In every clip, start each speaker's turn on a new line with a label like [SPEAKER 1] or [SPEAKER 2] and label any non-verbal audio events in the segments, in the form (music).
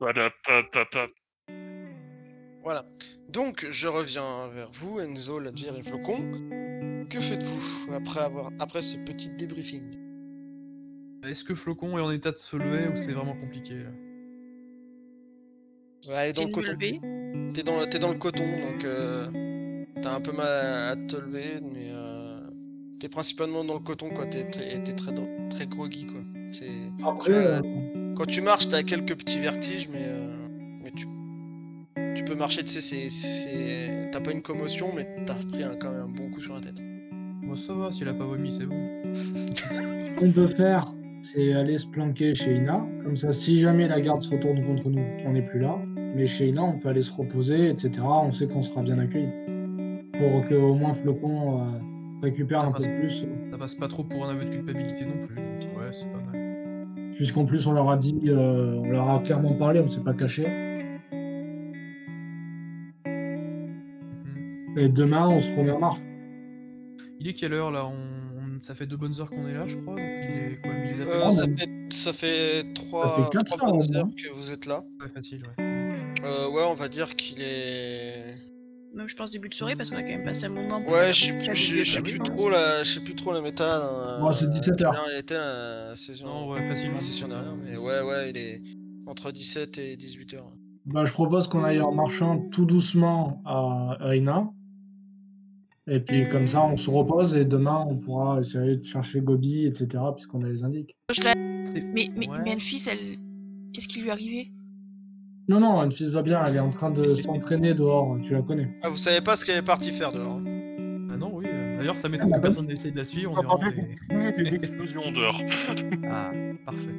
[SPEAKER 1] Voilà, pop, pop, pop.
[SPEAKER 2] Voilà. Donc, je reviens vers vous, Enzo, la et Flocon. Que faites-vous après, avoir... après ce petit débriefing
[SPEAKER 3] Est-ce que Flocon est en état de se lever ou c'est vraiment compliqué là
[SPEAKER 2] Ouais, et dans
[SPEAKER 4] J'ai
[SPEAKER 2] le
[SPEAKER 4] me
[SPEAKER 2] coton.
[SPEAKER 4] lever.
[SPEAKER 2] T'es dans, t'es dans le coton, donc euh, t'as un peu mal à te lever, mais euh, t'es principalement dans le coton, quoi. T'es, très- t'es très, dro- très groggy, quoi. C'est...
[SPEAKER 5] Après, euh,
[SPEAKER 2] Quand tu marches, t'as quelques petits vertiges, mais, euh, mais tu, tu peux marcher, tu sais, c'est, c'est... t'as pas une commotion, mais t'as pris un- quand même un bon coup sur la tête.
[SPEAKER 3] Moi ça va, s'il a pas vomi, c'est bon.
[SPEAKER 5] ce qu'on peut faire, c'est aller se planquer chez Ina. Comme ça, si jamais la garde se retourne contre nous, on n'est plus là. Mais chez Ina, on peut aller se reposer, etc. On sait qu'on sera bien accueilli. Pour que au moins Flocon euh, récupère
[SPEAKER 3] Ça
[SPEAKER 5] un peu
[SPEAKER 3] passe.
[SPEAKER 5] plus.
[SPEAKER 3] Ça passe pas trop pour un aveu de culpabilité non plus, donc ouais, c'est pas mal.
[SPEAKER 5] Puisqu'en plus, on leur a dit, euh, on leur a clairement parlé, on s'est pas caché.
[SPEAKER 3] Mhm.
[SPEAKER 5] Et demain, on se remet en marche.
[SPEAKER 3] Il est quelle heure là on... on- Ça fait deux bonnes heures qu'on est là, je crois. Donc il est quoi Il est
[SPEAKER 2] Euh,
[SPEAKER 5] Ah,
[SPEAKER 2] ça,
[SPEAKER 5] mais-
[SPEAKER 2] fait, ça fait 3,
[SPEAKER 5] quatre heures, hein. au moins.
[SPEAKER 2] que vous êtes là.
[SPEAKER 3] pas facile, ouais.
[SPEAKER 2] Euh, ouais, on va dire qu'il est...
[SPEAKER 4] Même je pense début de soirée parce qu'on a quand même passé un moment. pour
[SPEAKER 2] Ouais,
[SPEAKER 4] faire
[SPEAKER 2] je sais
[SPEAKER 4] des
[SPEAKER 2] plus,
[SPEAKER 4] tas de
[SPEAKER 2] je sais- je sais
[SPEAKER 4] débriefs,
[SPEAKER 2] plus
[SPEAKER 4] hein.
[SPEAKER 2] trop la, je sais plus trop la méta. euh,
[SPEAKER 5] Bon, c'est 17 heures.
[SPEAKER 2] combien Elle était euh, la saison.
[SPEAKER 3] Non, ouais, facilement.
[SPEAKER 2] la session dernière, mais ouais, ouais, il est entre 17 et 18 heures.
[SPEAKER 5] Bah, je propose qu'on aille en marchant tout doucement à à Ina. Et puis comme ça, on se repose et demain, on pourra essayer de chercher Gobi, etc. Puisqu'on a les indices.
[SPEAKER 4] Je la-
[SPEAKER 3] C'est-
[SPEAKER 4] Mais, mais,
[SPEAKER 3] Ouais.
[SPEAKER 4] mais Elfis, elle. Qu'est-ce qui lui est arrivé
[SPEAKER 5] Non, non, une fille va bien, elle est en train de s'entraîner dehors, tu la connais.
[SPEAKER 2] Ah, vous savez pas ce qu'elle est partie faire dehors. hein.
[SPEAKER 3] Ah non, oui. euh, D'ailleurs, ça m'étonne
[SPEAKER 5] Ah,
[SPEAKER 3] que
[SPEAKER 5] bah,
[SPEAKER 3] personne n'ait essayé de la suivre. On est
[SPEAKER 1] Entendez,
[SPEAKER 3] vraiment des-
[SPEAKER 1] Des explosions dehors.
[SPEAKER 3] Ah, parfait.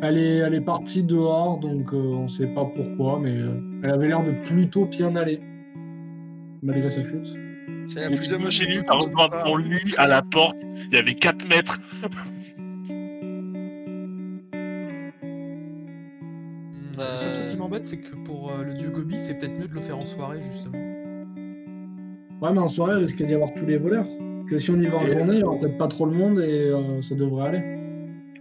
[SPEAKER 5] Elle est, elle est partie dehors, donc euh, on sait pas pourquoi, mais euh, elle avait l'air de plutôt bien aller. Malgré sa chute.
[SPEAKER 2] C'est la plus amochée
[SPEAKER 1] J'ai
[SPEAKER 2] du
[SPEAKER 1] eu à rejoindre mon lit à la porte, il y avait 4 mètres.
[SPEAKER 3] Hmm,
[SPEAKER 2] Euh,
[SPEAKER 3] Le seul truc qui m'embête, c'est que pour euh, le dieu Gobi, c'est peut-être mieux de le faire en soirée, justement.
[SPEAKER 5] Ouais, mais en soirée, il risque d'y avoir tous les voleurs. Que si on y va en journée, il y aura peut-être pas trop le monde et euh, ça devrait aller.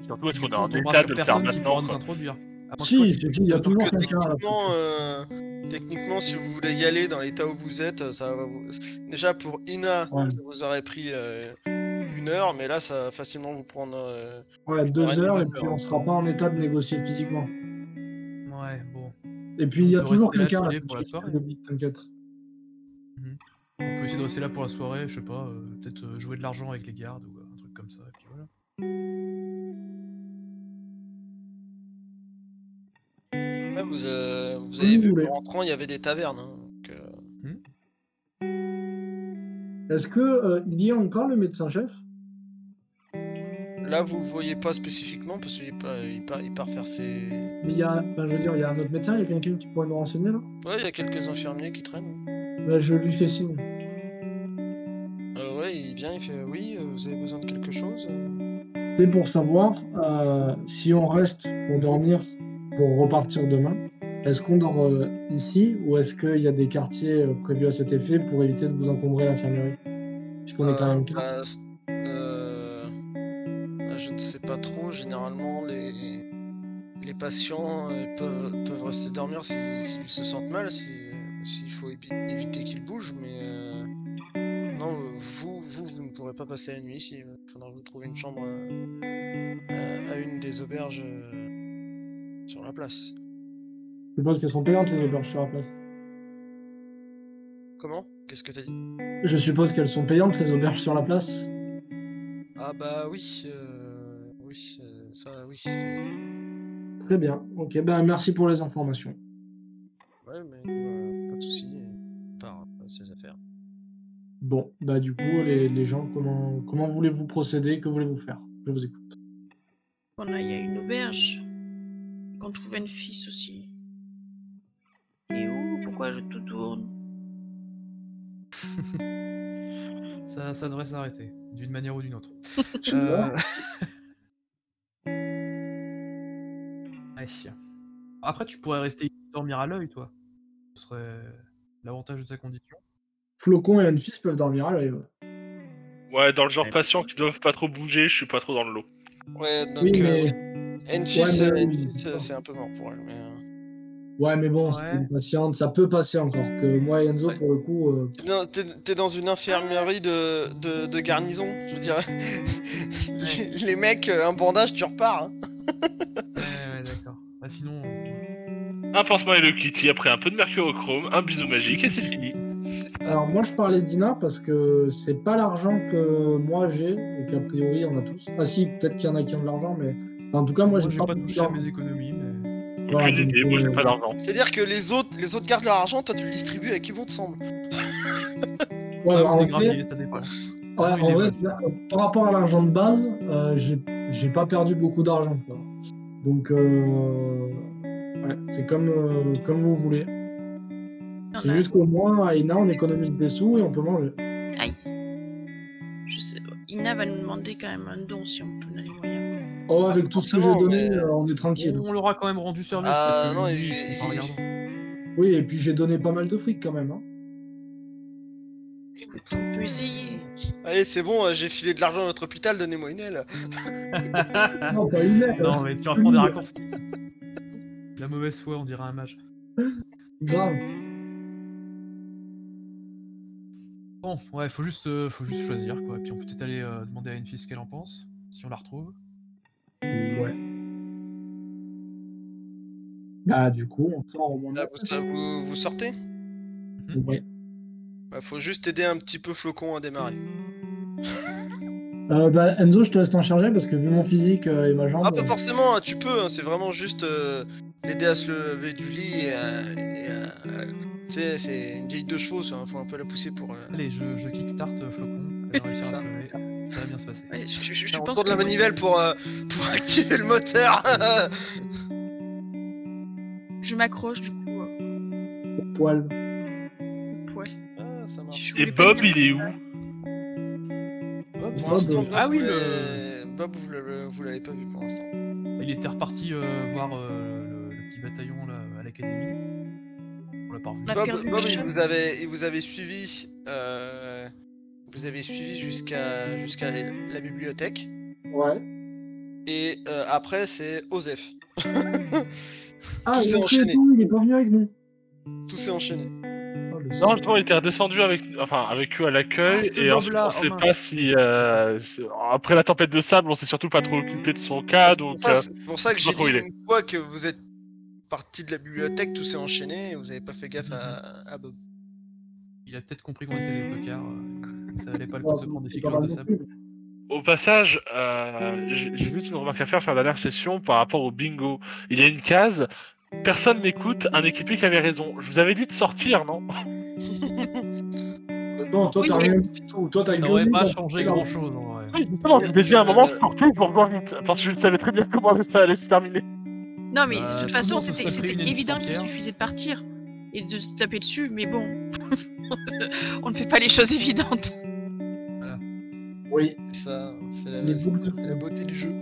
[SPEAKER 1] Surtout, est-ce
[SPEAKER 3] Du
[SPEAKER 1] qu'on est
[SPEAKER 3] coup,
[SPEAKER 1] en
[SPEAKER 3] tombera
[SPEAKER 1] état
[SPEAKER 3] sur
[SPEAKER 1] de le faire
[SPEAKER 3] personne qui pourra
[SPEAKER 1] maintenant
[SPEAKER 3] nous
[SPEAKER 1] quoi.
[SPEAKER 3] introduire. À moins que
[SPEAKER 5] Si,
[SPEAKER 3] toi, tu
[SPEAKER 5] si,
[SPEAKER 3] puisses
[SPEAKER 5] si, il y a
[SPEAKER 3] nous
[SPEAKER 5] toujours
[SPEAKER 2] que
[SPEAKER 5] quelqu'un là.
[SPEAKER 2] techniquement, euh, techniquement, si vous voulez y aller dans l'état où vous êtes, ça va vous. Déjà pour Ina,
[SPEAKER 5] Ouais.
[SPEAKER 2] ça vous aurait pris euh, une heure, mais là, ça va facilement vous prendre. euh,
[SPEAKER 5] Ouais,
[SPEAKER 2] Ouais,
[SPEAKER 5] deux heures, et
[SPEAKER 2] deux
[SPEAKER 5] puis
[SPEAKER 2] heures.
[SPEAKER 5] on sera pas en état de négocier physiquement.
[SPEAKER 3] Ouais, bon.
[SPEAKER 5] Et puis il y a
[SPEAKER 3] On peut
[SPEAKER 5] toujours
[SPEAKER 3] rester là,
[SPEAKER 5] quelqu'un
[SPEAKER 3] filer
[SPEAKER 5] là,
[SPEAKER 3] pour
[SPEAKER 5] tout de
[SPEAKER 3] la
[SPEAKER 5] suite,
[SPEAKER 3] soirée.
[SPEAKER 5] Gobi, T'inquiète.
[SPEAKER 3] On peut essayer de rester là pour la soirée, je sais pas, euh, peut-être euh, jouer de l'argent avec les gardes ou euh, un truc comme ça, et puis voilà.
[SPEAKER 2] Même vous, euh, vous
[SPEAKER 5] Comme
[SPEAKER 2] avez
[SPEAKER 5] vous
[SPEAKER 2] vu
[SPEAKER 5] voulez.
[SPEAKER 2] en rentrant, il y avait des tavernes. hein, donc, euh,
[SPEAKER 5] Est-ce que euh, il y a encore le médecin-chef
[SPEAKER 2] Là, vous le voyez pas spécifiquement parce qu'il part, il part, il part faire ses.
[SPEAKER 5] Mais il y a, enfin, je veux dire, il y a un autre médecin, il y a quelqu'un qui pourrait nous renseigner là
[SPEAKER 2] Ouais, il y a quelques infirmiers qui traînent.
[SPEAKER 5] Bah, Je lui fais signe.
[SPEAKER 2] Euh, ouais, il vient, il fait Oui, euh, vous avez besoin de quelque chose euh
[SPEAKER 5] C'est pour savoir euh, si on reste pour dormir, pour repartir demain. Est-ce qu'on dort euh, ici ou est-ce qu'il y a des quartiers euh, prévus à cet effet pour éviter de vous encombrer l'infirmerie Puisqu'on est quand
[SPEAKER 2] Euh,
[SPEAKER 5] même quatre.
[SPEAKER 2] bah, c- euh, bah, Je ne sais pas trop. Généralement, les, les patients euh, peuvent, peuvent rester dormir s'ils s'ils se sentent mal, si- s'il faut évi- éviter qu'ils bougent, mais. euh, Non, euh, vous, vous, vous ne pourrez pas passer la nuit ici. Il faudra vous trouver une chambre euh, euh, à une des auberges euh, sur la place.
[SPEAKER 5] Je suppose qu'elles sont payantes les auberges sur la place.
[SPEAKER 2] Comment Qu'est-ce que t'as dit
[SPEAKER 5] Je suppose qu'elles sont payantes les auberges sur la place.
[SPEAKER 2] Ah bah oui, euh, oui, euh, ça oui, c'est...
[SPEAKER 5] Très bien. Ok, ben merci pour les informations.
[SPEAKER 2] Ouais, mais euh, pas de soucis, euh, par euh, ses affaires.
[SPEAKER 5] Bon, bah du coup, les, les gens, comment, comment voulez-vous procéder Que voulez-vous faire Je vous écoute.
[SPEAKER 4] On a, il y a une auberge. Qu'on trouve une fils aussi. Et où Pourquoi je tout tourne
[SPEAKER 3] Ça, ça devrait s'arrêter, d'une manière ou d'une autre.
[SPEAKER 5] Euh,
[SPEAKER 3] (laughs) Ouais. Euh, Après, tu pourrais rester ici, dormir à l'œil, toi. Ce serait l'avantage de ta
[SPEAKER 5] (laughs)
[SPEAKER 3] condition.
[SPEAKER 5] Flocon et Anfis peuvent dormir à l'œil. ouais.
[SPEAKER 1] Ouais, dans le genre patient qui doivent pas trop bouger, je suis pas trop dans le lot.
[SPEAKER 2] Ouais, donc
[SPEAKER 5] Oui,
[SPEAKER 2] euh,
[SPEAKER 5] mais
[SPEAKER 2] oui. Enfis,
[SPEAKER 5] Ouais, mais-
[SPEAKER 2] euh, Enfis, euh, c'est un peu mort pour elle, mais... euh,
[SPEAKER 5] Ouais, mais bon, c'était
[SPEAKER 3] Ouais.
[SPEAKER 5] une patiente, ça peut passer encore. Que moi et Enzo,
[SPEAKER 3] Ouais.
[SPEAKER 5] pour le coup, euh,
[SPEAKER 2] T'es dans- T'es t'es dans une infirmerie de, de, de garnison, je veux dire. (laughs) Les, les mecs, euh, un bandage, tu repars. hein.
[SPEAKER 3] Ouais, ouais, d'accord. Bah, sinon, euh,
[SPEAKER 1] Un pansement et le kitty, après un peu de mercurochrome, un bisou magique et c'est fini.
[SPEAKER 5] Alors moi je parlais d'Ina parce que c'est pas l'argent que moi j'ai et qu'a priori on a tous. Ah si, peut-être qu'il y en a qui ont de l'argent, mais en tout cas moi,
[SPEAKER 3] moi, j'ai pas
[SPEAKER 5] beaucoup
[SPEAKER 3] touché à
[SPEAKER 5] d'argent.
[SPEAKER 3] mes économies, mais.
[SPEAKER 1] Aucune
[SPEAKER 5] donc,
[SPEAKER 1] idée, moi j'ai
[SPEAKER 5] euh,
[SPEAKER 1] pas d'argent.
[SPEAKER 2] C'est-à-dire que les autres, les autres gardent leur argent, toi tu le distribues avec qui bon te semble.
[SPEAKER 5] Ouais,
[SPEAKER 3] ça,
[SPEAKER 5] en
[SPEAKER 3] c'est
[SPEAKER 5] vrai-
[SPEAKER 3] gravier, ça dépend.
[SPEAKER 5] Ouais,
[SPEAKER 3] Ah, il
[SPEAKER 5] en
[SPEAKER 3] est
[SPEAKER 5] vrai,
[SPEAKER 3] vrai,
[SPEAKER 5] c'est-à-dire que par rapport à l'argent de base, euh, j'ai- j'ai pas perdu beaucoup d'argent. quoi. Donc euh, ouais, c'est comme, euh, comme vous voulez.
[SPEAKER 4] Il y en
[SPEAKER 5] C'est
[SPEAKER 4] a-
[SPEAKER 5] juste qu'au moins à Ina on économise des sous et on peut manger.
[SPEAKER 4] je sais- Ina va nous demander quand même un don si on peut en a les moyens.
[SPEAKER 5] Oh avec tout ce que j'ai
[SPEAKER 2] forcément,
[SPEAKER 5] donné,
[SPEAKER 2] mais-
[SPEAKER 5] euh, on est tranquille.
[SPEAKER 3] On leur a quand même rendu service.
[SPEAKER 2] Ah,
[SPEAKER 3] peut-être que
[SPEAKER 2] non,
[SPEAKER 3] lui,
[SPEAKER 2] il-
[SPEAKER 3] il se fait pas
[SPEAKER 2] il-
[SPEAKER 3] regarder.
[SPEAKER 5] Oui et puis j'ai donné pas mal de fric quand même. hein.
[SPEAKER 4] On peut essayer.
[SPEAKER 2] Allez, c'est bon, euh, j'ai filé de l'argent à notre hôpital, donnez-moi une aile.
[SPEAKER 5] Non, pas une aile,
[SPEAKER 3] Non, mais tu vas prendre des raccourcis. La mauvaise foi, on dirait un mage.
[SPEAKER 5] grave.
[SPEAKER 3] Bon, ouais, faut juste, euh, faut juste choisir, quoi. Puis on peut peut-être aller euh, demander à une fille ce qu'elle en pense, si on la retrouve.
[SPEAKER 5] Ouais. Bah du coup, on sort au moment
[SPEAKER 2] Là, Ah, vous, ça, vous, vous sortez
[SPEAKER 5] où- Ouais.
[SPEAKER 2] Bah, Faut juste aider un petit peu Flocon à démarrer.
[SPEAKER 5] Euh, bah, Enzo, je te laisse t'en charger parce que vu mon physique euh, et ma jambe.
[SPEAKER 2] Ah, pas
[SPEAKER 5] euh,
[SPEAKER 2] forcément, hein, tu peux, hein, c'est vraiment juste euh, l'aider à se lever du lit et à. et à- à- tu sais, c'est une vieille de choses, hein, faut un peu la pousser pour. euh,
[SPEAKER 3] Allez, je, je kickstart euh, Flocon, elle va
[SPEAKER 2] C'est
[SPEAKER 3] réussir à
[SPEAKER 2] ça.
[SPEAKER 3] se lever, ça va bien se passer.
[SPEAKER 4] Ouais, je, je- je
[SPEAKER 2] Je
[SPEAKER 4] pense
[SPEAKER 2] tourne la
[SPEAKER 4] que-
[SPEAKER 2] manivelle pour, euh, (laughs) pour activer le moteur. (laughs) Ah,
[SPEAKER 4] Je m'accroche du coup euh,
[SPEAKER 5] Poil.
[SPEAKER 4] au poil.
[SPEAKER 2] ah, ça marche.
[SPEAKER 4] Je
[SPEAKER 1] Et
[SPEAKER 4] voulais pas
[SPEAKER 1] Bob,
[SPEAKER 4] dire
[SPEAKER 1] il est
[SPEAKER 4] ça.
[SPEAKER 1] où
[SPEAKER 3] Hop,
[SPEAKER 2] Pour
[SPEAKER 5] Bob,
[SPEAKER 2] l'instant,
[SPEAKER 5] euh,
[SPEAKER 2] Bob,
[SPEAKER 3] ah oui,
[SPEAKER 2] vous
[SPEAKER 3] le-
[SPEAKER 2] l'avez- Bob, vous l'avez- vous l'avez pas vu pour l'instant.
[SPEAKER 3] il était reparti euh, voir euh, le, le petit bataillon là, à l'académie. On l'a pas revu.
[SPEAKER 4] On a
[SPEAKER 2] Bob,
[SPEAKER 4] perdu le
[SPEAKER 2] Bob, il
[SPEAKER 4] chat.
[SPEAKER 2] vous avait, il vous avait suivi, euh, vous avez suivi jusqu'à jusqu'à la bibliothèque.
[SPEAKER 5] Ouais.
[SPEAKER 2] Et euh, après, c'est Osef. (laughs)
[SPEAKER 5] Ah,
[SPEAKER 2] Tout s'est
[SPEAKER 5] il est entré
[SPEAKER 2] enchaîné.
[SPEAKER 5] et tout, il est pas venu avec nous.
[SPEAKER 2] Tout s'est enchaîné.
[SPEAKER 5] Oh, le
[SPEAKER 1] Non,
[SPEAKER 5] sang.
[SPEAKER 1] justement, il était redescendu avec, enfin, avec eux à
[SPEAKER 3] Ah,
[SPEAKER 1] l'accueil
[SPEAKER 3] ce
[SPEAKER 1] et ensuite,
[SPEAKER 3] Bob-là,
[SPEAKER 1] on
[SPEAKER 3] oh
[SPEAKER 1] sait
[SPEAKER 3] mince.
[SPEAKER 1] pas si. euh, c'est- après la tempête de sable, on s'est surtout pas trop occupé de son cas
[SPEAKER 2] C'est pour
[SPEAKER 1] donc.
[SPEAKER 2] ça-
[SPEAKER 1] euh,
[SPEAKER 2] c'est pour ça que
[SPEAKER 1] je sais
[SPEAKER 2] j'ai
[SPEAKER 1] pas trop
[SPEAKER 2] dit
[SPEAKER 1] où il
[SPEAKER 2] une fois que vous êtes parti de la bibliothèque, tout s'est enchaîné et vous avez pas fait gaffe à, à Bob.
[SPEAKER 3] Il a peut-être compris qu'on était des tocards. euh, ça valait pas le coup de
[SPEAKER 5] Ah,
[SPEAKER 3] se prendre des
[SPEAKER 5] c'est pas
[SPEAKER 3] cyclones de
[SPEAKER 5] mal
[SPEAKER 3] sable.
[SPEAKER 5] non plus.
[SPEAKER 1] Au passage, euh, j'ai j'ai juste une remarque à faire sur la dernière session par rapport au bingo. Il y a une case, personne n'écoute, un équipier qui avait raison. Je vous avais dit de sortir, non
[SPEAKER 5] Non, toi
[SPEAKER 4] Oui,
[SPEAKER 5] t'as
[SPEAKER 4] mais-
[SPEAKER 5] rien du tout. Toi t'as
[SPEAKER 3] Ça
[SPEAKER 5] gueulé,
[SPEAKER 3] aurait pas
[SPEAKER 5] toi.
[SPEAKER 3] changé grand chose en vrai.
[SPEAKER 1] Oui, justement, je vous ai dit à un moment, sortez, je vous rejoins vite. Parce que je savais très bien comment ça allait se terminer.
[SPEAKER 4] Non, mais
[SPEAKER 3] Bah,
[SPEAKER 4] de
[SPEAKER 3] tout
[SPEAKER 4] toute
[SPEAKER 3] le
[SPEAKER 4] façon,
[SPEAKER 3] monde se
[SPEAKER 4] c'était
[SPEAKER 3] serait pris
[SPEAKER 4] c'était
[SPEAKER 3] une
[SPEAKER 4] évident qu'il
[SPEAKER 3] entière.
[SPEAKER 4] suffisait de partir et de se taper dessus, mais bon. (laughs) On ne fait pas les choses évidentes.
[SPEAKER 5] Oui.
[SPEAKER 2] C'est ça, hein, c'est la,
[SPEAKER 5] Les
[SPEAKER 2] c'est
[SPEAKER 5] boules.
[SPEAKER 2] la beauté du jeu.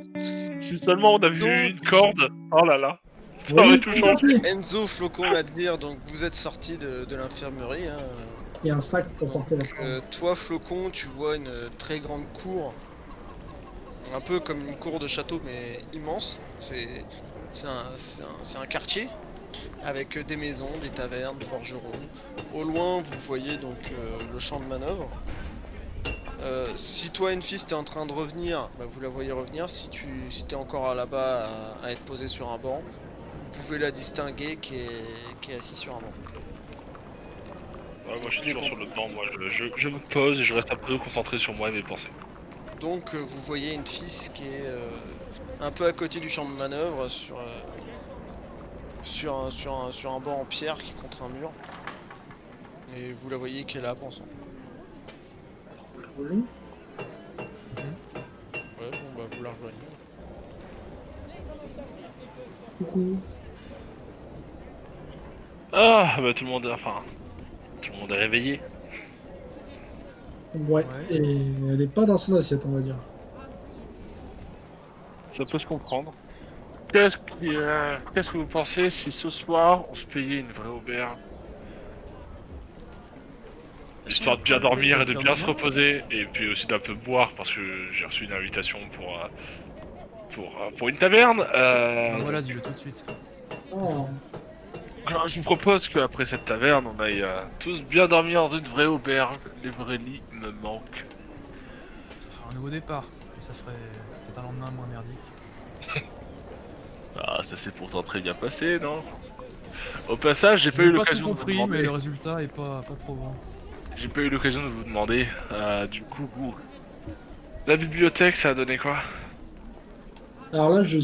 [SPEAKER 1] Si seulement on avait eu une corde, oh là là, ça aurait
[SPEAKER 5] Oui,
[SPEAKER 1] tout
[SPEAKER 5] oui,
[SPEAKER 1] changé.
[SPEAKER 5] oui.
[SPEAKER 2] Enzo, Flocon, Ladvir, donc vous êtes sorti de, de l'infirmerie. hein.
[SPEAKER 5] Il y a un sac pour porter la
[SPEAKER 2] Donc, euh, toi, Flocon, tu vois une euh, très grande cour, un peu comme une cour de château, mais immense. C'est c'est un, c'est un- c'est un quartier avec euh, des maisons, des tavernes, forgerons. Au loin, vous voyez donc euh, le champ de manœuvre. Euh, si toi, Enfis, t'es en train de revenir, bah, vous la voyez revenir. Si tu si t'es encore à- là-bas à, à être posé sur un banc, vous pouvez la distinguer qui est, qui est assis sur un banc.
[SPEAKER 1] Ouais, moi je suis toujours sur le banc, moi je, je- je me pose et je reste un peu concentré sur moi et mes pensées.
[SPEAKER 2] Donc euh, vous voyez une fille qui est euh, un peu à côté du champ de manœuvre sur, euh, sur, un, sur, un, sur un banc en pierre qui est contre un mur. Et vous la voyez qui est là pensant.
[SPEAKER 5] Bonjour.
[SPEAKER 2] Ouais bon bah vous la rejoignez.
[SPEAKER 5] Coucou.
[SPEAKER 1] Ah, bah tout le monde, enfin, tout le monde est réveillé.
[SPEAKER 3] Ouais.
[SPEAKER 5] Ouais. Et elle est pas dans son assiette, on va dire.
[SPEAKER 1] Ça peut se comprendre. Qu'est-ce qui, euh, qu'est-ce que vous pensez si ce soir on se payait une vraie auberge Histoire de bien dormir et de bien se reposer, et puis aussi d'un peu boire parce que j'ai reçu une invitation pour euh, pour, euh, pour une taverne.
[SPEAKER 3] Ah,
[SPEAKER 1] Euh,
[SPEAKER 3] Voilà, dis-le tout de suite.
[SPEAKER 5] Oh.
[SPEAKER 1] Alors, je vous propose qu'après cette taverne, on aille euh, tous bien dormir dans une vraie auberge. Les vrais lits me manquent.
[SPEAKER 3] Ça ferait un nouveau départ. Et ça ferait peut-être un lendemain moins merdique.
[SPEAKER 1] Ah, ça s'est pourtant très bien passé, non Au passage, j'ai pas
[SPEAKER 3] J'ai
[SPEAKER 1] eu
[SPEAKER 3] pas tout
[SPEAKER 1] l'occasion de vous
[SPEAKER 3] compris, mais
[SPEAKER 1] demander.
[SPEAKER 3] le résultat est pas, pas probant.
[SPEAKER 1] J'ai pas eu l'occasion de vous demander. euh, du coup, vous, la bibliothèque, ça a donné quoi
[SPEAKER 5] Alors là, je,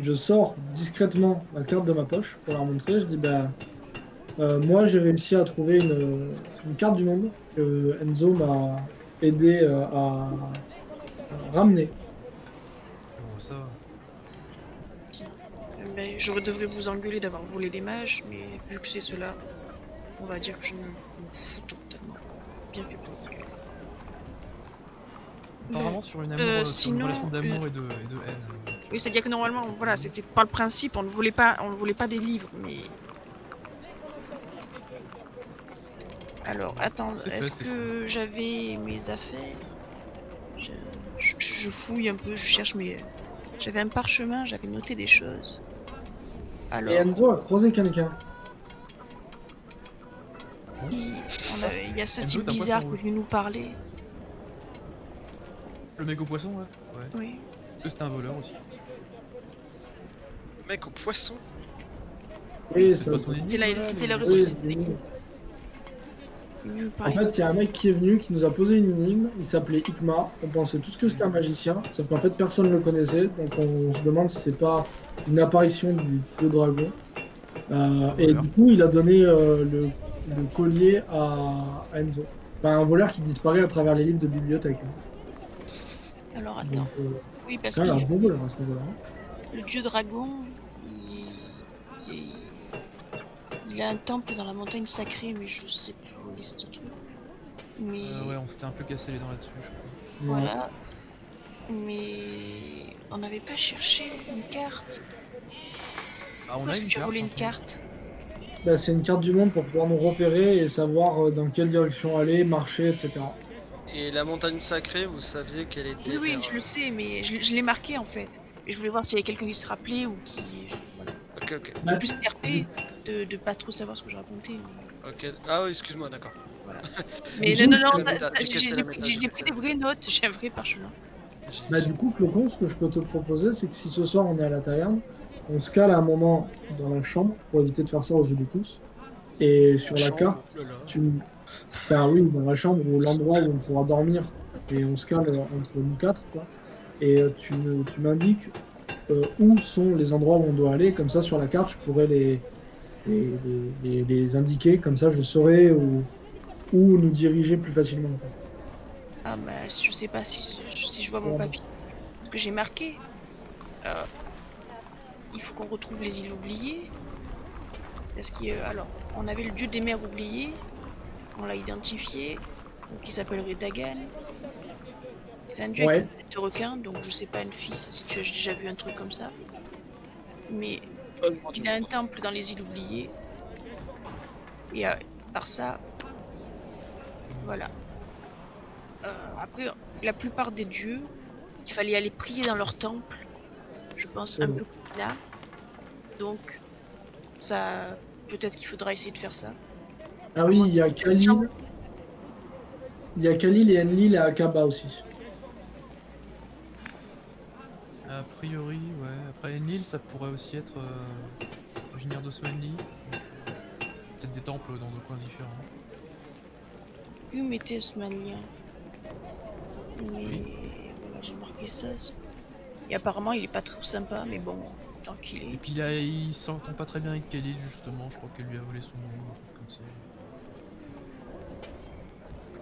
[SPEAKER 5] je sors discrètement la carte de ma poche pour la montrer. Je dis, bah, euh, moi j'ai réussi à trouver une, une carte du monde que Enzo m'a aidé euh, à, à ramener.
[SPEAKER 3] Bon, ça va.
[SPEAKER 4] Mais Ben, je devrais vous engueuler d'avoir volé les mages, mais vu que c'est cela, on va dire que je m'en m'en fous totalement. Bien fait pour vous.
[SPEAKER 3] Apparemment, sur une, amour,
[SPEAKER 4] Euh,
[SPEAKER 3] sur une
[SPEAKER 4] sinon,
[SPEAKER 3] relation d'amour et, de, et de haine. euh,
[SPEAKER 4] Oui, c'est-à-dire que normalement, voilà, c'était pas le principe, on ne voulait pas, on ne voulait pas des livres, mais. Alors, attends,
[SPEAKER 3] C'est fait,
[SPEAKER 4] est-ce
[SPEAKER 3] c'est
[SPEAKER 4] que j'avais mes affaires je, je- je fouille un peu, je cherche mes. J'avais un parchemin, j'avais noté des choses. Alors,
[SPEAKER 5] Et Enzo a croisé quelqu'un.
[SPEAKER 4] il, on avait- il y a ce
[SPEAKER 3] Enzo,
[SPEAKER 4] type
[SPEAKER 3] t'as un poisson
[SPEAKER 4] bizarre qui est
[SPEAKER 3] rouge.
[SPEAKER 4] venu nous parler.
[SPEAKER 3] Le mec au poisson, ouais. Ouais.
[SPEAKER 4] Oui.
[SPEAKER 3] Que c'était un voleur aussi.
[SPEAKER 2] Mec au poisson
[SPEAKER 5] Oui,
[SPEAKER 3] C'était
[SPEAKER 5] ça-
[SPEAKER 3] pas son ennemi,
[SPEAKER 4] C'était la-
[SPEAKER 3] voilà,
[SPEAKER 4] c'était
[SPEAKER 3] mais-
[SPEAKER 4] la
[SPEAKER 5] oui,
[SPEAKER 4] ressource.
[SPEAKER 5] oui, oui.
[SPEAKER 4] Il est venu nous
[SPEAKER 5] En
[SPEAKER 4] parler.
[SPEAKER 5] fait, il y a un mec qui est venu, qui nous a posé une énigme. Il s'appelait Ikma. On pensait tous que c'était un magicien, sauf qu'en fait personne ne le connaissait. Donc on se demande si c'est pas une apparition du dieu dragon. Euh, et
[SPEAKER 3] Voleur.
[SPEAKER 5] du coup, il a donné euh, le, le collier à, à Enzo. Enfin, un voleur qui disparaît à travers les livres de bibliothèque. hein.
[SPEAKER 4] Alors,
[SPEAKER 5] Donc,
[SPEAKER 4] attends.
[SPEAKER 5] euh,
[SPEAKER 4] Oui, parce
[SPEAKER 5] c'est
[SPEAKER 4] que
[SPEAKER 5] un bon voleur à ce niveau-là. hein.
[SPEAKER 4] Le dieu dragon, il, est- il est- il a un temple dans la montagne sacrée, mais je sais plus où est ce truc. Mais
[SPEAKER 3] Euh, ouais, on s'était un peu cassé les dents là-dessus, je crois.
[SPEAKER 4] voilà. Mais on n'avait pas cherché une carte.
[SPEAKER 3] Ah, on
[SPEAKER 4] Pourquoi
[SPEAKER 3] a
[SPEAKER 4] est-ce que
[SPEAKER 3] une
[SPEAKER 4] tu as
[SPEAKER 3] carte.
[SPEAKER 4] volé une
[SPEAKER 3] hein.
[SPEAKER 4] carte
[SPEAKER 5] Bah, c'est une carte du monde pour pouvoir nous repérer et savoir euh, dans quelle direction aller, marcher, etc.
[SPEAKER 2] Et la montagne sacrée, vous saviez qu'elle était.
[SPEAKER 4] Oui, oui,
[SPEAKER 2] vers-
[SPEAKER 4] je le sais, mais je, l'ai- je l'ai marqué en fait. Et je voulais voir s'il y avait quelqu'un qui se rappelait ou qui.
[SPEAKER 2] euh, Ok, ok,
[SPEAKER 4] Je
[SPEAKER 3] Bah,
[SPEAKER 5] Ouais.
[SPEAKER 4] plus RP de, de pas trop savoir ce que je racontais. mais-
[SPEAKER 2] ok. Ah oui, excuse-moi, d'accord.
[SPEAKER 4] Mais,
[SPEAKER 5] Juste
[SPEAKER 4] non, non, non,
[SPEAKER 5] que
[SPEAKER 4] ça-
[SPEAKER 2] t'as-
[SPEAKER 4] ça-
[SPEAKER 2] t'as
[SPEAKER 4] j'ai-
[SPEAKER 2] cassé
[SPEAKER 4] j'ai
[SPEAKER 2] la
[SPEAKER 4] pris-
[SPEAKER 2] méthode,
[SPEAKER 4] j'ai
[SPEAKER 2] j'ai
[SPEAKER 4] j'ai pris
[SPEAKER 2] cassé
[SPEAKER 4] des
[SPEAKER 2] la
[SPEAKER 4] vraies notes, (laughs) j'ai un vrai parchemin.
[SPEAKER 2] J'ai-
[SPEAKER 5] Bah du coup Flocon, ce que je peux te proposer, c'est que si ce soir on est à la taverne, on se cale à un moment dans la chambre pour éviter de faire ça aux yeux de tous. Et sur la
[SPEAKER 2] Chambre,
[SPEAKER 5] carte,
[SPEAKER 2] oh là là.
[SPEAKER 5] tu me... Enfin oui, dans la chambre ou l'endroit où on pourra dormir. Et on se cale euh, entre nous quatre, quoi. Et euh, tu me- tu m'indiques euh, où sont les endroits où on doit aller. Comme ça, sur la carte, je pourrais les, les, les- les- les indiquer. Comme ça, je saurais où, où nous diriger plus facilement. quoi.
[SPEAKER 4] Ah bah je sais pas si je, si je vois mon
[SPEAKER 5] Ouais.
[SPEAKER 4] papy. Parce que j'ai marqué. Euh, il faut qu'on retrouve les îles oubliées. Parce qu'il y a- alors, on avait le dieu des mers oublié. On l'a identifié. Donc il s'appellerait Dagan. C'est un dieu
[SPEAKER 5] Ouais.
[SPEAKER 4] avec une tête de requin, donc je sais pas une fille si tu as déjà vu un truc comme ça. Mais il a un temple dans les îles oubliées. Et euh, par ça, voilà. Euh, après, la plupart des dieux, il fallait aller prier dans leur temple. Je pense un
[SPEAKER 5] Oui.
[SPEAKER 4] peu comme là. Donc, ça, peut-être qu'il faudra essayer de faire ça.
[SPEAKER 5] Ah oui, il y a Khalil.
[SPEAKER 4] Genre,
[SPEAKER 5] Il y a Khalil et Enlil à Akaba aussi.
[SPEAKER 3] A priori, ouais. Après Enlil, ça pourrait aussi être euh, originaire de Enlil. Peut-être des temples dans deux coins différents.
[SPEAKER 4] Que mettait ce malien Mais
[SPEAKER 3] Oui.
[SPEAKER 4] voilà, j'ai marqué ça. ça. Et apparemment, il est pas trop sympa, mais bon, tant qu'il
[SPEAKER 3] Et
[SPEAKER 4] est.
[SPEAKER 3] puis là, il s'entend pas très bien avec Khalil, justement. Je crois qu'elle lui a volé son nom, un truc comme ça.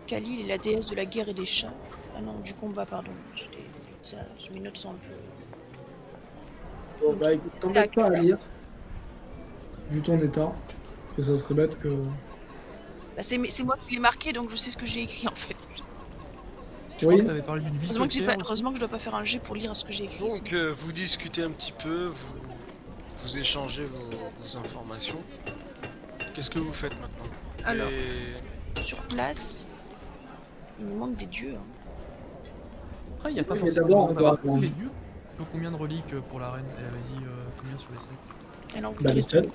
[SPEAKER 4] Kali est la déesse de la guerre et des chats. Ah non, du combat, pardon. Je l'ai- Ça, mes notes sont un peu.
[SPEAKER 5] Bon bah écoute, t'embête pas à lire, vu ton état, que ça serait bête que...
[SPEAKER 4] Bah, c'est mais c'est moi qui l'ai marqué, donc je sais ce que j'ai écrit en fait.
[SPEAKER 3] Je
[SPEAKER 5] Oui.
[SPEAKER 3] crois que t'avais parlé d'une ville
[SPEAKER 4] Heureusement que, j'ai pas-
[SPEAKER 3] côtière aussi.
[SPEAKER 4] heureusement que je dois pas faire un jet pour lire ce que j'ai écrit.
[SPEAKER 2] Donc, euh, vous discutez un petit peu, vous, vous échangez vos, vos informations. Qu'est-ce que vous faites maintenant
[SPEAKER 4] Alors,
[SPEAKER 2] Et-
[SPEAKER 4] sur place, il nous manque des dieux. hein.
[SPEAKER 3] Après, il y a pas
[SPEAKER 5] Oui, mais
[SPEAKER 3] forcément
[SPEAKER 5] d'abord,
[SPEAKER 3] besoin
[SPEAKER 5] on
[SPEAKER 3] d'avoir
[SPEAKER 5] doit-
[SPEAKER 3] tous les dieux. Il faut combien de euh, reliques euh, pour la reine Elle avait dit euh, combien sur les 7
[SPEAKER 4] Elle en
[SPEAKER 5] Bah
[SPEAKER 4] voudrait
[SPEAKER 5] les sept.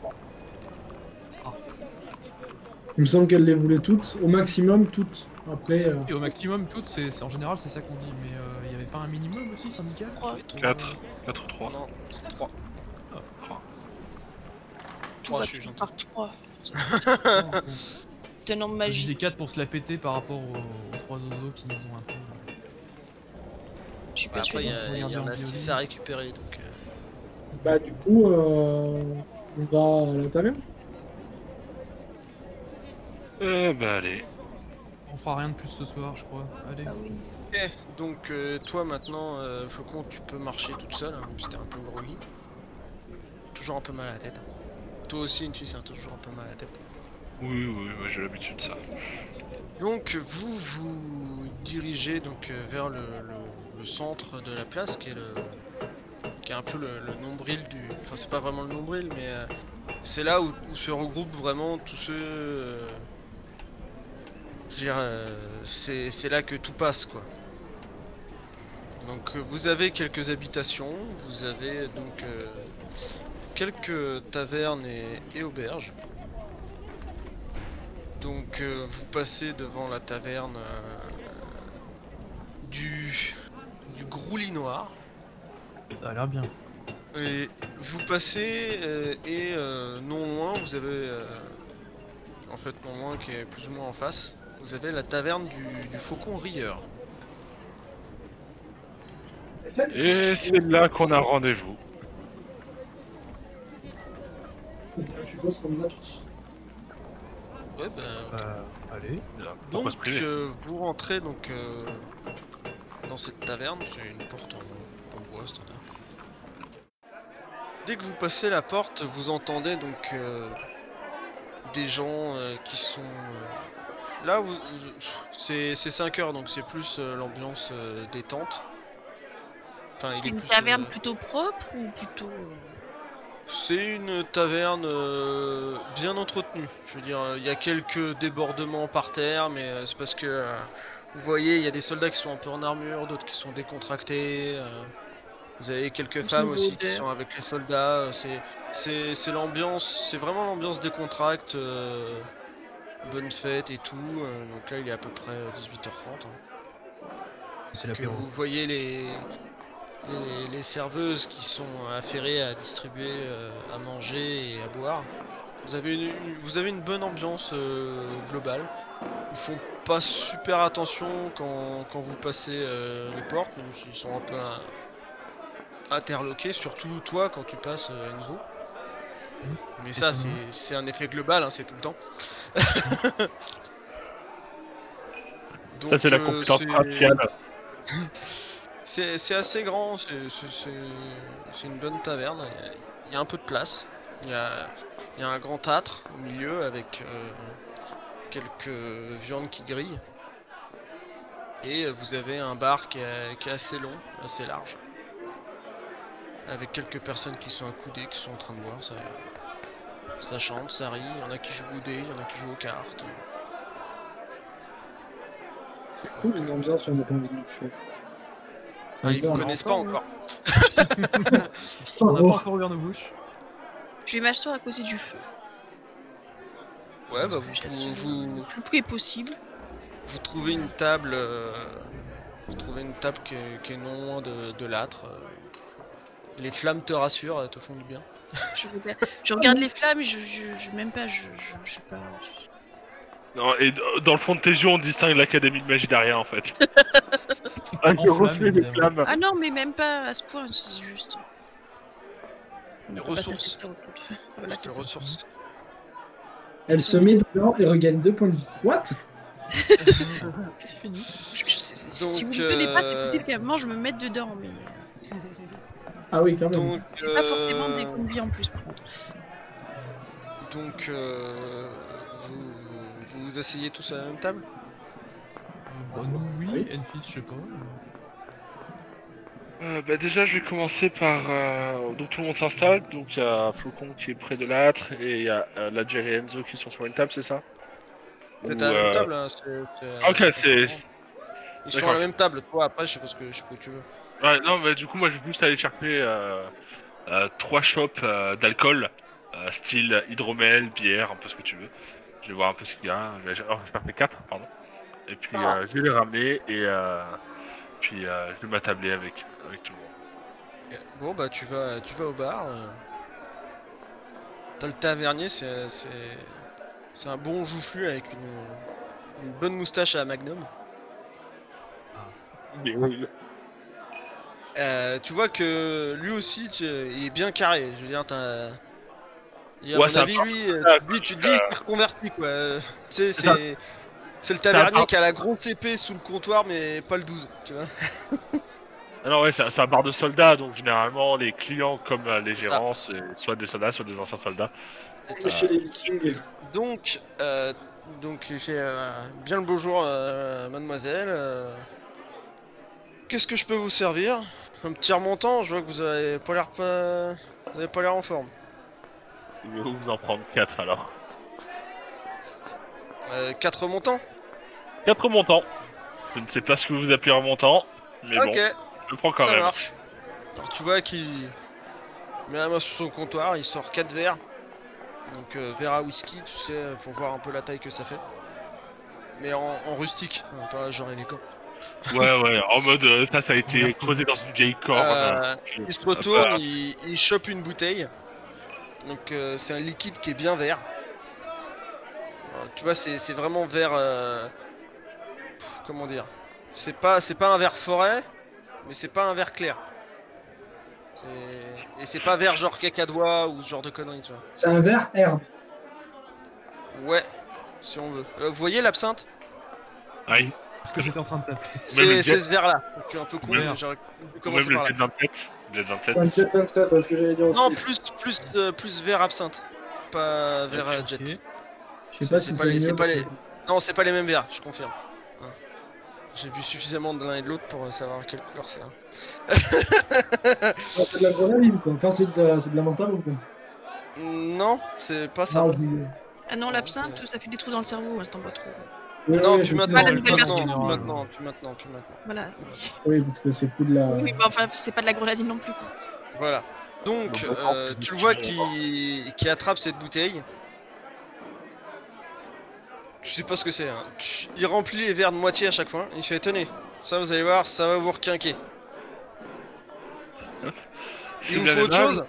[SPEAKER 5] Il me semble qu'elle les voulait toutes, au maximum toutes. Après, euh,
[SPEAKER 3] Et au maximum, toutes, c'est c'est- en général, c'est ça qu'on dit. Mais euh, il y avait pas un minimum aussi syndical
[SPEAKER 4] Trois.
[SPEAKER 1] Quatre. 4-3.
[SPEAKER 2] Non, c'est 3.
[SPEAKER 4] Tout
[SPEAKER 2] Trois,
[SPEAKER 4] va
[SPEAKER 2] je suis
[SPEAKER 4] toujours
[SPEAKER 2] gentil.
[SPEAKER 4] par
[SPEAKER 2] (laughs)
[SPEAKER 4] trois.
[SPEAKER 3] Non, on-
[SPEAKER 4] C'est un nombre
[SPEAKER 3] Je
[SPEAKER 4] magique.
[SPEAKER 3] disais 4 pour se la péter par rapport aux, aux trois oiseaux qui nous ont un peu.
[SPEAKER 4] Je suis
[SPEAKER 2] bah, après, il
[SPEAKER 4] persuadé.
[SPEAKER 2] y,
[SPEAKER 3] qu'on peut
[SPEAKER 2] a- il y
[SPEAKER 3] regarder
[SPEAKER 2] en
[SPEAKER 3] en
[SPEAKER 2] a 6
[SPEAKER 3] violon.
[SPEAKER 2] à récupérer, donc... euh,
[SPEAKER 5] bah du coup, euh, on va à la taverne.
[SPEAKER 1] Euh, bah allez.
[SPEAKER 3] On fera rien de plus ce soir, je crois. Allez.
[SPEAKER 4] Ah oui.
[SPEAKER 2] Ok, donc euh, toi maintenant, euh, Faucon, tu peux marcher toute seule, hein, c'était un peu groggy. Toujours un peu mal à la tête. Toi aussi, une fille, toujours un peu mal à la tête.
[SPEAKER 1] Oui, oui, oui, j'ai l'habitude de ça.
[SPEAKER 2] Donc vous vous dirigez donc euh, vers le, le- le centre de la place qui est le qui est un peu le, le nombril du enfin c'est pas vraiment le nombril mais euh, c'est là où, où se regroupent vraiment tous ceux euh, je veux dire, euh, c'est c'est là que tout passe quoi. Donc euh, vous avez quelques habitations, vous avez donc euh, quelques tavernes et- et auberges. Donc euh, vous passez devant la taverne euh, du du groulis noir
[SPEAKER 3] Ça a l'air bien.
[SPEAKER 2] et vous passez euh, et euh, non loin vous avez euh, en fait non loin qui est plus ou moins en face vous avez la taverne du, du faucon rieur.
[SPEAKER 1] Et c'est là qu'on a rendez-vous.
[SPEAKER 5] Je suppose qu'on va tous.
[SPEAKER 2] Ouais bah
[SPEAKER 3] Euh, allez.
[SPEAKER 1] Pourquoi
[SPEAKER 2] Donc
[SPEAKER 1] se priver
[SPEAKER 2] euh, vous rentrez donc euh, dans cette taverne, c'est une porte en, en bois standard. Dès que vous passez la porte, vous entendez donc euh, des gens euh, qui sont euh, là. Vous, vous- c'est 5 heures donc c'est plus euh, l'ambiance euh, détente. Enfin, il
[SPEAKER 4] C'est
[SPEAKER 2] est
[SPEAKER 4] une
[SPEAKER 2] plus,
[SPEAKER 4] taverne
[SPEAKER 2] euh,
[SPEAKER 4] plutôt propre ou plutôt. euh,
[SPEAKER 2] c'est une taverne euh, bien entretenue. Je veux dire, euh, il y a quelques débordements par terre, mais euh, c'est parce que euh, vous voyez, il y a des soldats qui sont un peu en armure, d'autres qui sont décontractés. euh, vous avez quelques
[SPEAKER 4] Une
[SPEAKER 2] femmes aussi qui
[SPEAKER 4] odeur.
[SPEAKER 2] sont avec les soldats. euh, c'est- c'est c'est l'ambiance, c'est vraiment l'ambiance décontracte. euh, bonne fête et tout. euh, donc là, il est à peu près 18h30 que
[SPEAKER 3] C'est l'apéro.
[SPEAKER 2] vous voyez les, les, les serveuses qui sont affairées à distribuer euh, à manger et à boire. Vous avez une, une- vous avez une bonne ambiance euh, globale. Ils font pas super attention quand, quand vous passez euh, les portes, même s'ils sont un peu euh, interloqués, surtout toi quand tu passes euh, Enzo.
[SPEAKER 3] Mhm.
[SPEAKER 2] Mais ça, c'est
[SPEAKER 3] Mhm.
[SPEAKER 2] c'est un effet global, hein, c'est tout le temps.
[SPEAKER 3] Mmh.
[SPEAKER 2] (laughs)
[SPEAKER 1] Ça, c'est la
[SPEAKER 2] Donc, euh,
[SPEAKER 1] compétence
[SPEAKER 2] c'est-
[SPEAKER 1] raciale.
[SPEAKER 2] c'est c'est assez grand, c'est- c'est- c'est c'est une bonne taverne, il y a- il y, a un peu de place. Il y a, il y a un grand âtre au milieu avec euh, quelques viandes qui grillent. Et euh, vous avez un bar qui est, qui est assez long, assez large. Avec quelques personnes qui sont accoudées, qui sont en train de boire, ça, ça chante, ça rit, il y en a qui jouent au dé, il y en a qui jouent aux cartes.
[SPEAKER 5] C'est cool, une ambiance, on n'a pas envie de nous tuer. Ça
[SPEAKER 2] Enfin,
[SPEAKER 5] hein.
[SPEAKER 2] ils
[SPEAKER 5] me
[SPEAKER 2] vous
[SPEAKER 5] parle.
[SPEAKER 2] connaissent pas encore.
[SPEAKER 3] On n'a pas
[SPEAKER 5] Oh.
[SPEAKER 3] encore ouvert nos bouches.
[SPEAKER 4] Je vais m'asseoir à côté du feu.
[SPEAKER 2] Ouais, bah
[SPEAKER 4] Je vais
[SPEAKER 2] vous,
[SPEAKER 4] chercher
[SPEAKER 2] vous,
[SPEAKER 4] Le plus près possible.
[SPEAKER 2] Vous trouvez une table. euh, vous trouvez une table qui est, qui est non loin de, de l'âtre. euh. Les flammes te rassurent, elles te font du bien.
[SPEAKER 4] Je, regarde-
[SPEAKER 2] (laughs)
[SPEAKER 4] je regarde les flammes et je, je, je- même pas. Je, je, je sais pas.
[SPEAKER 1] Non, et d- dans le fond de tes yeux, on distingue l'Académie de Magie d'Aria en (laughs) fait. ah,
[SPEAKER 3] En flammes, évidemment.
[SPEAKER 1] flammes.
[SPEAKER 4] Ah non, mais même pas à ce point. C'est juste.
[SPEAKER 2] Les
[SPEAKER 4] On va pas
[SPEAKER 2] ressources.
[SPEAKER 4] s'assister autour du feu. (laughs) Voilà,
[SPEAKER 2] Voilà,
[SPEAKER 4] c'est
[SPEAKER 2] les
[SPEAKER 4] ça.
[SPEAKER 2] ressources.
[SPEAKER 5] Elle se met dedans et regagne deux points de vie. What
[SPEAKER 3] C'est fini.
[SPEAKER 4] Je- je- c'est- c'est- si
[SPEAKER 2] Donc,
[SPEAKER 4] vous ne tenez pas, c'est
[SPEAKER 2] euh,
[SPEAKER 4] possible qu'à un moment je me mette dedans. Mais
[SPEAKER 5] Ah oui, quand même.
[SPEAKER 2] Donc,
[SPEAKER 4] c'est pas forcément des
[SPEAKER 2] euh,
[SPEAKER 4] conviés en plus. par contre.
[SPEAKER 2] donc euh, vous, vous vous asseyez tous à la même table
[SPEAKER 3] Euh, bah, nous, oui. Enfield, je sais pas.
[SPEAKER 1] Euh, bah déjà, je vais commencer par. euh, Donc tout le monde s'installe. Donc il y a Flocon qui est près de l'âtre et il y a euh, la Jerry et Enzo qui sont sur une table, c'est ça
[SPEAKER 2] Vous
[SPEAKER 1] Ou,
[SPEAKER 2] êtes à la même
[SPEAKER 1] euh,
[SPEAKER 2] table hein, c'est- c'est-
[SPEAKER 1] Ok,
[SPEAKER 2] c'est-
[SPEAKER 1] c'est-
[SPEAKER 2] Ils sont à
[SPEAKER 1] D'accord.
[SPEAKER 2] la même table, toi après je sais pas ce que, je sais pas ce que tu veux.
[SPEAKER 1] Ouais, non, mais du coup, moi, je vais juste aller chercher euh, euh, trois chopes euh, d'alcool, euh, style hydromel, bière, un peu ce que tu veux. Je vais voir un peu ce qu'il y a. Je vais- oh, j'ai pas fait 4, pardon. Et puis
[SPEAKER 4] Ah.
[SPEAKER 1] euh, je vais les ramener et euh, puis euh, je vais m'attabler avec, avec tout le monde.
[SPEAKER 2] Bon bah tu vas tu vas au bar. euh. T'as le tavernier, c'est c'est c'est un bon joufflu avec une, une bonne moustache à Magnum. Euh, tu vois que lui aussi tu- il est bien carré. Je veux dire t'as. Et à
[SPEAKER 1] Ouais,
[SPEAKER 2] mon
[SPEAKER 1] c'est un
[SPEAKER 2] avis
[SPEAKER 1] corps
[SPEAKER 2] lui, euh,
[SPEAKER 1] moustache,
[SPEAKER 2] lui, tu te dis il est reconverti quoi. Euh, Tu sais c'est c'est le
[SPEAKER 1] un
[SPEAKER 2] tavernier
[SPEAKER 1] corps-
[SPEAKER 2] qui a la grosse épée sous le comptoir mais pas le 12 tu vois.
[SPEAKER 1] Ah non, ouais, c'est un- c'est un bar de soldats, donc généralement les clients comme euh, les
[SPEAKER 2] C'est ça.
[SPEAKER 1] gérants, c'est soit des soldats, soit des anciens soldats.
[SPEAKER 2] C'est
[SPEAKER 1] ça.
[SPEAKER 5] Chez les Vikings.
[SPEAKER 2] Donc, euh, donc il fait euh, bien le bonjour, euh, mademoiselle. euh, Qu'est-ce que je peux vous servir Un petit remontant, je vois que vous avez pas l'air pas... Vous avez pas l'air en forme.
[SPEAKER 1] Il vaut mieux vous en prendre 4 alors.
[SPEAKER 2] Euh, quatre remontants
[SPEAKER 1] 4 montants. Je ne sais pas ce que vous appelez un montant, mais
[SPEAKER 2] Ok,
[SPEAKER 1] bon, je le prends quand
[SPEAKER 2] ça
[SPEAKER 1] même.
[SPEAKER 2] marche. Alors tu vois qu'il met la main sur son comptoir, il sort quatre verres. Donc euh, verre à whisky, tu sais, pour voir un peu la taille que ça fait. Mais en, en rustique, hein, pas genre élégant.
[SPEAKER 1] Ouais, ouais, en mode euh, ça, ça a été creusé dans une vieille Ah, corne.
[SPEAKER 2] Euh,
[SPEAKER 1] puis-
[SPEAKER 2] Il se
[SPEAKER 1] Hop
[SPEAKER 2] retourne,
[SPEAKER 1] là.
[SPEAKER 2] il, il chope une bouteille. Donc euh, c'est un liquide qui est bien vert. Euh, tu vois, c'est c'est vraiment vert. euh, pff, Comment dire C'est pas, c'est pas un vert forêt, mais c'est pas un vert clair. C'est- Et c'est pas vert genre cacadois ou ce genre de conneries, tu vois.
[SPEAKER 5] C'est un verre herbe.
[SPEAKER 2] Ouais, si on veut. Euh, vous voyez l'absinthe
[SPEAKER 1] ah, Ouais,
[SPEAKER 3] Parce que j'étais en train de taper.
[SPEAKER 1] le
[SPEAKER 2] C'est
[SPEAKER 1] jet.
[SPEAKER 2] c'est ce vert-là. Je suis un peu con,
[SPEAKER 3] Merde.
[SPEAKER 2] mais j'aurais dû
[SPEAKER 1] ou
[SPEAKER 2] commencer
[SPEAKER 1] même le
[SPEAKER 2] par là.
[SPEAKER 1] jet 27. Jet 27.
[SPEAKER 5] C'est un jet 27, c'est ce que j'allais dire aussi.
[SPEAKER 2] Non, plus, plus, euh, plus vert absinthe. Pas vert euh, jet.
[SPEAKER 3] Ok.
[SPEAKER 5] Je sais
[SPEAKER 2] c'est- c'est pas les-
[SPEAKER 5] mieux,
[SPEAKER 2] c'est pas
[SPEAKER 5] mais-
[SPEAKER 2] les- Non, c'est pas les mêmes verres, je confirme. Hein. J'ai bu suffisamment de l'un et de l'autre pour euh, savoir quelle couleur c'est. hein.
[SPEAKER 5] Ah, c'est de la grenadine, quoi. Quand c'est de la, c'est de la menthe, on comprend.
[SPEAKER 2] Non, c'est pas ça.
[SPEAKER 5] Non, je- oui,
[SPEAKER 4] Ah non,
[SPEAKER 2] Ouais,
[SPEAKER 4] l'absinthe,
[SPEAKER 2] c'est-
[SPEAKER 4] ça fait des trous dans le cerveau, elle t'en pas trop.
[SPEAKER 5] oui,
[SPEAKER 2] Non,
[SPEAKER 5] oui,
[SPEAKER 2] puis
[SPEAKER 5] je-
[SPEAKER 2] maintenant,
[SPEAKER 4] la
[SPEAKER 2] puis
[SPEAKER 4] nouvelle version.
[SPEAKER 2] maintenant, puis maintenant, puis maintenant, puis maintenant.
[SPEAKER 4] Voilà.
[SPEAKER 5] Oui, parce que c'est plus de la.
[SPEAKER 4] Oui, mais enfin, c'est pas de la grenadine non plus. quoi.
[SPEAKER 2] Voilà. Donc,
[SPEAKER 1] Donc,
[SPEAKER 2] euh,
[SPEAKER 1] encore plus
[SPEAKER 2] tu le vois
[SPEAKER 1] de
[SPEAKER 2] qui, qui attrape cette bouteille. Je sais pas ce que c'est. hein. Tch, Il remplit les verres de moitié à chaque fois. Il fait tenez, ça vous allez voir, ça va vous requinquer.
[SPEAKER 1] Si
[SPEAKER 2] Il vous
[SPEAKER 1] vous
[SPEAKER 2] faut
[SPEAKER 1] avez
[SPEAKER 2] autre
[SPEAKER 1] mal-
[SPEAKER 2] chose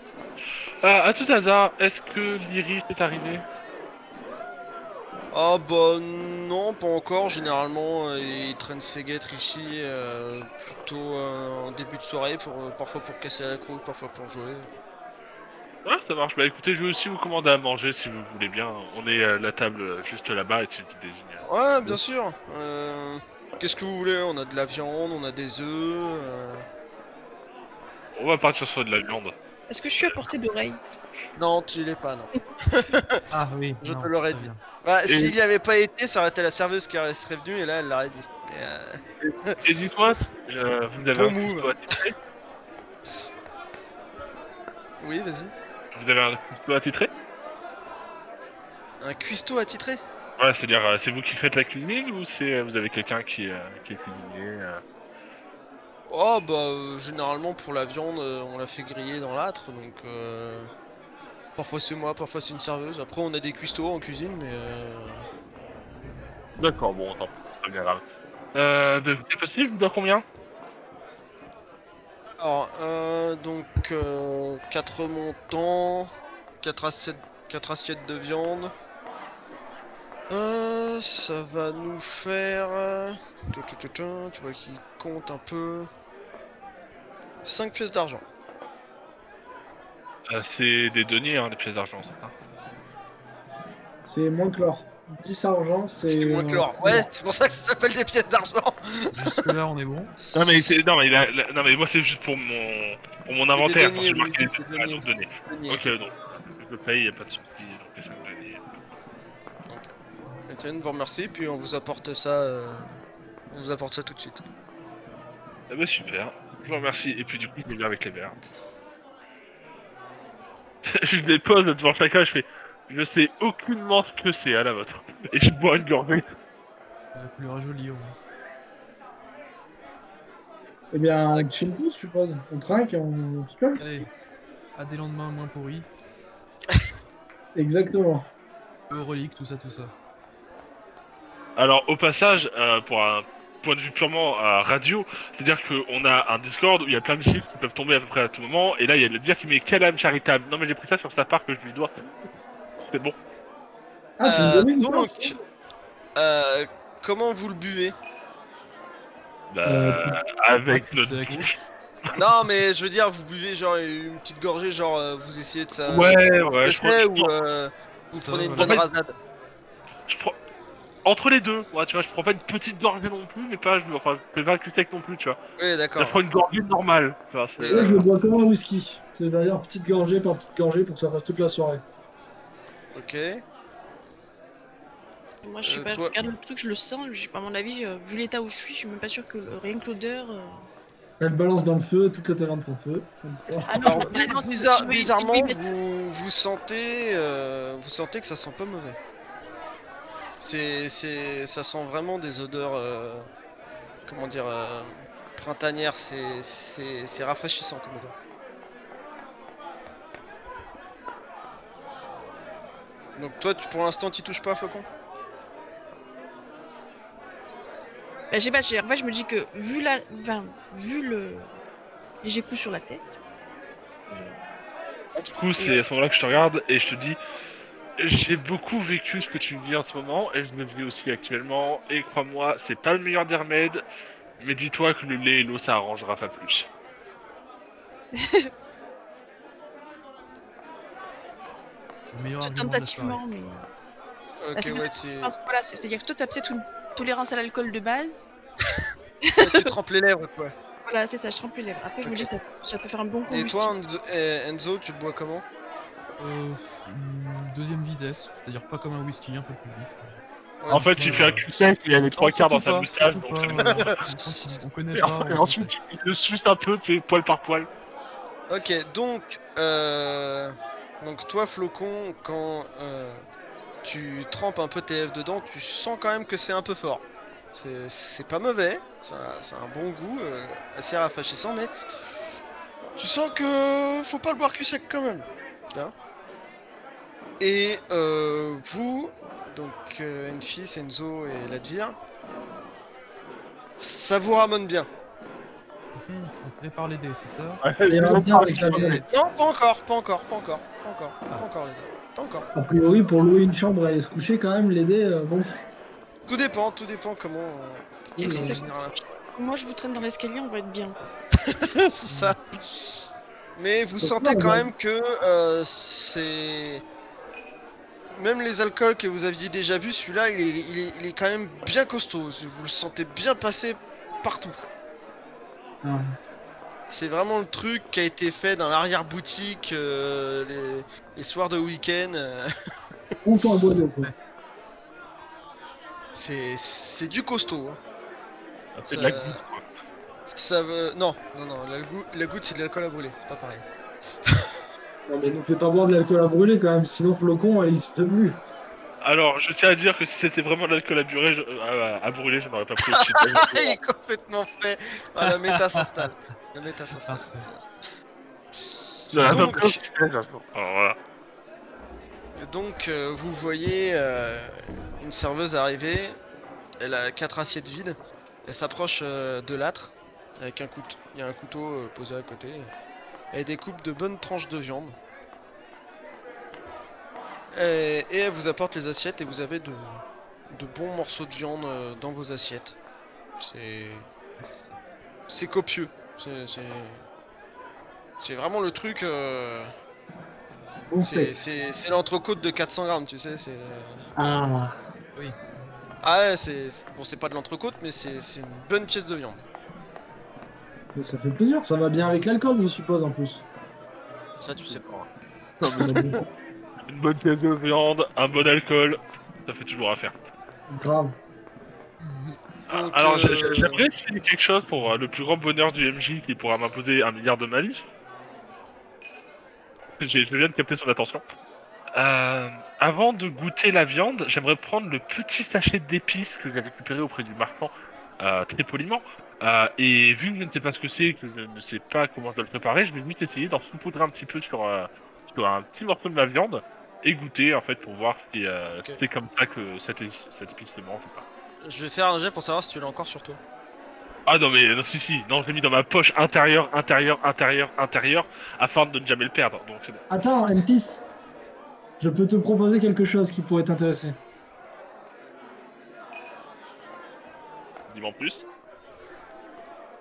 [SPEAKER 1] Ah, à tout hasard, est-ce que l'iris est arrivé
[SPEAKER 2] Ah bah non, pas encore. Généralement, euh, ils traînent ses guêtres ici euh, plutôt euh, en début de soirée, pour euh, parfois pour casser la croûte, parfois pour jouer.
[SPEAKER 1] Ah, ça marche. Bah écoutez, je vais aussi vous commander à manger si vous voulez bien. On est euh, la table euh, juste là-bas et tu te désignes.
[SPEAKER 2] Ouais, bien sûr. Euh, Qu'est-ce que vous voulez On a de la viande, on a des œufs. euh.
[SPEAKER 1] On va partir sur de la viande.
[SPEAKER 4] Est-ce que je suis à portée d'oreille
[SPEAKER 2] Non, tu l'es pas, non.
[SPEAKER 3] Ah oui.
[SPEAKER 2] Je
[SPEAKER 3] non,
[SPEAKER 2] te l'aurais
[SPEAKER 3] très
[SPEAKER 2] dit.
[SPEAKER 3] bien.
[SPEAKER 2] Bah,
[SPEAKER 1] Et-
[SPEAKER 2] s'il y avait pas été, ça aurait été la serveuse qui aurait- serait venue et là, elle l'aurait dit. Mais, euh,
[SPEAKER 1] Et dites-moi, euh, vous avez
[SPEAKER 2] Bon
[SPEAKER 1] un
[SPEAKER 2] move.
[SPEAKER 1] couteau à titrer
[SPEAKER 2] Oui, vas-y.
[SPEAKER 1] Vous avez un couteau à titrer
[SPEAKER 2] Un cuistot attitré
[SPEAKER 1] Ouais, c'est-à-dire, euh, c'est vous qui faites la cuisine ou c'est euh, vous avez quelqu'un qui, euh, qui est cuisinier euh
[SPEAKER 2] Oh bah euh, généralement pour la viande euh, on la fait griller dans l'âtre donc euh, parfois c'est moi, parfois c'est une serveuse. Après on a des cuistots en cuisine mais euh,
[SPEAKER 1] D'accord, bon, attends, c'est pas bien grave. Euh, de c'est possible, je vous dois combien
[SPEAKER 2] alors euh, donc 4 montants, 4 assiettes, 4 assiettes de viande. Euh, ça va nous faire euh, tu tu- tu- tu tu vois qu'il compte un peu 5 pièces d'argent.
[SPEAKER 1] Euh, C'est des deniers, hein, des pièces d'argent, c'est ça
[SPEAKER 5] C'est moins que l'or. 10 argent, c'est.
[SPEAKER 2] C'est moins que
[SPEAKER 5] euh,
[SPEAKER 2] l'or. Ouais, c'est pour ça que ça s'appelle des pièces d'argent.
[SPEAKER 3] Jusque-là, on est bon.
[SPEAKER 1] Non mais, c'est- non, mais la- la- non mais moi c'est juste pour mon pour mon inventaire,
[SPEAKER 2] deniers,
[SPEAKER 1] quand j'ai
[SPEAKER 2] oui,
[SPEAKER 1] marqué
[SPEAKER 2] c'est
[SPEAKER 1] les
[SPEAKER 2] des
[SPEAKER 1] pièces d'argent
[SPEAKER 2] deniers.
[SPEAKER 1] deniers. Ok donc, je paye, y a pas de soucis, donc les cinq deniers.
[SPEAKER 2] Étienne vous remercie, puis on vous apporte ça. euh, On vous apporte ça tout de suite.
[SPEAKER 1] Ah bah super, je vous remercie, et puis du coup je me viens avec les verres. (laughs) je les pose devant chacun, je fais je sais aucunement ce que c'est à la vôtre. Et je bois une gorgée.
[SPEAKER 3] La couleur est jolie, au moins.
[SPEAKER 5] Eh bien, avec Childo, je suppose. On trinque et on picole.
[SPEAKER 3] Allez, à des lendemains moins pourris.
[SPEAKER 5] Exactement.
[SPEAKER 3] Aux reliques, tout ça, tout ça.
[SPEAKER 1] Alors au passage, euh, pour un point de vue purement euh, radio, c'est-à-dire qu'on a un Discord où il y a plein de chiffres qui peuvent tomber à peu près à tout moment, et là il y a le dire qui met quelle âme charitable. Non mais j'ai pris ça sur sa part que je lui dois. C'est bon.
[SPEAKER 5] Ah,
[SPEAKER 2] Euh,
[SPEAKER 5] tu me donnais une
[SPEAKER 2] donc,
[SPEAKER 5] place
[SPEAKER 2] Euh, comment vous le
[SPEAKER 5] (laughs)
[SPEAKER 2] buvez
[SPEAKER 1] Bah,
[SPEAKER 5] Euh,
[SPEAKER 1] avec
[SPEAKER 3] Ah,
[SPEAKER 1] notre
[SPEAKER 3] sec.
[SPEAKER 1] bouche.
[SPEAKER 2] Non, mais je veux dire, vous buvez genre une petite gorgée, genre euh, vous essayez de ça.
[SPEAKER 1] Ouais, ouais, je,
[SPEAKER 2] sais,
[SPEAKER 1] prends- je
[SPEAKER 2] ou
[SPEAKER 1] prends-
[SPEAKER 2] euh, vous
[SPEAKER 3] Ça
[SPEAKER 2] prenez
[SPEAKER 3] va,
[SPEAKER 2] une
[SPEAKER 3] voilà.
[SPEAKER 2] bonne rasade.
[SPEAKER 1] je prends- Entre les deux, ouais, tu vois, je prends pas une petite gorgée non plus, mais pas, je, enfin, je fais pas le sec non plus, tu vois.
[SPEAKER 2] Oui,
[SPEAKER 1] Je
[SPEAKER 2] d'accord.
[SPEAKER 1] prends une gorgée normale. tu vois, c'est-
[SPEAKER 5] Moi, Eh, je le bois comme un whisky. C'est-à-dire petite gorgée par petite gorgée pour que ça fasse toute la soirée.
[SPEAKER 2] Ok.
[SPEAKER 4] Moi, je sais
[SPEAKER 2] Euh,
[SPEAKER 4] pas,
[SPEAKER 2] toi-
[SPEAKER 4] je regarde le truc, je le sens, je- à mon avis, euh, vu l'état où je suis, je suis même pas sûr que le- rien que l'odeur. euh,
[SPEAKER 5] Elle balance dans le feu, toute la taverne prend feu. Fin de l'histoire.
[SPEAKER 4] Ah non,
[SPEAKER 2] Alors,
[SPEAKER 4] je-
[SPEAKER 2] bi-
[SPEAKER 4] ah (laughs) non, tu-
[SPEAKER 2] bizarre-
[SPEAKER 4] tu- oui,
[SPEAKER 2] bizarrement,
[SPEAKER 4] oui, mais-
[SPEAKER 2] vous, vous sentez, euh, vous sentez que ça sent pas mauvais. C'est, c'est, ça sent vraiment des odeurs, euh, comment dire, euh, printanières. C'est, c'est, c'est rafraîchissant comme odeur. Donc toi, tu, pour l'instant, tu touches pas, flocon.
[SPEAKER 4] Bah, j'ai pas, j'ai- en fait, je me dis que vu la, enfin, vu le léger coup sur la tête,
[SPEAKER 1] Du coup, c'est à ce moment-là que je te regarde et je te dis J'ai beaucoup vécu ce que tu me dis en ce moment et je me vis aussi actuellement. Et crois-moi, c'est pas le meilleur des remèdes, mais dis-toi que le lait et l'eau ça arrangera pas plus.
[SPEAKER 3] Le meilleur argument de la soirée.
[SPEAKER 4] tentativement, mais.
[SPEAKER 2] Ok,
[SPEAKER 4] Bah, c'est
[SPEAKER 2] ouais,
[SPEAKER 4] peut-être-
[SPEAKER 2] tu, (laughs)
[SPEAKER 4] je pense- voilà, c'est- c'est-à-dire que toi, t'as peut-être une tolérance à l'alcool de base.
[SPEAKER 2] tu trempes les lèvres, quoi.
[SPEAKER 4] Voilà, c'est ça, je trempe les lèvres. Après, je me dis, ça, ça peut faire un bon
[SPEAKER 2] Et
[SPEAKER 4] combustible.
[SPEAKER 2] toi, Enzo, eh, Enzo, tu le bois comment
[SPEAKER 3] Euh, pff, une deuxième vitesse, c'est-à-dire pas comme un whisky, un peu plus vite.
[SPEAKER 1] En fait, il fait un cul sec, il a les trois
[SPEAKER 3] Non,
[SPEAKER 1] quarts dans
[SPEAKER 3] surtout
[SPEAKER 1] sa
[SPEAKER 3] pas,
[SPEAKER 1] moustache.
[SPEAKER 3] surtout
[SPEAKER 1] donc c'est
[SPEAKER 3] pas,
[SPEAKER 1] bon.
[SPEAKER 3] euh, je pense qu'on- on connaît
[SPEAKER 1] Et
[SPEAKER 3] pas. on-
[SPEAKER 1] en- et ensuite, il le suce un peu, tu sais, poil par poil.
[SPEAKER 2] Ok, donc, euh, donc toi, Flocon, quand euh, tu trempes un peu tes lèvres dedans, tu sens quand même que c'est un peu fort. C'est- C'est pas mauvais, c'est un, c'est un bon goût, euh, assez rafraîchissant, mais tu sens que faut pas le boire que sec quand même. Hein et euh, vous, donc euh, Enfis, Enzo et Ladvir, ça vous ramène bien.
[SPEAKER 3] Mhm, on prépare les dés, c'est ça
[SPEAKER 5] Et elle revient avec la
[SPEAKER 2] Euh,
[SPEAKER 5] bière.
[SPEAKER 2] Non, pas encore, pas encore, pas encore, pas encore, pas encore, les gars, pas encore.
[SPEAKER 5] A priori, pour louer une chambre et aller se coucher, quand même, l'aider, euh, bon.
[SPEAKER 2] Tout dépend, tout dépend comment. euh,
[SPEAKER 4] C'est-
[SPEAKER 2] en
[SPEAKER 4] c'est-
[SPEAKER 2] général.
[SPEAKER 4] Moi, je vous traîne dans l'escalier, on va être bien. quoi.
[SPEAKER 2] (laughs) C'est ça. Mais vous
[SPEAKER 5] Donc,
[SPEAKER 2] sentez
[SPEAKER 5] non,
[SPEAKER 2] quand
[SPEAKER 5] mais-
[SPEAKER 2] même que euh, c'est. Même les alcools que vous aviez déjà vus, celui-là, il est, il, est, il est quand même bien costaud. Vous le sentez bien passer partout.
[SPEAKER 5] Ah.
[SPEAKER 2] C'est vraiment le truc qui a été fait dans l'arrière-boutique, euh, les, les soirs de week-end. (laughs) euh,
[SPEAKER 5] On t'en boit deux, quoi.
[SPEAKER 2] c'est c'est du costaud. hein.
[SPEAKER 1] C'est de la
[SPEAKER 2] Ça-
[SPEAKER 1] goutte, quoi.
[SPEAKER 2] Ça veut. Non, non, non, la, gou- la goutte c'est de l'alcool à brûler, c'est pas pareil.
[SPEAKER 5] Non, mais nous fais pas boire de l'alcool à brûler, quand même, sinon Flocon, elle existe plus.
[SPEAKER 1] Alors, je tiens à dire que si c'était vraiment de l'alcool à, burer, je- euh, à- à brûler, je n'aurais pas
[SPEAKER 5] (laughs)
[SPEAKER 1] pris le
[SPEAKER 2] Ah, il
[SPEAKER 1] cheat.
[SPEAKER 2] est (laughs) complètement fait Ah, La méta s'installe (laughs) La méta s'installe
[SPEAKER 3] Parfait.
[SPEAKER 1] J'aurais pas
[SPEAKER 2] Donc-
[SPEAKER 1] pris le cheat. Alors, voilà.
[SPEAKER 2] Donc, euh, vous voyez euh, une serveuse arriver, elle a quatre assiettes vides, elle s'approche euh, de l'âtre, avec un couteau, il y a un couteau euh, posé à côté, elle découpe de bonnes tranches de viande. Et, et elle vous apporte les assiettes et vous avez de, de bons morceaux de viande euh, dans vos assiettes. C'est... c'est copieux. C'est, c'est... c'est vraiment le truc. euh,
[SPEAKER 5] Bon,
[SPEAKER 2] c'est,
[SPEAKER 5] c'est.
[SPEAKER 2] c'est, c'est l'entrecôte de 400 grammes, tu sais. C'est... euh,
[SPEAKER 5] Ah.
[SPEAKER 2] Ah ouais, c'est, c'est- bon, c'est pas de l'entrecôte, mais c'est, c'est une bonne pièce de viande.
[SPEAKER 5] Mais ça fait plaisir, ça va bien avec l'alcool, je suppose, en plus.
[SPEAKER 2] Ça, tu sais pas. hein.
[SPEAKER 5] (laughs)
[SPEAKER 1] Une bonne pièce de viande, un bon alcool, ça fait toujours affaire.
[SPEAKER 5] Grave.
[SPEAKER 3] Mhm.
[SPEAKER 2] Donc,
[SPEAKER 1] Alors, j'ai-
[SPEAKER 2] euh,
[SPEAKER 1] j'ai- j'aimerais signer quelque chose pour euh, le plus grand bonheur du MJ qui pourra m'imposer un milliard de malice. J'ai- Je viens de capter son attention. Euh, avant de goûter la viande, j'aimerais prendre le petit sachet d'épices que j'ai récupéré auprès du marchand euh, très poliment. Euh, et vu que je ne sais pas ce que c'est, que je ne sais pas comment je dois le préparer, je vais vite essayer d'en saupoudrer un petit peu sur, euh, sur un petit morceau de ma viande et goûter en fait pour voir si euh,
[SPEAKER 2] Ok.
[SPEAKER 1] c'est comme ça que cette, épice- cette épice se mange ou pas.
[SPEAKER 2] Je vais faire un jet pour savoir si tu l'as encore sur toi.
[SPEAKER 1] Ah non mais non si si, non je l'ai mis dans ma poche intérieure, intérieure, intérieure, intérieure, afin de ne jamais le perdre, donc c'est bon.
[SPEAKER 5] Attends, Mpis, je peux te proposer quelque chose qui pourrait t'intéresser.
[SPEAKER 1] Dis-moi en plus.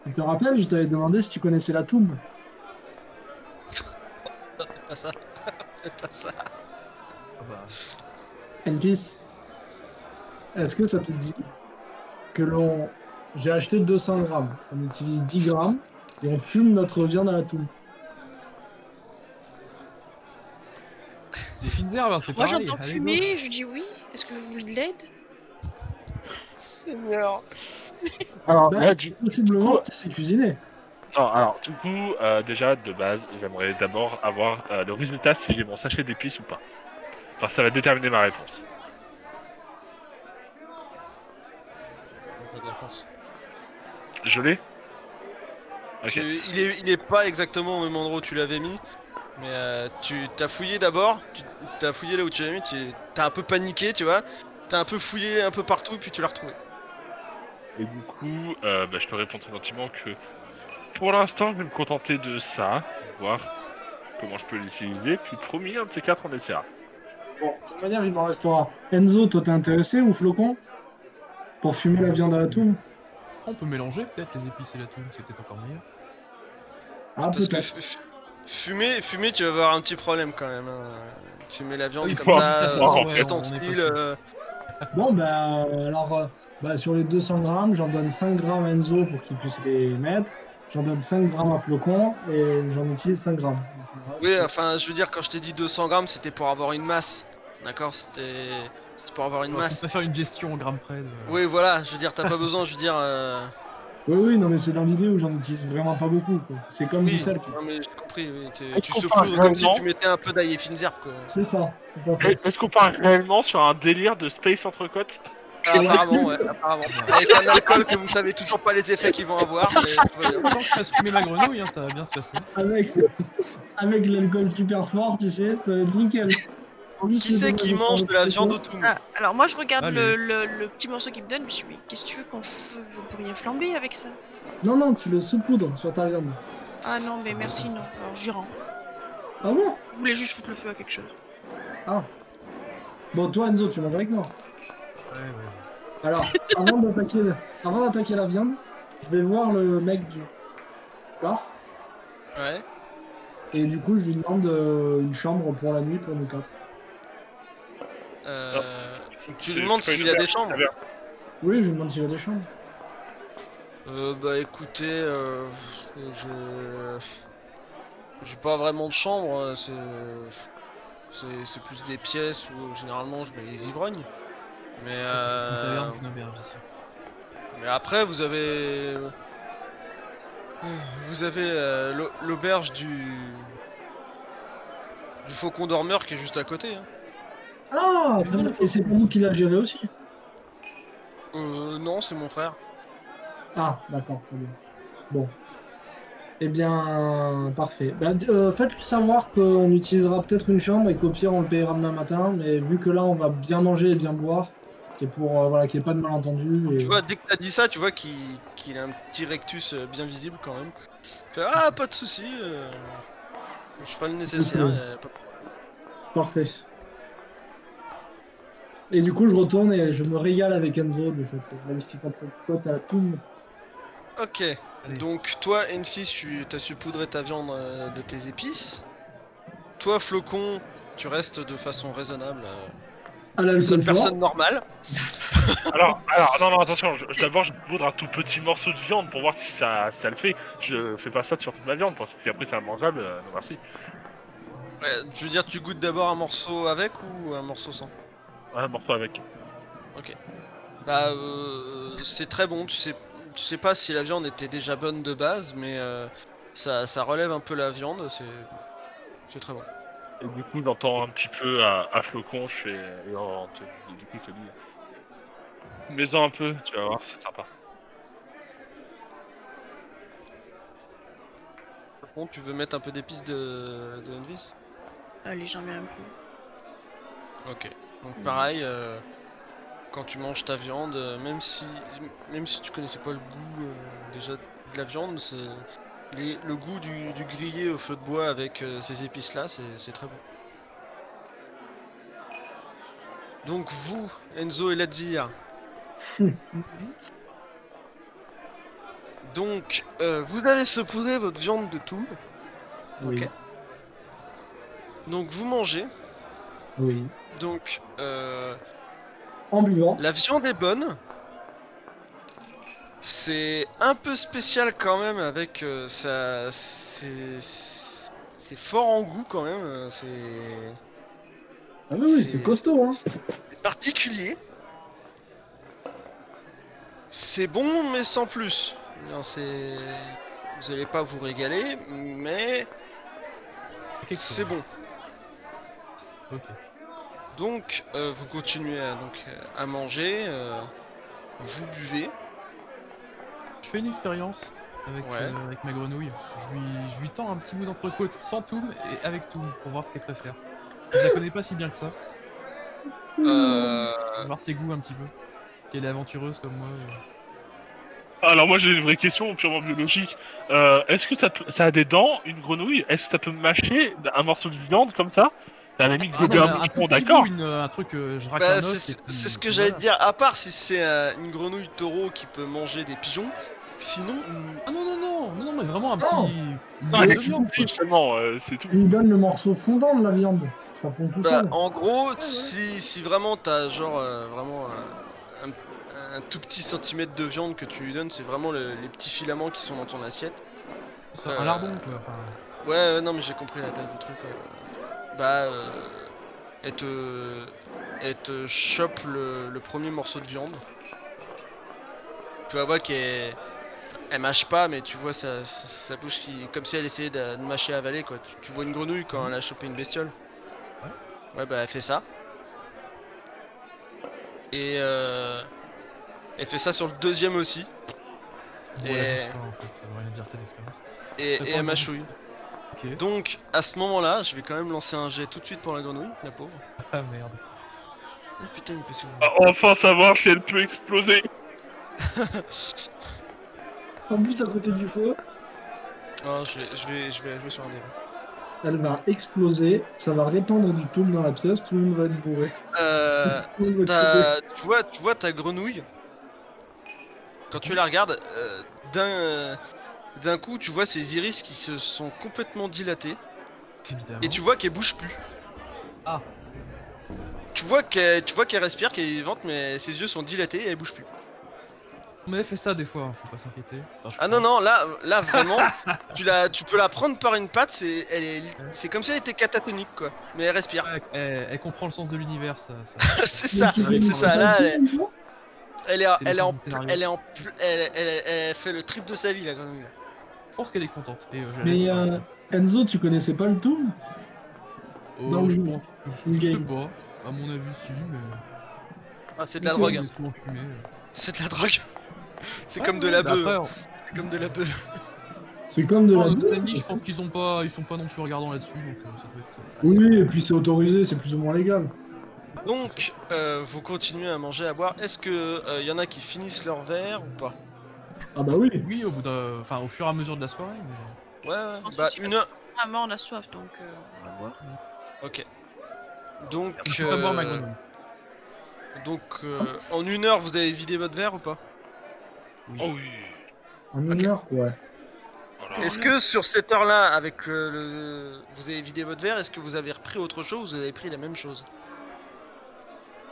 [SPEAKER 5] Tu te rappelles, je t'avais demandé si tu connaissais la tombe.
[SPEAKER 2] Fais pas ça. Fais pas ça.
[SPEAKER 3] Ah bah,
[SPEAKER 5] Enfis, est-ce que ça te dit que l'on. J'ai acheté 200 grammes, on utilise 10 grammes et on fume notre viande à la toux.
[SPEAKER 3] des fines herbes, hein, c'est
[SPEAKER 4] Moi
[SPEAKER 3] pareil.
[SPEAKER 4] j'entends
[SPEAKER 3] allez,
[SPEAKER 4] fumer, je dis oui. Est-ce que vous voulez de l'aide
[SPEAKER 2] Seigneur.
[SPEAKER 1] Ah,
[SPEAKER 6] Alors, là,
[SPEAKER 5] Bah,
[SPEAKER 6] du-
[SPEAKER 5] possiblement, tu sais cuisiner.
[SPEAKER 1] Non alors du coup euh, déjà de base j'aimerais d'abord avoir euh, le résultat si j'ai mon sachet d'épices ou pas. Parce que ça va déterminer ma réponse.
[SPEAKER 2] Pas de la chance.
[SPEAKER 1] Je l'ai Ok.
[SPEAKER 2] Tu- il, est, il est pas exactement au même endroit où tu l'avais mis. Mais euh, tu t'as fouillé d'abord, tu t'as fouillé là où tu l'avais mis, tu t'as un peu paniqué, tu vois. T'as un peu fouillé un peu partout, puis tu l'as retrouvé.
[SPEAKER 1] Et du coup, euh, bah, je te réponds très gentiment que pour l'instant, je vais me contenter de ça, voir comment je peux l'utiliser, puis promis, un de ces quatre, on essaiera.
[SPEAKER 5] Bon, de toute manière, il m'en restera. Enzo, toi t'es intéressé ou Flocon Pour fumer la viande à la toux
[SPEAKER 3] go. On peut mélanger peut-être les épices et la toux, c'est peut-être encore meilleur.
[SPEAKER 5] Ah,
[SPEAKER 2] Parce que
[SPEAKER 5] peut-être.
[SPEAKER 2] fu- fu- fumer, fumer, tu vas avoir un petit problème quand même. hein. Fumer la viande
[SPEAKER 3] Oui,
[SPEAKER 2] comme
[SPEAKER 1] faut
[SPEAKER 2] ça,
[SPEAKER 1] avoir-
[SPEAKER 2] euh,
[SPEAKER 1] faut
[SPEAKER 2] sans
[SPEAKER 1] avoir-
[SPEAKER 3] ouais, on- on
[SPEAKER 2] ustensile.
[SPEAKER 3] est pas
[SPEAKER 2] euh,
[SPEAKER 5] Bon, bah, euh, alors, euh, bah, sur les 200 grammes, j'en donne 5 grammes à Enzo pour qu'il puisse les mettre. J'en donne 5 grammes à Flocon et j'en utilise 5 grammes. Donc,
[SPEAKER 2] Oui, enfin, je veux dire, quand je t'ai dit 200 grammes, c'était pour avoir une masse. D'accord, c'était, c'était pour avoir une
[SPEAKER 3] On
[SPEAKER 2] masse.
[SPEAKER 3] peut faire une gestion au gramme près. de-
[SPEAKER 2] Oui, voilà, je veux dire, t'as pas besoin, je veux dire. euh,
[SPEAKER 5] Oui, oui, non, mais c'est dans l'idée où j'en utilise vraiment pas beaucoup. quoi. C'est comme du
[SPEAKER 2] Oui,
[SPEAKER 5] sel. quoi.
[SPEAKER 2] non, mais j'ai compris, oui, tu,
[SPEAKER 6] Est-ce
[SPEAKER 2] tu
[SPEAKER 6] qu'on
[SPEAKER 2] saupoudres
[SPEAKER 6] parle
[SPEAKER 2] comme si
[SPEAKER 1] vraiment
[SPEAKER 2] tu mettais un peu d'ail et fines herbes, quoi.
[SPEAKER 5] C'est ça, tout à fait.
[SPEAKER 1] Est-ce qu'on parle réellement sur un délire de Space Entrecôte
[SPEAKER 2] Ah, apparemment, ouais, apparemment. Avec un alcool que vous savez toujours pas les effets qu'ils vont avoir, mais tout
[SPEAKER 5] (laughs)
[SPEAKER 2] va bien.
[SPEAKER 3] Tant que je fasse fumer ma grenouille, hein, ça va bien se passer.
[SPEAKER 5] Avec, (laughs) avec l'alcool super fort, tu sais, ça va être nickel.
[SPEAKER 2] Qui c'est qui mange de la viande au tout
[SPEAKER 4] Ah, alors moi je regarde
[SPEAKER 3] Allez.
[SPEAKER 4] le, le- le petit morceau qu'il me donne, je me suis dit, mais qu'est-ce que tu veux qu'on f... vous pourriez flamber avec ça
[SPEAKER 5] Non, non, tu le saupoudres sur ta viande.
[SPEAKER 4] Ah non, mais
[SPEAKER 3] Ça
[SPEAKER 4] merci,
[SPEAKER 3] va, ça.
[SPEAKER 4] non. Alors j'y rends.
[SPEAKER 5] Ah bon
[SPEAKER 4] Je voulais juste foutre le feu à quelque chose.
[SPEAKER 5] Bon, toi, Enzo, tu manges avec moi.
[SPEAKER 3] Ouais, ouais. (laughs)
[SPEAKER 5] Alors, avant d'attaquer, avant d'attaquer la viande, je vais voir le mec du bar
[SPEAKER 2] Ouais.
[SPEAKER 5] et du coup, je lui demande euh, une chambre pour la nuit pour nous quatre.
[SPEAKER 1] Ah.
[SPEAKER 2] Euh, tu
[SPEAKER 1] C'est-
[SPEAKER 2] lui demandes
[SPEAKER 1] c'est pas
[SPEAKER 2] s'il
[SPEAKER 1] une
[SPEAKER 2] a des
[SPEAKER 1] auberge,
[SPEAKER 2] chambres.
[SPEAKER 1] c'est
[SPEAKER 5] Oui, je lui demande s'il y a des chambres.
[SPEAKER 2] Euh, bah écoutez, euh, je. J'ai pas vraiment de chambre, euh, c'est. C'est, c'est plus des pièces où généralement je mets les ivrognes. Mais
[SPEAKER 3] C'est une
[SPEAKER 2] euh,
[SPEAKER 3] taverne qu'une auberge ici.
[SPEAKER 2] Mais après, vous avez. Vous avez euh, l'au- l'auberge du. Du faucon dormeur qui est juste à côté. Hein.
[SPEAKER 5] Ah, très bien. Et c'est pas vous qui la gérez aussi
[SPEAKER 2] Euh, non, c'est mon frère.
[SPEAKER 5] Ah, d'accord, très bien. Bon. Eh bien, parfait. Bah, d- euh, Faites-lui savoir qu'on utilisera peut-être une chambre et qu'au pire, on le payera demain matin. Mais vu que là, on va bien manger et bien boire, et pour euh, voilà, qu'il n'y ait pas de malentendu. Et...
[SPEAKER 2] Tu vois, dès que t'as dit ça, tu vois qu'il qu'il a un petit rectus euh, bien visible quand même. Il fait Ah, pas de soucis. euh, je ferai le nécessaire.
[SPEAKER 5] Ok.
[SPEAKER 2] euh, pas-
[SPEAKER 5] Parfait. Et du coup, je retourne et je me régale avec Enzo de cette magnifique entrecôte à la toum.
[SPEAKER 2] Ok. Donc, toi, Enfis, tu as su poudrer ta viande euh, de tes épices. Toi, Flocon, tu restes de façon raisonnable. euh,
[SPEAKER 5] À la
[SPEAKER 2] seule
[SPEAKER 5] seule
[SPEAKER 2] personne normale.
[SPEAKER 1] Alors, alors, non, non, attention, je- je- d'abord je voudrais un tout petit morceau de viande pour voir si ça, ça le fait. Je fais pas ça sur toute ma viande, parce que après c'est immangeable, euh, non merci.
[SPEAKER 2] Ouais, je veux dire, tu goûtes d'abord un morceau avec ou un morceau sans
[SPEAKER 1] Un morceau avec.
[SPEAKER 2] Bah, euh, c'est très bon. Tu sais, tu sais pas si la viande était déjà bonne de base, mais euh, ça, ça relève un peu la viande. C'est, c'est très bon.
[SPEAKER 1] Et du coup, j'entends un petit peu à, à flocon, je fais. Et on te- et du coup, je te dis. Mets-en un peu, tu vas voir, c'est sympa.
[SPEAKER 2] Bon, tu veux mettre un peu d'épices de, de Envis
[SPEAKER 4] Allez, j'en mets un peu.
[SPEAKER 2] Ok. Donc pareil, euh, quand tu manges ta viande, euh, même si même si tu connaissais pas le goût euh, déjà de la viande, c'est- les- le goût du, du grillé au feu de bois avec euh, ces épices là, c'est c'est très bon. Donc vous, Enzo et Ladir, donc euh, vous avez saupoudré votre viande de tout.
[SPEAKER 5] Oui.
[SPEAKER 2] Ok. Donc vous mangez.
[SPEAKER 5] Oui.
[SPEAKER 2] Donc euh,
[SPEAKER 5] En buvant.
[SPEAKER 2] La viande est bonne. C'est un peu spécial quand même avec euh, ça. C'est c'est fort en goût quand même. euh, C'est
[SPEAKER 5] Ah oui, oui, c'est costaud, hein.
[SPEAKER 2] c'est particulier. C'est bon mais sans plus. Non, c'est vous allez pas vous régaler, mais
[SPEAKER 3] Quelque
[SPEAKER 2] c'est
[SPEAKER 3] chose.
[SPEAKER 2] bon.
[SPEAKER 3] Ok.
[SPEAKER 2] Donc euh, vous continuez à, donc, à manger, euh, vous buvez.
[SPEAKER 3] Je fais une expérience avec,
[SPEAKER 2] Ouais.
[SPEAKER 3] euh, avec ma grenouille. Je lui, je lui tends un petit bout d'entrecôte sans Toum et avec Toum pour voir ce qu'elle préfère. Je la connais pas si bien que ça.
[SPEAKER 2] Euh,
[SPEAKER 3] Pour voir ses goûts un petit peu. Qu'elle est aventureuse comme moi. euh.
[SPEAKER 1] Alors moi j'ai une vraie question purement biologique. Euh, Est-ce que ça, peut- ça a des dents, une grenouille Est-ce que ça peut mâcher un morceau de viande comme ça T'as la limite
[SPEAKER 3] Ah,
[SPEAKER 1] gober
[SPEAKER 3] non,
[SPEAKER 1] un
[SPEAKER 3] un tout
[SPEAKER 1] moucheron,
[SPEAKER 3] petit
[SPEAKER 1] d'accord
[SPEAKER 3] bout, une, euh, un truc, euh, je racle
[SPEAKER 2] Bah,
[SPEAKER 3] un os
[SPEAKER 2] c'est
[SPEAKER 3] et puis,
[SPEAKER 2] c'est ce que
[SPEAKER 3] puis
[SPEAKER 2] j'allais te
[SPEAKER 3] voilà.
[SPEAKER 2] dire, à part si c'est euh, une grenouille taureau qui peut manger des pigeons, sinon. mm,
[SPEAKER 3] Ah non, non, non, non, non, mais vraiment un petit.
[SPEAKER 5] Non.
[SPEAKER 3] une
[SPEAKER 1] Non,
[SPEAKER 3] boule
[SPEAKER 1] elle
[SPEAKER 3] de
[SPEAKER 1] est
[SPEAKER 3] viande, quoi.
[SPEAKER 1] tout seulement, euh, c'est tout.
[SPEAKER 5] Tu lui donnes le morceau fondant de la viande. Ça fond tout
[SPEAKER 2] Bah,
[SPEAKER 5] seul.
[SPEAKER 2] en gros, si, si vraiment t'as genre euh, vraiment euh, un, un tout petit centimètre de viande que tu lui donnes, c'est vraiment le- les petits filaments qui sont dans ton assiette.
[SPEAKER 3] C'est
[SPEAKER 2] Euh,
[SPEAKER 3] un lardon, quoi. Enfin,
[SPEAKER 2] Ouais, ouais, non, mais j'ai compris la taille du truc. ouais. Bah, euh, elle te. Elle te chope le, le premier morceau de viande. Tu vas voir qu'elle. Elle mâche pas, mais tu vois sa, sa- sa bouche qui. Comme si elle essayait de, de mâcher à avaler, quoi. Tu, tu vois une grenouille quand elle a chopé une bestiole. Ouais, bah, elle fait ça. Et. euh, elle fait ça sur le deuxième aussi.
[SPEAKER 3] voilà,
[SPEAKER 2] Et-
[SPEAKER 3] c'est ça, en fait. Ça veut rien dire cette expérience.
[SPEAKER 2] Et,
[SPEAKER 3] C'est
[SPEAKER 2] et
[SPEAKER 3] pas
[SPEAKER 2] elle
[SPEAKER 3] bon.
[SPEAKER 2] mâchouille.
[SPEAKER 3] Ok. (laughs)
[SPEAKER 2] Donc, à ce moment-là, je vais quand même lancer un jet tout de suite pour la grenouille, la pauvre.
[SPEAKER 3] Ah merde.
[SPEAKER 2] Ah putain, il fait sourd.
[SPEAKER 1] Ah, Enfin savoir si elle peut exploser.
[SPEAKER 5] En plus, à côté du feu,
[SPEAKER 2] Non, Oh, je vais, je vais, je vais jouer sur un dé. hein.
[SPEAKER 5] elle va exploser. Ça va répandre du toum dans la pièce. Tout le monde va être bourré.
[SPEAKER 2] Euh,
[SPEAKER 5] (laughs) Tout le monde va être
[SPEAKER 2] t'as-
[SPEAKER 5] bourré.
[SPEAKER 2] tu vois, tu vois ta grenouille. Quand tu la regardes, euh, d'un, d'un coup, tu vois ses iris qui se sont complètement dilatés
[SPEAKER 3] Évidemment.
[SPEAKER 2] et tu vois qu'elle bouge plus.
[SPEAKER 3] Ah.
[SPEAKER 2] Tu vois qu'elle, tu vois qu'elle respire, qu'elle est vivante, mais ses yeux sont dilatés et elle bouge plus.
[SPEAKER 3] Mais elle fait ça des fois, hein, faut pas s'inquiéter. Enfin, je
[SPEAKER 2] Ah non non, là, là vraiment, tu la, tu peux la prendre par une patte, c'est, elle est, c'est comme si elle était catatonique quoi, mais elle respire. (laughs)
[SPEAKER 3] Ouais, Elle, elle comprend le sens de l'univers, ça. ça-
[SPEAKER 2] c'est ça,
[SPEAKER 5] Mais tu
[SPEAKER 2] c'est ça. Là, elle, est-
[SPEAKER 5] fais pas
[SPEAKER 2] Elle est, en-
[SPEAKER 3] C'est
[SPEAKER 2] elle est en,
[SPEAKER 3] le scénario.
[SPEAKER 2] elle est en, pl- elle, elle- elle fait le trip de sa vie la grenouille.
[SPEAKER 3] Je pense qu'elle est contente. Et, euh, je la laisse
[SPEAKER 5] Mais
[SPEAKER 3] faire la
[SPEAKER 5] euh,
[SPEAKER 3] table.
[SPEAKER 5] Enzo, tu connaissais pas le toum
[SPEAKER 3] Oh,
[SPEAKER 5] dans
[SPEAKER 3] je
[SPEAKER 5] le-
[SPEAKER 3] pense.
[SPEAKER 5] le
[SPEAKER 3] Je sais
[SPEAKER 5] game.
[SPEAKER 3] pas. À mon avis, si, mais.
[SPEAKER 2] Ah, c'est de la
[SPEAKER 5] Ok.
[SPEAKER 2] drogue, hein.
[SPEAKER 3] Elle est souvent fumée, euh.
[SPEAKER 2] c'est de la drogue. (laughs) C'est
[SPEAKER 3] Ouais,
[SPEAKER 2] comme
[SPEAKER 5] Ah,
[SPEAKER 2] de
[SPEAKER 3] ouais,
[SPEAKER 2] la
[SPEAKER 3] bah
[SPEAKER 2] beuh,
[SPEAKER 3] après,
[SPEAKER 2] hein.
[SPEAKER 3] en-
[SPEAKER 2] c'est comme de la beuh.
[SPEAKER 5] C'est comme de
[SPEAKER 3] en
[SPEAKER 5] la
[SPEAKER 3] notre
[SPEAKER 5] bière.
[SPEAKER 3] famille, je pense qu'ils sont pas, ils sont pas non plus regardants là-dessus, donc euh, ça peut être. euh, assez
[SPEAKER 5] Oui, et
[SPEAKER 3] agréable.
[SPEAKER 5] puis c'est autorisé, c'est plus ou moins légal.
[SPEAKER 3] Ah, c'est
[SPEAKER 2] Donc, euh, vous continuez à manger, à boire. Est-ce que euh, y en a qui finissent leur verre ou pas
[SPEAKER 5] Ah bah oui.
[SPEAKER 3] ça. Oui, au bout d'un, enfin, au fur et à mesure de la soirée, mais. euh,
[SPEAKER 2] Ouais, ouais.
[SPEAKER 4] pense
[SPEAKER 2] Bah
[SPEAKER 4] aussi.
[SPEAKER 2] une heure.
[SPEAKER 4] Vraiment, Ah, on a soif, donc euh, on va boire.
[SPEAKER 2] Ok. Donc,
[SPEAKER 3] Je peux pas boire ma
[SPEAKER 2] euh,
[SPEAKER 3] grenouille.
[SPEAKER 2] donc euh, en une heure, vous avez vidé votre verre ou pas
[SPEAKER 3] Oui.
[SPEAKER 1] Oh oui.
[SPEAKER 5] En une
[SPEAKER 2] Ok.
[SPEAKER 5] heure, ouais.
[SPEAKER 1] Voilà.
[SPEAKER 2] Est-ce que sur cette heure-là, avec euh, le, vous avez vidé votre verre, est-ce que vous avez repris autre chose ou vous avez pris la même chose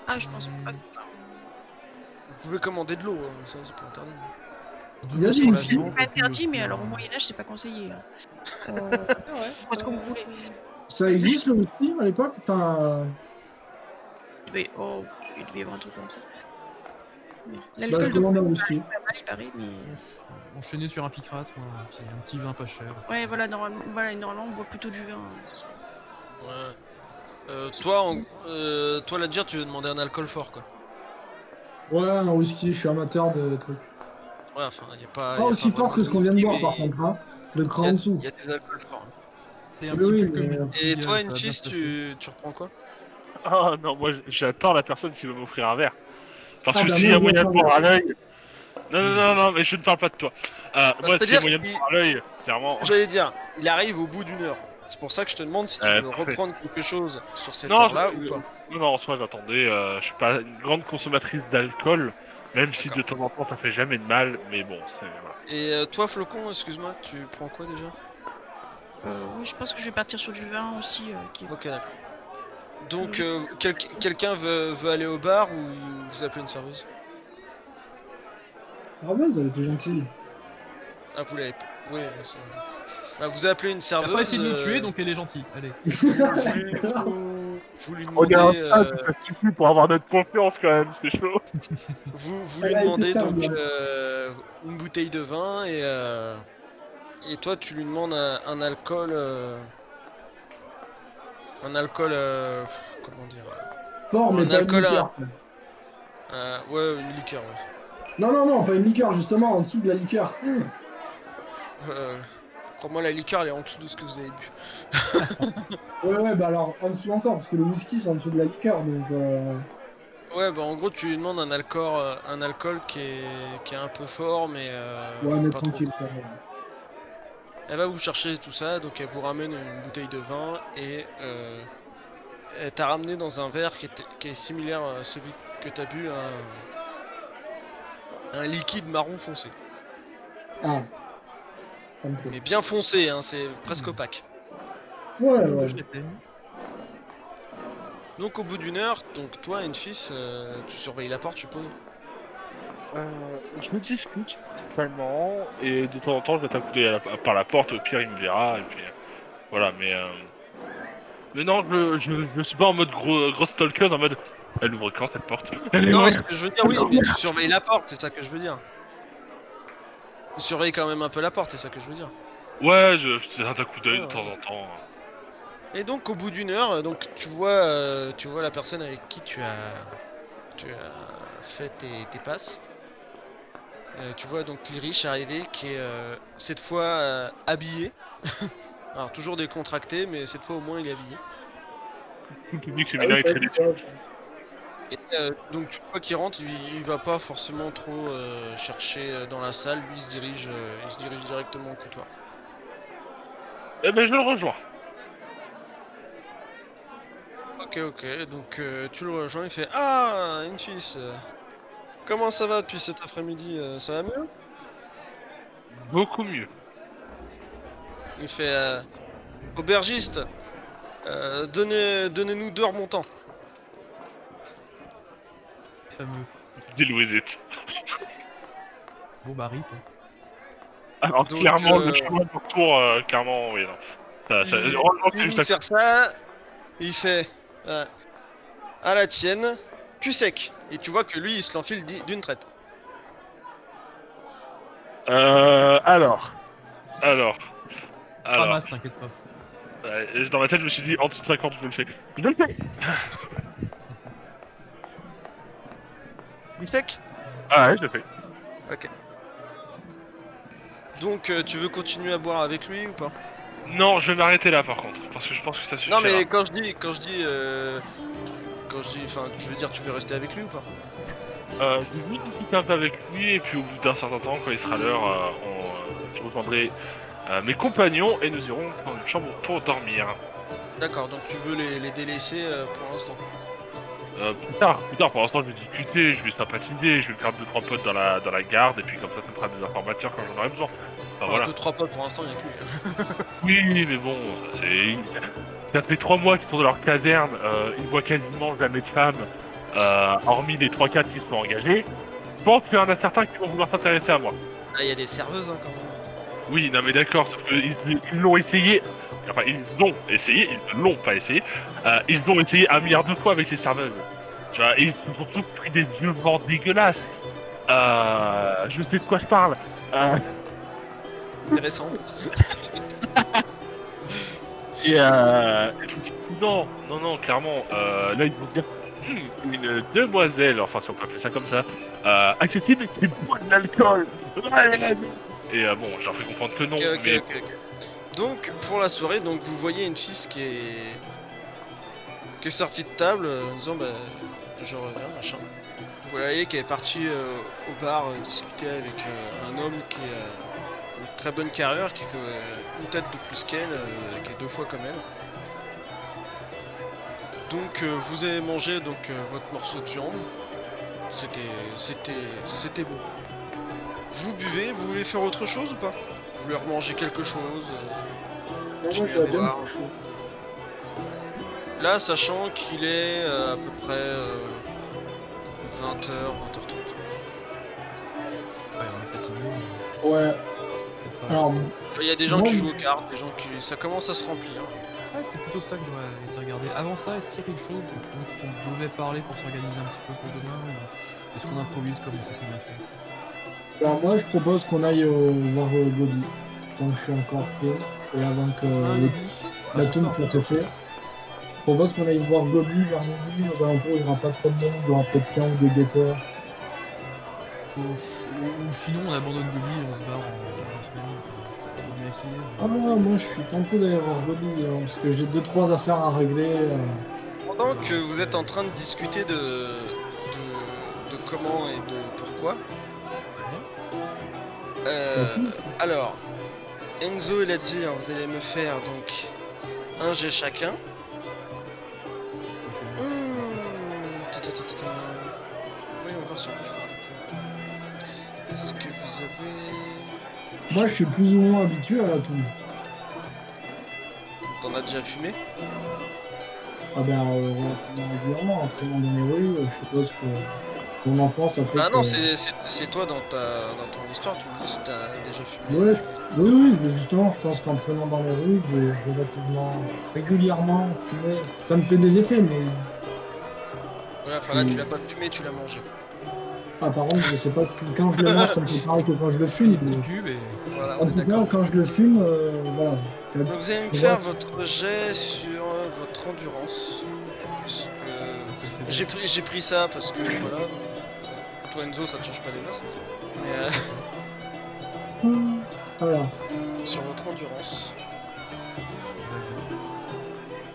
[SPEAKER 4] Ah, je pense
[SPEAKER 3] Hmm.
[SPEAKER 4] pas. que- enfin,
[SPEAKER 2] Vous pouvez commander de l'eau, hein, ça c'est pas interdit.
[SPEAKER 3] Du
[SPEAKER 5] Il y a
[SPEAKER 3] coup,
[SPEAKER 5] des
[SPEAKER 3] sur la
[SPEAKER 5] filles.
[SPEAKER 3] viande,
[SPEAKER 4] C'est pas
[SPEAKER 3] et puis
[SPEAKER 4] interdit,
[SPEAKER 3] aussi,
[SPEAKER 4] mais
[SPEAKER 3] euh,
[SPEAKER 4] alors au Moyen-Âge, c'est pas conseillé.
[SPEAKER 3] (laughs)
[SPEAKER 4] hein.
[SPEAKER 3] Ah
[SPEAKER 4] Faut être comme vous voulez.
[SPEAKER 5] Ça existe le whisky à l'époque Enfin,
[SPEAKER 4] Il devait, oh, il devait y avoir un truc comme ça.
[SPEAKER 5] bah, je
[SPEAKER 4] L'alcool de
[SPEAKER 5] commande un whisky.
[SPEAKER 4] pas mal, il paraît, mais.
[SPEAKER 3] euh, Enchaîner sur un picrate ou un petit, un petit vin pas cher.
[SPEAKER 4] Ouais, voilà, normalement, voilà, normalement on boit plutôt du vin.
[SPEAKER 2] Ouais. Euh, toi, en... euh, toi, la dire, tu veux demander un alcool fort, quoi.
[SPEAKER 5] Ouais, un whisky, je suis amateur de trucs.
[SPEAKER 2] Ouais, enfin, Ah, y a pas.
[SPEAKER 5] Pas aussi fort que ce qu'on vient de boire par contre, hein. Le
[SPEAKER 2] Il y,
[SPEAKER 5] cran en dessous.
[SPEAKER 2] a- y a des alcools forts. hein.
[SPEAKER 3] Et un
[SPEAKER 5] Oui,
[SPEAKER 3] petit
[SPEAKER 5] oui,
[SPEAKER 3] peu comme
[SPEAKER 5] mais,
[SPEAKER 3] une
[SPEAKER 5] euh,
[SPEAKER 3] petite
[SPEAKER 2] Et
[SPEAKER 3] bière,
[SPEAKER 2] toi,
[SPEAKER 3] ça va bien
[SPEAKER 2] Enchis,
[SPEAKER 3] se passer.
[SPEAKER 2] tu... tu reprends quoi
[SPEAKER 1] Ah non, moi j'attends la personne qui va m'offrir un verre. Parce
[SPEAKER 5] Ah
[SPEAKER 1] que
[SPEAKER 5] bah
[SPEAKER 1] s'il y
[SPEAKER 5] non,
[SPEAKER 1] a moyen de
[SPEAKER 5] non,
[SPEAKER 1] boire à l'œil. Non, non, non, non, mais je ne parle pas de toi. Euh, moi, s'il y
[SPEAKER 2] c'est-à-dire
[SPEAKER 1] a moyen de
[SPEAKER 2] qu'il-
[SPEAKER 1] boire à l'œil, clairement.
[SPEAKER 2] J'allais dire, il arrive au bout d'une heure. C'est pour ça que je te demande si tu
[SPEAKER 1] Ouais, (laughs)
[SPEAKER 2] veux
[SPEAKER 1] parfait.
[SPEAKER 2] reprendre quelque chose sur cette
[SPEAKER 1] Euh, Non,
[SPEAKER 2] heure-là
[SPEAKER 1] je-
[SPEAKER 2] ou pas.
[SPEAKER 1] Non, non, en soi, attendez, euh, je suis pas une grande consommatrice d'alcool, même si de temps en temps ça fait jamais de mal, mais bon, c'est. Voilà.
[SPEAKER 2] Et euh, toi, Flocon, excuse-moi, tu prends quoi déjà
[SPEAKER 4] Euh, oui, je pense que je vais partir sur du vin aussi. euh, qui...
[SPEAKER 2] Ok, d'accord. Donc, euh, quel- quelqu'un veut, veut aller au bar ou vous appelez une serveuse
[SPEAKER 5] Serveuse, elle était gentille.
[SPEAKER 2] Ah, vous l'avez. Oui, mais c'est- Bah, vous appelez une
[SPEAKER 3] Elle a
[SPEAKER 2] serveuse.
[SPEAKER 3] pas essayé de nous
[SPEAKER 2] euh,
[SPEAKER 3] tuer donc elle est gentille. Allez. (laughs)
[SPEAKER 1] (laughs)
[SPEAKER 2] vous, vous lui demandez.
[SPEAKER 1] Regarde ça,
[SPEAKER 2] euh,
[SPEAKER 1] ça suffit pour avoir notre confiance quand même, c'est chaud.
[SPEAKER 2] vous, vous lui
[SPEAKER 5] Elle a été
[SPEAKER 2] demandez
[SPEAKER 5] sage,
[SPEAKER 2] donc
[SPEAKER 5] hein.
[SPEAKER 2] euh, une bouteille de vin et. euh, et toi, tu lui demandes un, un alcool. euh, un alcool. euh, comment dire
[SPEAKER 5] Fort, mais
[SPEAKER 2] Un
[SPEAKER 5] pas une
[SPEAKER 2] alcool à-
[SPEAKER 5] liqueur, quoi.
[SPEAKER 2] euh, Ouais, une liqueur, ouais.
[SPEAKER 5] Non, non, non, pas une liqueur, justement, en dessous de la liqueur.
[SPEAKER 2] Euh, Crois-moi, la liqueur, elle est en dessous de ce que vous avez bu.
[SPEAKER 5] Ouais, ouais, bah alors, en dessous encore, parce que le whisky, c'est en dessous de la liqueur, donc... Euh...
[SPEAKER 2] Ouais, bah en gros, tu lui demandes un alcool, euh, un alcool qui est, qui est un peu fort, mais. Euh,
[SPEAKER 5] Ouais, mais
[SPEAKER 2] pas trop.
[SPEAKER 5] tranquille, quoi.
[SPEAKER 2] Elle va vous chercher tout ça, donc elle vous ramène une bouteille de vin et. euh, elle t'a ramené dans un verre qui, était- qui est similaire à celui que t'as bu, un. Un liquide marron foncé.
[SPEAKER 5] Ah. Ça me plaît.
[SPEAKER 2] Mais bien foncé, hein, c'est presque
[SPEAKER 5] Mm.
[SPEAKER 2] opaque.
[SPEAKER 5] Ouais, Ah ouais.
[SPEAKER 3] Je l'ai fait.
[SPEAKER 2] Donc au bout d'une heure, donc toi, une fils, tu surveilles la porte, je suppose.
[SPEAKER 1] Euh, je me discute totalement, et de temps en temps je vais t'accouder à la- par la porte, au pire il me verra, et puis. euh, Voilà, mais. euh, Mais non, je, je, je suis pas en mode gros, grosse stalker, en mode. Elle ouvre quand cette porte Elle est
[SPEAKER 2] Non,
[SPEAKER 1] où
[SPEAKER 2] mais ce que je veux dire, oui, mais tu surveilles la porte, c'est ça que je veux dire. Tu surveilles quand même un peu la porte, c'est ça que je veux dire.
[SPEAKER 1] Ouais, je, je te donne un coup d'œil de temps en temps.
[SPEAKER 2] Et donc au bout d'une heure, euh, donc tu vois, euh, tu vois la personne avec qui tu as, tu as fait tes, tes passes. Euh, tu vois donc Lirish arriver qui est euh, cette fois euh, habillé. (laughs) Alors toujours décontracté, mais cette fois au moins il est habillé.
[SPEAKER 1] Le public
[SPEAKER 5] Ah oui,
[SPEAKER 1] féminin est
[SPEAKER 5] ça,
[SPEAKER 1] très déçu.
[SPEAKER 5] ça, ça.
[SPEAKER 2] Et euh, donc tu vois qu'il rentre, il, il va pas forcément trop euh, chercher euh, dans la salle, lui il se dirige, euh, il se dirige directement au comptoir.
[SPEAKER 1] Eh ben je le rejoins.
[SPEAKER 2] Ok, ok, donc euh, tu le rejoins, il fait Ah, Infis, euh, comment ça va depuis cet après-midi euh, Ça va mieux
[SPEAKER 1] Beaucoup mieux.
[SPEAKER 2] Il fait euh, Aubergiste, euh, donnez, donnez-nous deux remontants.
[SPEAKER 3] Fameux.
[SPEAKER 1] Deal with it.
[SPEAKER 3] Bon bah rip. hein.
[SPEAKER 1] Alors
[SPEAKER 2] Donc,
[SPEAKER 1] clairement,
[SPEAKER 2] euh,
[SPEAKER 1] le chemin de retour, euh, clairement, oui, non. Ça, ça,
[SPEAKER 2] Il-
[SPEAKER 1] heureusement que c'est
[SPEAKER 2] Il
[SPEAKER 1] juste
[SPEAKER 2] nous
[SPEAKER 1] à-
[SPEAKER 2] sert ça, il fait euh, À la tienne, cul sec. Et tu vois que lui, il se l'enfile d'i- d'une traite.
[SPEAKER 1] Euh, alors. Alors.
[SPEAKER 3] Je
[SPEAKER 2] Ah
[SPEAKER 1] Alors.
[SPEAKER 3] ramasse, t'inquiète pas.
[SPEAKER 1] euh, dans ma tête, je me suis dit, en dessous de 50, je me le fais. Je le fais
[SPEAKER 2] Cul sec
[SPEAKER 1] Ah ouais, je le fais.
[SPEAKER 2] Donc euh, tu veux continuer à boire avec lui ou pas
[SPEAKER 1] Non, je vais m'arrêter là par contre, parce que je pense que ça suffit.
[SPEAKER 2] Non, mais quand je dis, quand je dis, euh, quand je dis, enfin, je veux dire, tu veux rester avec lui ou pas
[SPEAKER 1] Euh, je vais discuter un peu avec lui, et puis au bout d'un certain temps, quand il sera l'heure, euh, on, euh, je rejoindrai euh, mes compagnons et nous irons prendre une chambre pour dormir.
[SPEAKER 2] D'accord, donc tu veux les, les délaisser euh, pour l'instant.
[SPEAKER 1] Ah, Euh, plus tard, plus tard, pour l'instant je vais discuter, je vais sympathiser, je vais me faire deux trois potes dans la, dans la garde et puis comme ça ça me fera des informateurs quand j'en aurai besoin. Enfin
[SPEAKER 2] Enfin,
[SPEAKER 1] voilà.
[SPEAKER 2] Deux trois potes pour l'instant, il y a que lui.
[SPEAKER 1] Oui mais bon, ça, c'est. Ça fait trois mois qu'ils sont dans leur caserne, euh, ils voient quasiment jamais de femmes, euh, hormis les 3-4 qui se sont engagés. Je pense qu'il y en a certains qui vont vouloir s'intéresser à moi.
[SPEAKER 2] Ah, il y a des serveuses hein, quand même.
[SPEAKER 1] Oui, non mais d'accord, sauf que ils ils l'ont essayé, enfin ils l'ont essayé, ils ne l'ont pas essayé, Euh, ils l'ont essayé un milliard de fois avec ces serveuses. Tu vois, et ils se sont tous pris des yeux morts dégueulasses. Euh, je sais de quoi je parle. Euh,
[SPEAKER 2] Intéressant.
[SPEAKER 1] et euh, et je me dis, non, non, non, clairement, euh, là ils vont se dire, (clears throat) Hmm, une demoiselle, enfin si on peut appeler ça comme ça, euh, accessible qui boit de l'alcool. Ouais. Et euh, bon, je leur fais comprendre que non,
[SPEAKER 2] Ok, ok,
[SPEAKER 1] mais
[SPEAKER 2] ok, ok. Donc pour la soirée, donc vous voyez une fille qui est qui est sortie de table euh, en disant bah je reviens, machin. Vous voyez qu'elle est partie euh, au bar euh, discuter avec euh, un homme qui a une très bonne carrière, qui fait euh, une tête de plus qu'elle, euh, qui est deux fois comme elle. Donc euh, vous avez mangé donc euh, votre morceau de viande. C'était c'était c'était bon. Vous buvez, vous voulez faire autre chose ou pas Vous voulez remanger quelque chose euh,
[SPEAKER 5] moi,
[SPEAKER 2] tu
[SPEAKER 5] j'aurais
[SPEAKER 2] veux
[SPEAKER 5] bien
[SPEAKER 2] voir.
[SPEAKER 5] me faire foutre.
[SPEAKER 2] Là, sachant qu'il est euh, à peu près 20h, 20h30.
[SPEAKER 3] Ouais, on est fatigué. mais
[SPEAKER 5] Ouais,
[SPEAKER 3] peut-être pas.
[SPEAKER 5] alors,
[SPEAKER 2] Il y a des gens qui
[SPEAKER 5] Ouais.
[SPEAKER 2] jouent aux cartes, des gens qui. Ça commence à se remplir.
[SPEAKER 3] Ouais, Ah, c'est plutôt ça que je vais été regarder. Avant ça, est-ce qu'il y a quelque chose dont dont on devait parler pour s'organiser un petit peu pour demain ou Est-ce qu'on improvise comme ça s'est bien fait
[SPEAKER 5] alors Bah, moi je propose qu'on aille au- voir euh, Lodi. Tant que je suis encore pris et avant que euh,
[SPEAKER 3] Ah,
[SPEAKER 5] les-
[SPEAKER 3] Lily Bah,
[SPEAKER 5] la
[SPEAKER 3] ce
[SPEAKER 5] tombe
[SPEAKER 3] soir.
[SPEAKER 5] soit faite. Je propose qu'on aille voir Gobu vers midi, aux alentours, il n'y aura pas trop de monde, il y aura peut-être qu'un ou deux guetteurs.
[SPEAKER 3] Faut- Ou ou sinon, on abandonne Gobi et on se barre en, en semaine. Enfin, faut bien essayer. mais-
[SPEAKER 5] Ah, moi je suis tenté d'aller voir Gobi, hein, parce que j'ai deux trois affaires à régler. euh.
[SPEAKER 2] Pendant que vous êtes en train de discuter de. de, de comment et de pourquoi. euh, alors, Enzo il a dit alors, vous allez me faire donc un jet chacun.
[SPEAKER 3] Ça fait-
[SPEAKER 2] Mmh. Ta, ta, ta, ta, ta. Voyons voir sur quoi je peux- Est-ce que vous avez.
[SPEAKER 5] Moi je suis plus ou moins habitué à la tombe.
[SPEAKER 2] T'en as déjà fumé
[SPEAKER 5] Ah ben euh, relativement régulièrement, hein, en traînant dans les rues, euh, je suppose que mon enfance a fait.
[SPEAKER 2] Bah
[SPEAKER 5] que-
[SPEAKER 2] non, c'est- c'est c'est toi dans ta dans ton histoire, tu me dis si t'as déjà fumé.
[SPEAKER 5] Ouais, Oui, oui, mais justement, je pense qu'en traînant dans les rues, j'ai j'ai relativement régulièrement fumé. Ça me fait des effets, mais.
[SPEAKER 2] Ouais, enfin là, tu l'as pas fumé, tu l'as mangé.
[SPEAKER 5] Ah, par contre, je sais pas que- quand je le mange, ça me fait pareil que quand je le fume. mais-
[SPEAKER 3] Petit cul, mais-
[SPEAKER 2] Voilà,
[SPEAKER 5] En
[SPEAKER 2] on est
[SPEAKER 5] tout
[SPEAKER 2] d'accord.
[SPEAKER 5] cas, quand je le fume, euh, voilà.
[SPEAKER 2] Donc vous allez me
[SPEAKER 5] Ouais.
[SPEAKER 2] faire votre jet sur euh, votre endurance. Parce que
[SPEAKER 3] ça fait-
[SPEAKER 2] J'ai pris, j'ai pris ça parce que voilà. Toi Enzo, ça te change pas les masses. Mais euh,
[SPEAKER 5] Voilà,
[SPEAKER 2] (laughs) sur votre endurance.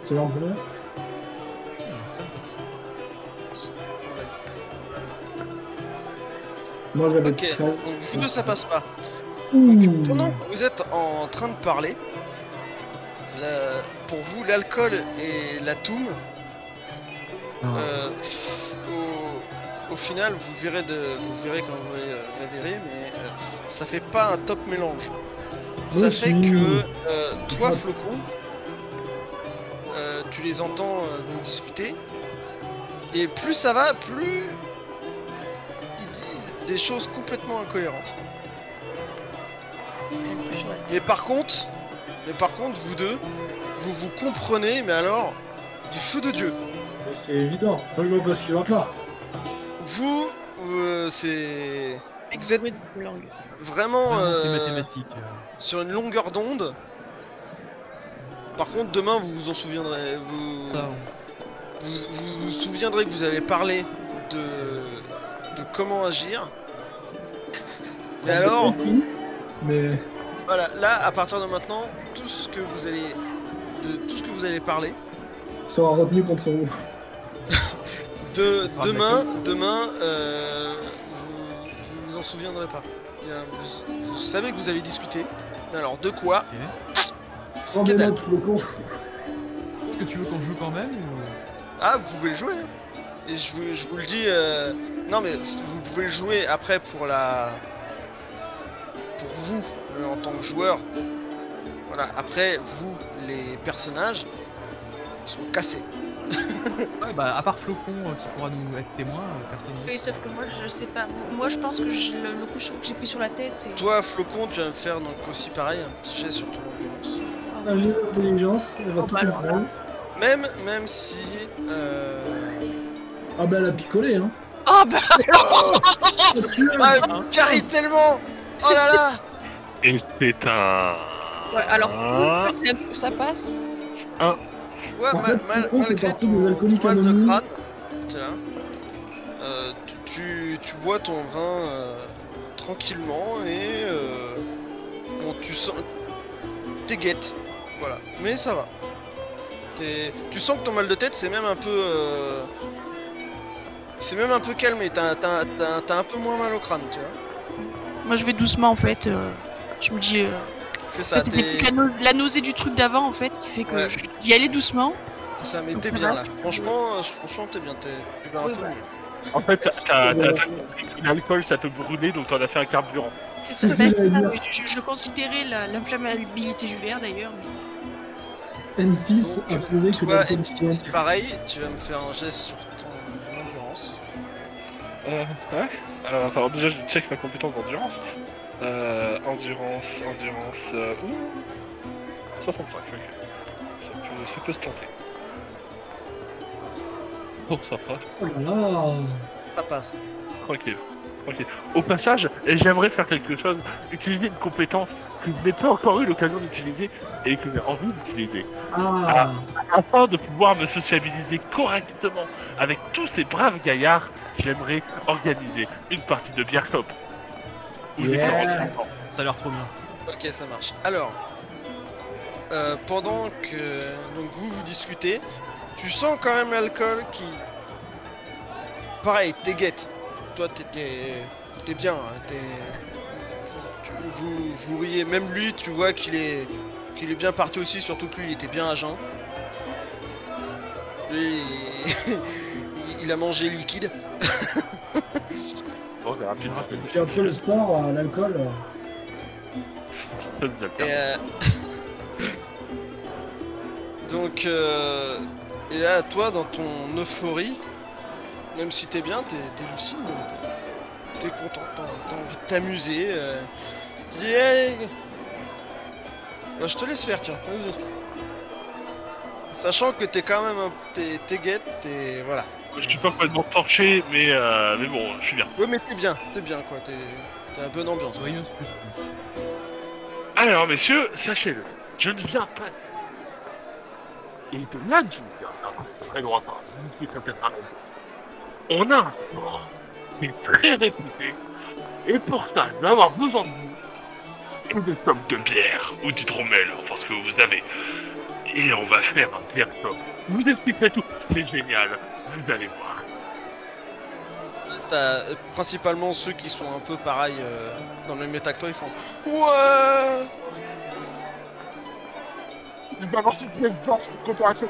[SPEAKER 5] c'est l'empereur. Moi, j'avais
[SPEAKER 2] Ok,
[SPEAKER 5] treize.
[SPEAKER 2] donc vous deux, ça passe pas.
[SPEAKER 5] Ouh.
[SPEAKER 2] Donc, pendant que vous êtes en train de parler, la- pour vous, l'alcool et la toum,
[SPEAKER 5] Ah.
[SPEAKER 2] euh, au, au final, vous verrez, de, vous verrez quand vous les révéler, mais euh, ça fait pas un top mélange. Ça
[SPEAKER 5] Oui,
[SPEAKER 2] fait
[SPEAKER 5] si.
[SPEAKER 2] que euh, toi,
[SPEAKER 5] Ouais.
[SPEAKER 2] Flocon, euh, tu les entends euh, donc discuter, et plus ça va, plus ils disent des choses complètement incohérentes. Mais par contre, mais par contre, vous deux, vous vous comprenez, mais alors, du feu de Dieu.
[SPEAKER 5] Mais C'est évident, Moi, je vois pas ce qui va pas.
[SPEAKER 2] Vous, euh, c'est Vous êtes-
[SPEAKER 4] Exprès de la langue.
[SPEAKER 2] vraiment
[SPEAKER 3] Vraiment, les
[SPEAKER 2] euh,
[SPEAKER 3] mathématiques. euh,
[SPEAKER 2] sur une longueur d'onde. Par contre, demain, vous vous en souviendrez. Vous
[SPEAKER 3] Ça,
[SPEAKER 2] vous, vous vous souviendrez que vous avez parlé de, de comment agir. Mais alors,
[SPEAKER 5] Mais.
[SPEAKER 2] Voilà, là à partir de maintenant, tout ce que vous allez de tout ce que vous allez parler
[SPEAKER 5] sera retenu contre vous.
[SPEAKER 2] de
[SPEAKER 3] Ça sera
[SPEAKER 2] demain, demain, euh, vous, vous vous en souviendrez pas. Il y a- vous, vous savez que vous avez discuté, mais alors de quoi
[SPEAKER 3] ok.
[SPEAKER 5] Prends des
[SPEAKER 2] Qu'est-ce
[SPEAKER 5] notes, le con.
[SPEAKER 3] Est-ce que tu veux qu'on joue quand même ou...
[SPEAKER 2] Ah, vous pouvez le jouer. hein. Et je vous, je vous le dis, euh, non mais vous pouvez le jouer après pour la, pour vous euh, en tant que joueur. Voilà, après vous les personnages, ils sont cassés.
[SPEAKER 3] Ouais, bah, à part Flocon euh, qui pourra nous être témoin, euh, personne.
[SPEAKER 4] Oui, sauf que moi, je sais pas. Moi, je pense que je- le, le coup chaud que j'ai pris sur la tête. Et...
[SPEAKER 2] Toi, Flocon, tu vas me faire donc aussi pareil, un petit jet sur ton endurance.
[SPEAKER 5] La vie d'intelligence, elle va
[SPEAKER 4] Oh,
[SPEAKER 5] tout
[SPEAKER 4] bah alors là.
[SPEAKER 5] comprendre.
[SPEAKER 2] Même, même si. Euh...
[SPEAKER 5] Ah bah elle a picolé hein.
[SPEAKER 4] Oh bah
[SPEAKER 5] Ah, tu vois,
[SPEAKER 2] Ah, vous carrez tellement Oh là là
[SPEAKER 1] Et c'est un.
[SPEAKER 4] ouais, Alors,
[SPEAKER 1] Ah.
[SPEAKER 4] ça passe.
[SPEAKER 2] Ouais,
[SPEAKER 5] Par
[SPEAKER 2] ma-
[SPEAKER 5] contre,
[SPEAKER 2] mal-
[SPEAKER 5] Flocon, c'est
[SPEAKER 2] malgré
[SPEAKER 5] parti
[SPEAKER 2] ton,
[SPEAKER 5] des alcooliques
[SPEAKER 2] ton mal de
[SPEAKER 5] anonymes.
[SPEAKER 2] crâne, tu vois, euh, tu, tu, tu bois ton vin euh, tranquillement et. Euh, bon, tu sens. T'es guette. Voilà. Mais ça va. T'es- Tu sens que ton mal de tête, c'est même un peu. euh, C'est même un peu calmé, t'as t'as- t'as- t'as un peu moins mal au crâne, tu vois.
[SPEAKER 4] Moi, je vais doucement en fait. euh, je me dis. euh,
[SPEAKER 2] C'est
[SPEAKER 4] en
[SPEAKER 2] ça, t'es.
[SPEAKER 4] fait, c'était plus la, nau- la nausée du truc d'avant en fait qui fait que
[SPEAKER 2] Ouais.
[SPEAKER 4] je- j'y allais doucement.
[SPEAKER 2] c'est ça, mais t'es
[SPEAKER 4] Ça
[SPEAKER 2] bien
[SPEAKER 4] va bah.
[SPEAKER 2] là. Franchement, euh, franchement t'es bien, t'es. Tu vas un
[SPEAKER 4] Oui,
[SPEAKER 2] peu
[SPEAKER 4] voilà.
[SPEAKER 2] mieux.
[SPEAKER 1] En fait, t'as- t'as-
[SPEAKER 5] Ah,
[SPEAKER 1] t'as- t'as compris que l'alcool ça peut brûler, donc t'en as fait un carburant.
[SPEAKER 4] C'est ça.
[SPEAKER 5] C'est ce
[SPEAKER 4] bah,
[SPEAKER 5] que j'allais
[SPEAKER 4] c'est ça,
[SPEAKER 5] dire.
[SPEAKER 4] oui, je, je- je considérais la- l'inflammabilité julaire d'ailleurs. mais-
[SPEAKER 5] Enfis a
[SPEAKER 2] Donc,
[SPEAKER 5] prouvé que
[SPEAKER 2] toi,
[SPEAKER 5] l'alcool
[SPEAKER 2] Elfie,
[SPEAKER 5] tuait.
[SPEAKER 2] c'est pareil, tu vas me faire un geste sur ton endurance.
[SPEAKER 1] Euh, ouais. Alors, attends, déjà, je check ma compétence d'endurance. Euh, endurance, endurance. Euh, ouh, 65, ok. Ça peut, ça peut se tenter. Bon, ça passe,
[SPEAKER 5] Oh là là
[SPEAKER 2] Ça passe.
[SPEAKER 1] tranquille. Tranquille. Au passage, j'aimerais faire quelque chose, utiliser une compétence que je n'ai pas encore eu l'occasion d'utiliser et que j'ai envie d'utiliser.
[SPEAKER 5] Ah,
[SPEAKER 1] Afin de pouvoir me sociabiliser correctement avec tous ces braves gaillards, j'aimerais organiser une partie de bière cop. Ou des
[SPEAKER 5] Yeah.
[SPEAKER 1] commanditaires.
[SPEAKER 3] Ça a l'air trop bien.
[SPEAKER 2] Ok, ça marche. Alors, euh, pendant que donc vous vous discutez, tu sens quand même l'alcool qui, pareil, t'égate. Toi, t'es t'es- t'es bien. hein, T'es tu- vous, vous riez. Même lui, tu vois qu'il est qu'il est bien parti aussi. Surtout que lui, il était bien à jeun. Lui, (laughs) il- il a mangé liquide.
[SPEAKER 1] Bon, c'est rapide, rapide.
[SPEAKER 5] Puis après le sport, euh, l'alcool. euh,
[SPEAKER 1] Ça, c'est bien.
[SPEAKER 2] Et, euh, (laughs) Donc, euh, et là, toi, dans ton euphorie, même si t'es bien, t'es t'es lucide, donc t'es- t'es content, t'as t'as envie de t'amuser. euh, tu dis, allez, bah, je te laisse faire, tiens, vas-y. Sachant que t'es quand même un. T'es t'es guette, t'es. Voilà.
[SPEAKER 1] Je suis pas complètement torché, mais, euh, mais bon, je suis bien.
[SPEAKER 2] Ouais, mais t'es bien, t'es bien, quoi. T'es t'as la bonne ambiance.
[SPEAKER 3] Joyeuse plus plus.
[SPEAKER 1] Alors, messieurs, sachez-le, je ne viens pas. Et de là du très lointain, vous ne pouvez peut-être pas raison. On a un sport qui est très réputé, et pour ça, je vais avoir besoin de vous et de sommes de bière ou d'hydromel, enfin ce que vous avez. Et on va faire un bière top. Je Vous expliquerai tout, c'est génial, vous allez voir.
[SPEAKER 2] T'as euh, principalement ceux qui sont un peu pareils euh, dans le même état que toi, ils font Ouais
[SPEAKER 1] Je vais avoir une pièce blanche de préparation.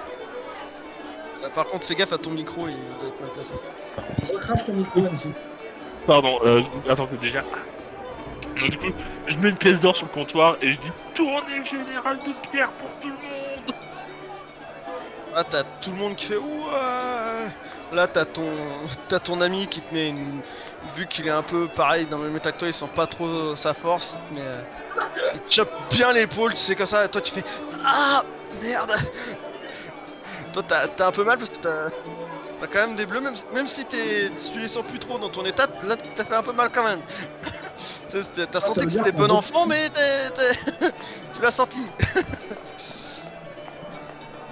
[SPEAKER 2] Bah, Par contre, fais gaffe à ton micro, il va être mal placé.
[SPEAKER 5] Recrache ton micro, Enfis.
[SPEAKER 1] Pardon, euh, attends, c'est déjà. Donc, du coup, je mets une pièce d'or sur le comptoir et je dis tournée générale de pierre pour tout le monde.
[SPEAKER 2] Ah, t'as tout le monde qui fait Ouah Là, t'as ton... t'as ton ami qui te met une. Vu qu'il est un peu pareil dans le même état que toi, il sent pas trop sa force, il te met. euh, Il te chope bien l'épaule, tu sais, comme ça, et toi tu fais Ah Merde Toi, t'as t'as un peu mal parce que t'as. T'as quand même des bleus, même, même si, t'es- si tu les sens plus trop dans ton état, là t'as fait un peu mal quand même. (laughs) C'est- c'est- t'as
[SPEAKER 5] Ah, ça
[SPEAKER 2] senti
[SPEAKER 5] veut
[SPEAKER 2] que
[SPEAKER 5] dire
[SPEAKER 2] c'était
[SPEAKER 5] qu'on
[SPEAKER 2] bon
[SPEAKER 5] veut-
[SPEAKER 2] enfant, mais t'es- t'es- (laughs) tu l'as senti.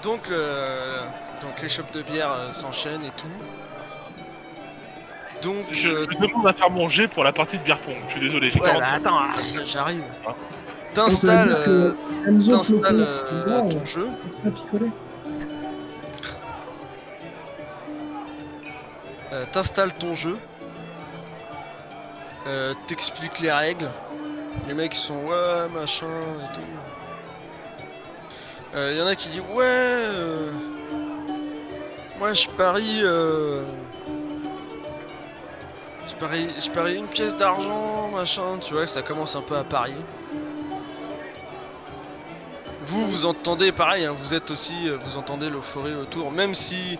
[SPEAKER 2] donc, euh, donc les chopes de bière euh, s'enchaînent et tout. Donc,
[SPEAKER 1] Je,
[SPEAKER 2] euh,
[SPEAKER 1] je demande à faire manger pour la partie de bière pong. Je suis désolé, j'ai
[SPEAKER 2] ouais,
[SPEAKER 1] 40.
[SPEAKER 2] bah attends, ah, j'arrive.
[SPEAKER 1] Ah.
[SPEAKER 2] T'installes,
[SPEAKER 5] Ça veut dire que
[SPEAKER 2] euh,
[SPEAKER 5] Enzo
[SPEAKER 2] t'installes
[SPEAKER 5] Clopin,
[SPEAKER 2] euh,
[SPEAKER 5] tu vois,
[SPEAKER 2] ton jeu.
[SPEAKER 5] on va picoler.
[SPEAKER 2] Euh, t'installes ton jeu, euh, t'expliques les règles, les mecs ils sont ouais machin et tout. Il y en a qui disent ouais, euh, moi je parie, euh, je parie, je parie une pièce d'argent machin, tu vois que ça commence un peu à parier. Vous vous entendez pareil, hein, vous êtes aussi, euh, vous entendez l'euphorie autour, même si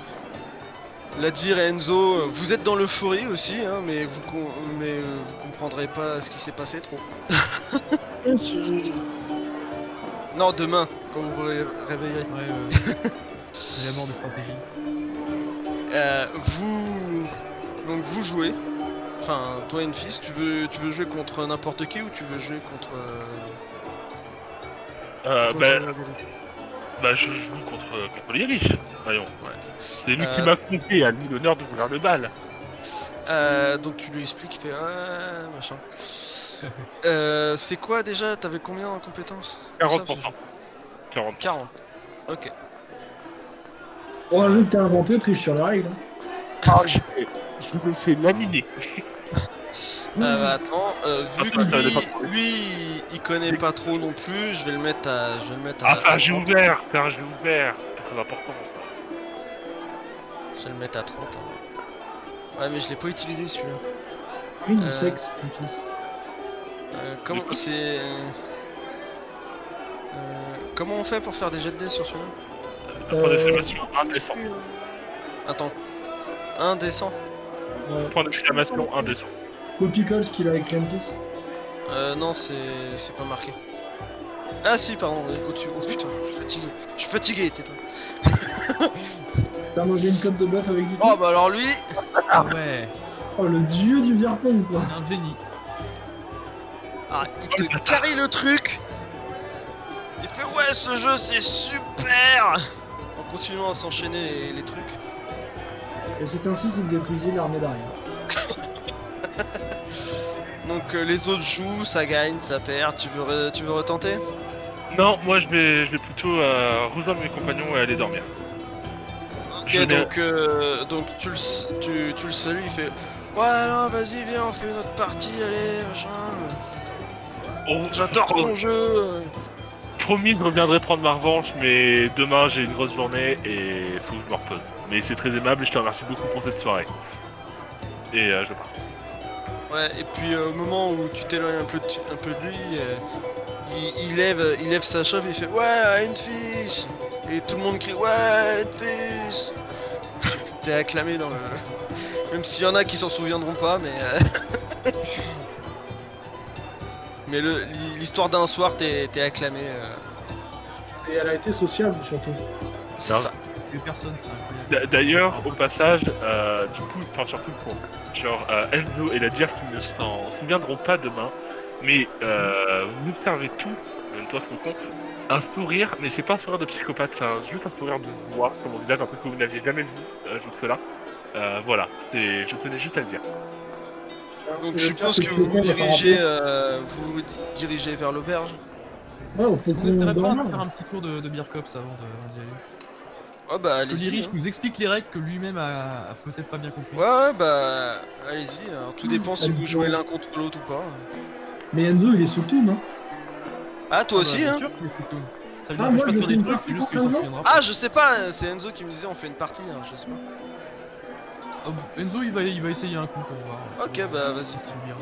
[SPEAKER 2] Ladvir et Enzo, euh, vous êtes dans l'euphorie aussi, hein, mais vous com- mais euh, vous comprendrez pas ce qui s'est passé trop. Ah, bah. Non, demain, quand vous vous ré- réveillerez.
[SPEAKER 3] Ouais, ouais.
[SPEAKER 5] (laughs)
[SPEAKER 3] C'est la mort de stratégie.
[SPEAKER 2] Euh, vous, donc vous jouez. Enfin, toi et fils, tu veux, tu veux jouer contre n'importe qui ou tu veux jouer contre. euh,
[SPEAKER 1] Euh,
[SPEAKER 2] contre-
[SPEAKER 1] bah, bah, je joue contre, contre les riches. Voyons, ouais. C'est lui qui
[SPEAKER 2] Euh.
[SPEAKER 1] m'a confié à lui l'honneur de vouloir le bal.
[SPEAKER 2] Euh, donc tu lui expliques, il fait ah, machin. Euh, c'est quoi déjà T'avais combien en compétences
[SPEAKER 1] 40%. 40%.
[SPEAKER 2] 40. Ok.
[SPEAKER 5] Pour un jeu que t'as inventé, triche sur la règle. hein.
[SPEAKER 1] Ah, j'ai- je le fais laminer.
[SPEAKER 2] Ah bah attends, euh,
[SPEAKER 1] Ah,
[SPEAKER 2] vu
[SPEAKER 1] ça, ça dépend
[SPEAKER 2] que lui, lui, il- il connaît pas trop non plus, je vais le mettre à. Je vais le mettre à.
[SPEAKER 1] Ah, enfin, j'ai ouvert, enfin, j'ai ouvert. C'est très important, ça.
[SPEAKER 2] Je vais le mettre à 30. hein. Ouais, mais je l'ai pas utilisé celui-là.
[SPEAKER 5] Oui, du
[SPEAKER 2] Euh.
[SPEAKER 5] sexe, mon fils.
[SPEAKER 2] Euh, comment
[SPEAKER 1] coup-
[SPEAKER 2] c'est. Euh, comment on fait pour faire des jets de dés sur celui-là
[SPEAKER 1] Point d'exclamation, un descend.
[SPEAKER 4] Plus, euh,
[SPEAKER 2] Attends. Un descend
[SPEAKER 5] Ouais.
[SPEAKER 1] Point d'exclamation, un descend.
[SPEAKER 5] Copy colle ce qu'il a avec Clantis.
[SPEAKER 2] Euh, non, c'est. C'est pas marqué. Ah si, pardon, ouais, au-dessus. Oh putain, je suis fatigué. Je suis fatigué, tais-toi.
[SPEAKER 5] T'as mangé une cote de bœuf avec du
[SPEAKER 2] Oh bah alors lui,
[SPEAKER 3] Ah ouais,
[SPEAKER 5] Oh, le dieu du beer pong, quoi.
[SPEAKER 3] un génie.
[SPEAKER 2] Ah, il te carie le truc Il fait ouais ce jeu c'est super En continuant à s'enchaîner les, les trucs.
[SPEAKER 5] Et c'est ainsi qu'il détruisit l'armée d'arrière.
[SPEAKER 2] Donc euh, les autres jouent, ça gagne, ça perd, tu veux, re- tu veux retenter
[SPEAKER 1] Non, moi, je vais, je vais plutôt euh, rejoindre mes compagnons et aller dormir.
[SPEAKER 2] Ok
[SPEAKER 1] Je vais-
[SPEAKER 2] donc euh, donc tu le s- tu, tu le salues, il fait Ouais non vas-y viens on fait une autre partie, allez machin.
[SPEAKER 1] On-
[SPEAKER 2] Oh, J'adore
[SPEAKER 1] on-
[SPEAKER 2] ton jeu
[SPEAKER 1] Promis, je reviendrai prendre ma revanche, mais demain, j'ai une grosse journée et faut que je me repose. Mais c'est très aimable et je te remercie beaucoup pour cette soirée. Et euh, je pars.
[SPEAKER 2] Ouais et puis euh, au moment où tu t'éloignes un peu, de- un peu de lui, euh, il, il lève, il lève sa chauve et il fait Ouais une fiche Et tout le monde crie Ouais une fiche (laughs) T'es acclamé dans le. Même s'il y en a qui s'en souviendront pas mais euh, (laughs) Mais le- l'hi- l'histoire d'un soir t'es t'es acclamé euh,
[SPEAKER 5] Et elle a été sociable, Oh, surtout.
[SPEAKER 2] c'est
[SPEAKER 1] Non.
[SPEAKER 2] ça.
[SPEAKER 3] Deux personnes, c'est incroyable.
[SPEAKER 1] D- D'ailleurs, au passage, euh, du coup, enfin surtout pour genre euh, Enzo et la dire qui ne s'en souviendront pas demain, mais euh, vous observez tout, même toi Faucon, un sourire, mais c'est pas un sourire de psychopathe, c'est un- juste un sourire de joie sur mon visage, un truc que vous n'aviez jamais vu euh, jusque-là. Euh, voilà, c'est, je tenais juste à le dire.
[SPEAKER 2] Donc je suppose que vous vous dirigez euh, vous vous dirigez vers l'auberge.
[SPEAKER 5] Ouais, au
[SPEAKER 3] Est-ce
[SPEAKER 5] fond
[SPEAKER 3] qu'on
[SPEAKER 5] qu'on
[SPEAKER 3] n'essaierait pas
[SPEAKER 5] dorme,
[SPEAKER 3] de faire
[SPEAKER 5] là.
[SPEAKER 3] un petit tour de, de Beer Cops avant de- avant d'y aller
[SPEAKER 2] Oh bah
[SPEAKER 3] Que
[SPEAKER 2] allez-y.
[SPEAKER 3] Lirich
[SPEAKER 2] hein.
[SPEAKER 3] nous explique les règles que lui-même a, a peut-être pas bien compris.
[SPEAKER 2] Ouais ouais bah Mmh, allez-y, alors tout dépend si
[SPEAKER 5] allez,
[SPEAKER 2] vous jouez
[SPEAKER 5] ouais.
[SPEAKER 2] l'un contre l'autre ou pas. hein.
[SPEAKER 5] Mais Enzo, il est sous le toum, hein.
[SPEAKER 2] Ah toi aussi
[SPEAKER 3] bien
[SPEAKER 2] hein
[SPEAKER 3] sûr qu'il est plutôt. Ça veut
[SPEAKER 5] Ah,
[SPEAKER 3] dire que je
[SPEAKER 5] moi,
[SPEAKER 3] peux
[SPEAKER 5] je
[SPEAKER 3] dire des
[SPEAKER 5] fais
[SPEAKER 3] trucs,
[SPEAKER 5] une
[SPEAKER 3] c'est juste
[SPEAKER 5] partie
[SPEAKER 3] que ça
[SPEAKER 5] pour
[SPEAKER 3] viendra.
[SPEAKER 2] Ah, je sais pas, c'est Enzo qui me disait on fait une partie, hein, je sais pas.
[SPEAKER 3] Oh, Enzo, il va, il va essayer un coup pour voir.
[SPEAKER 2] Ah. Ok, bah, vas-y.
[SPEAKER 3] C'est bien.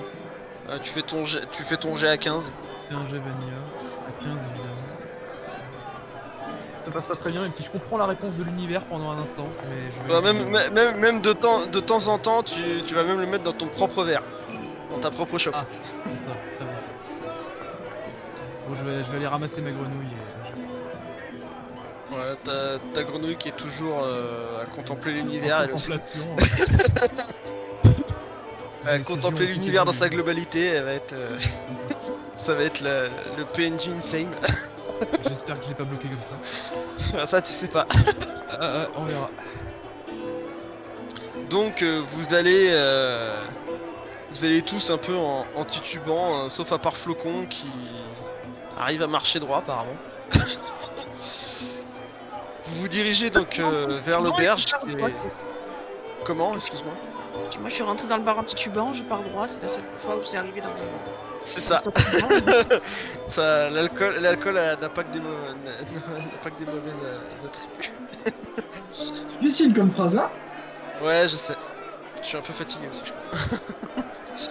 [SPEAKER 2] Euh, tu, fais ton jet, tu fais ton jet à 15.
[SPEAKER 3] C'est un jet vanilla, à 15 évidemment. Ça passe pas très bien, même si je comprends la réponse de l'univers pendant un instant, mais je vais...
[SPEAKER 2] Ouais, Bah, même même- même, même de, temps, de temps en temps, tu, tu vas même le mettre dans ton propre verre. Dans ta propre chope.
[SPEAKER 3] Ah. C'est ça, très bien. Bon, je vais, je vais aller ramasser ma grenouille et... euh,
[SPEAKER 2] Ouais, ta, ta grenouille qui est toujours euh, à contempler l'univers, elle aussi. (laughs)
[SPEAKER 3] hein.
[SPEAKER 2] À contempler l'univers dans sa
[SPEAKER 3] globe.
[SPEAKER 2] globalité, elle va être. euh, (laughs) ça va être le, le PNG Insane.
[SPEAKER 3] J'espère que je l'ai pas bloqué comme ça.
[SPEAKER 2] (laughs) ça, tu sais pas.
[SPEAKER 3] Ah, ah, on verra.
[SPEAKER 2] Donc euh, vous allez euh, vous allez tous un peu en, en titubant, euh, sauf à part Flocon qui arrive à marcher droit apparemment. (laughs) vous vous dirigez donc euh, vers
[SPEAKER 4] Moi,
[SPEAKER 2] l'auberge.
[SPEAKER 4] je pars
[SPEAKER 2] qui est-
[SPEAKER 4] droit, c'est-
[SPEAKER 2] Comment Excuse-moi.
[SPEAKER 4] Moi, je suis rentré dans le bar anti-tubant, je pars droit, c'est la seule fois où c'est arrivé dans un.
[SPEAKER 2] C'est ça.
[SPEAKER 4] dans un tubant.
[SPEAKER 2] ça l'alcool, l'alcool a- n'a pas que des mau- n'a- n'a pas que des mauvais euh, attributs.
[SPEAKER 5] Difficile comme phrase, hein.
[SPEAKER 2] Ouais, je sais. Je suis un peu fatigué aussi, je crois. (laughs)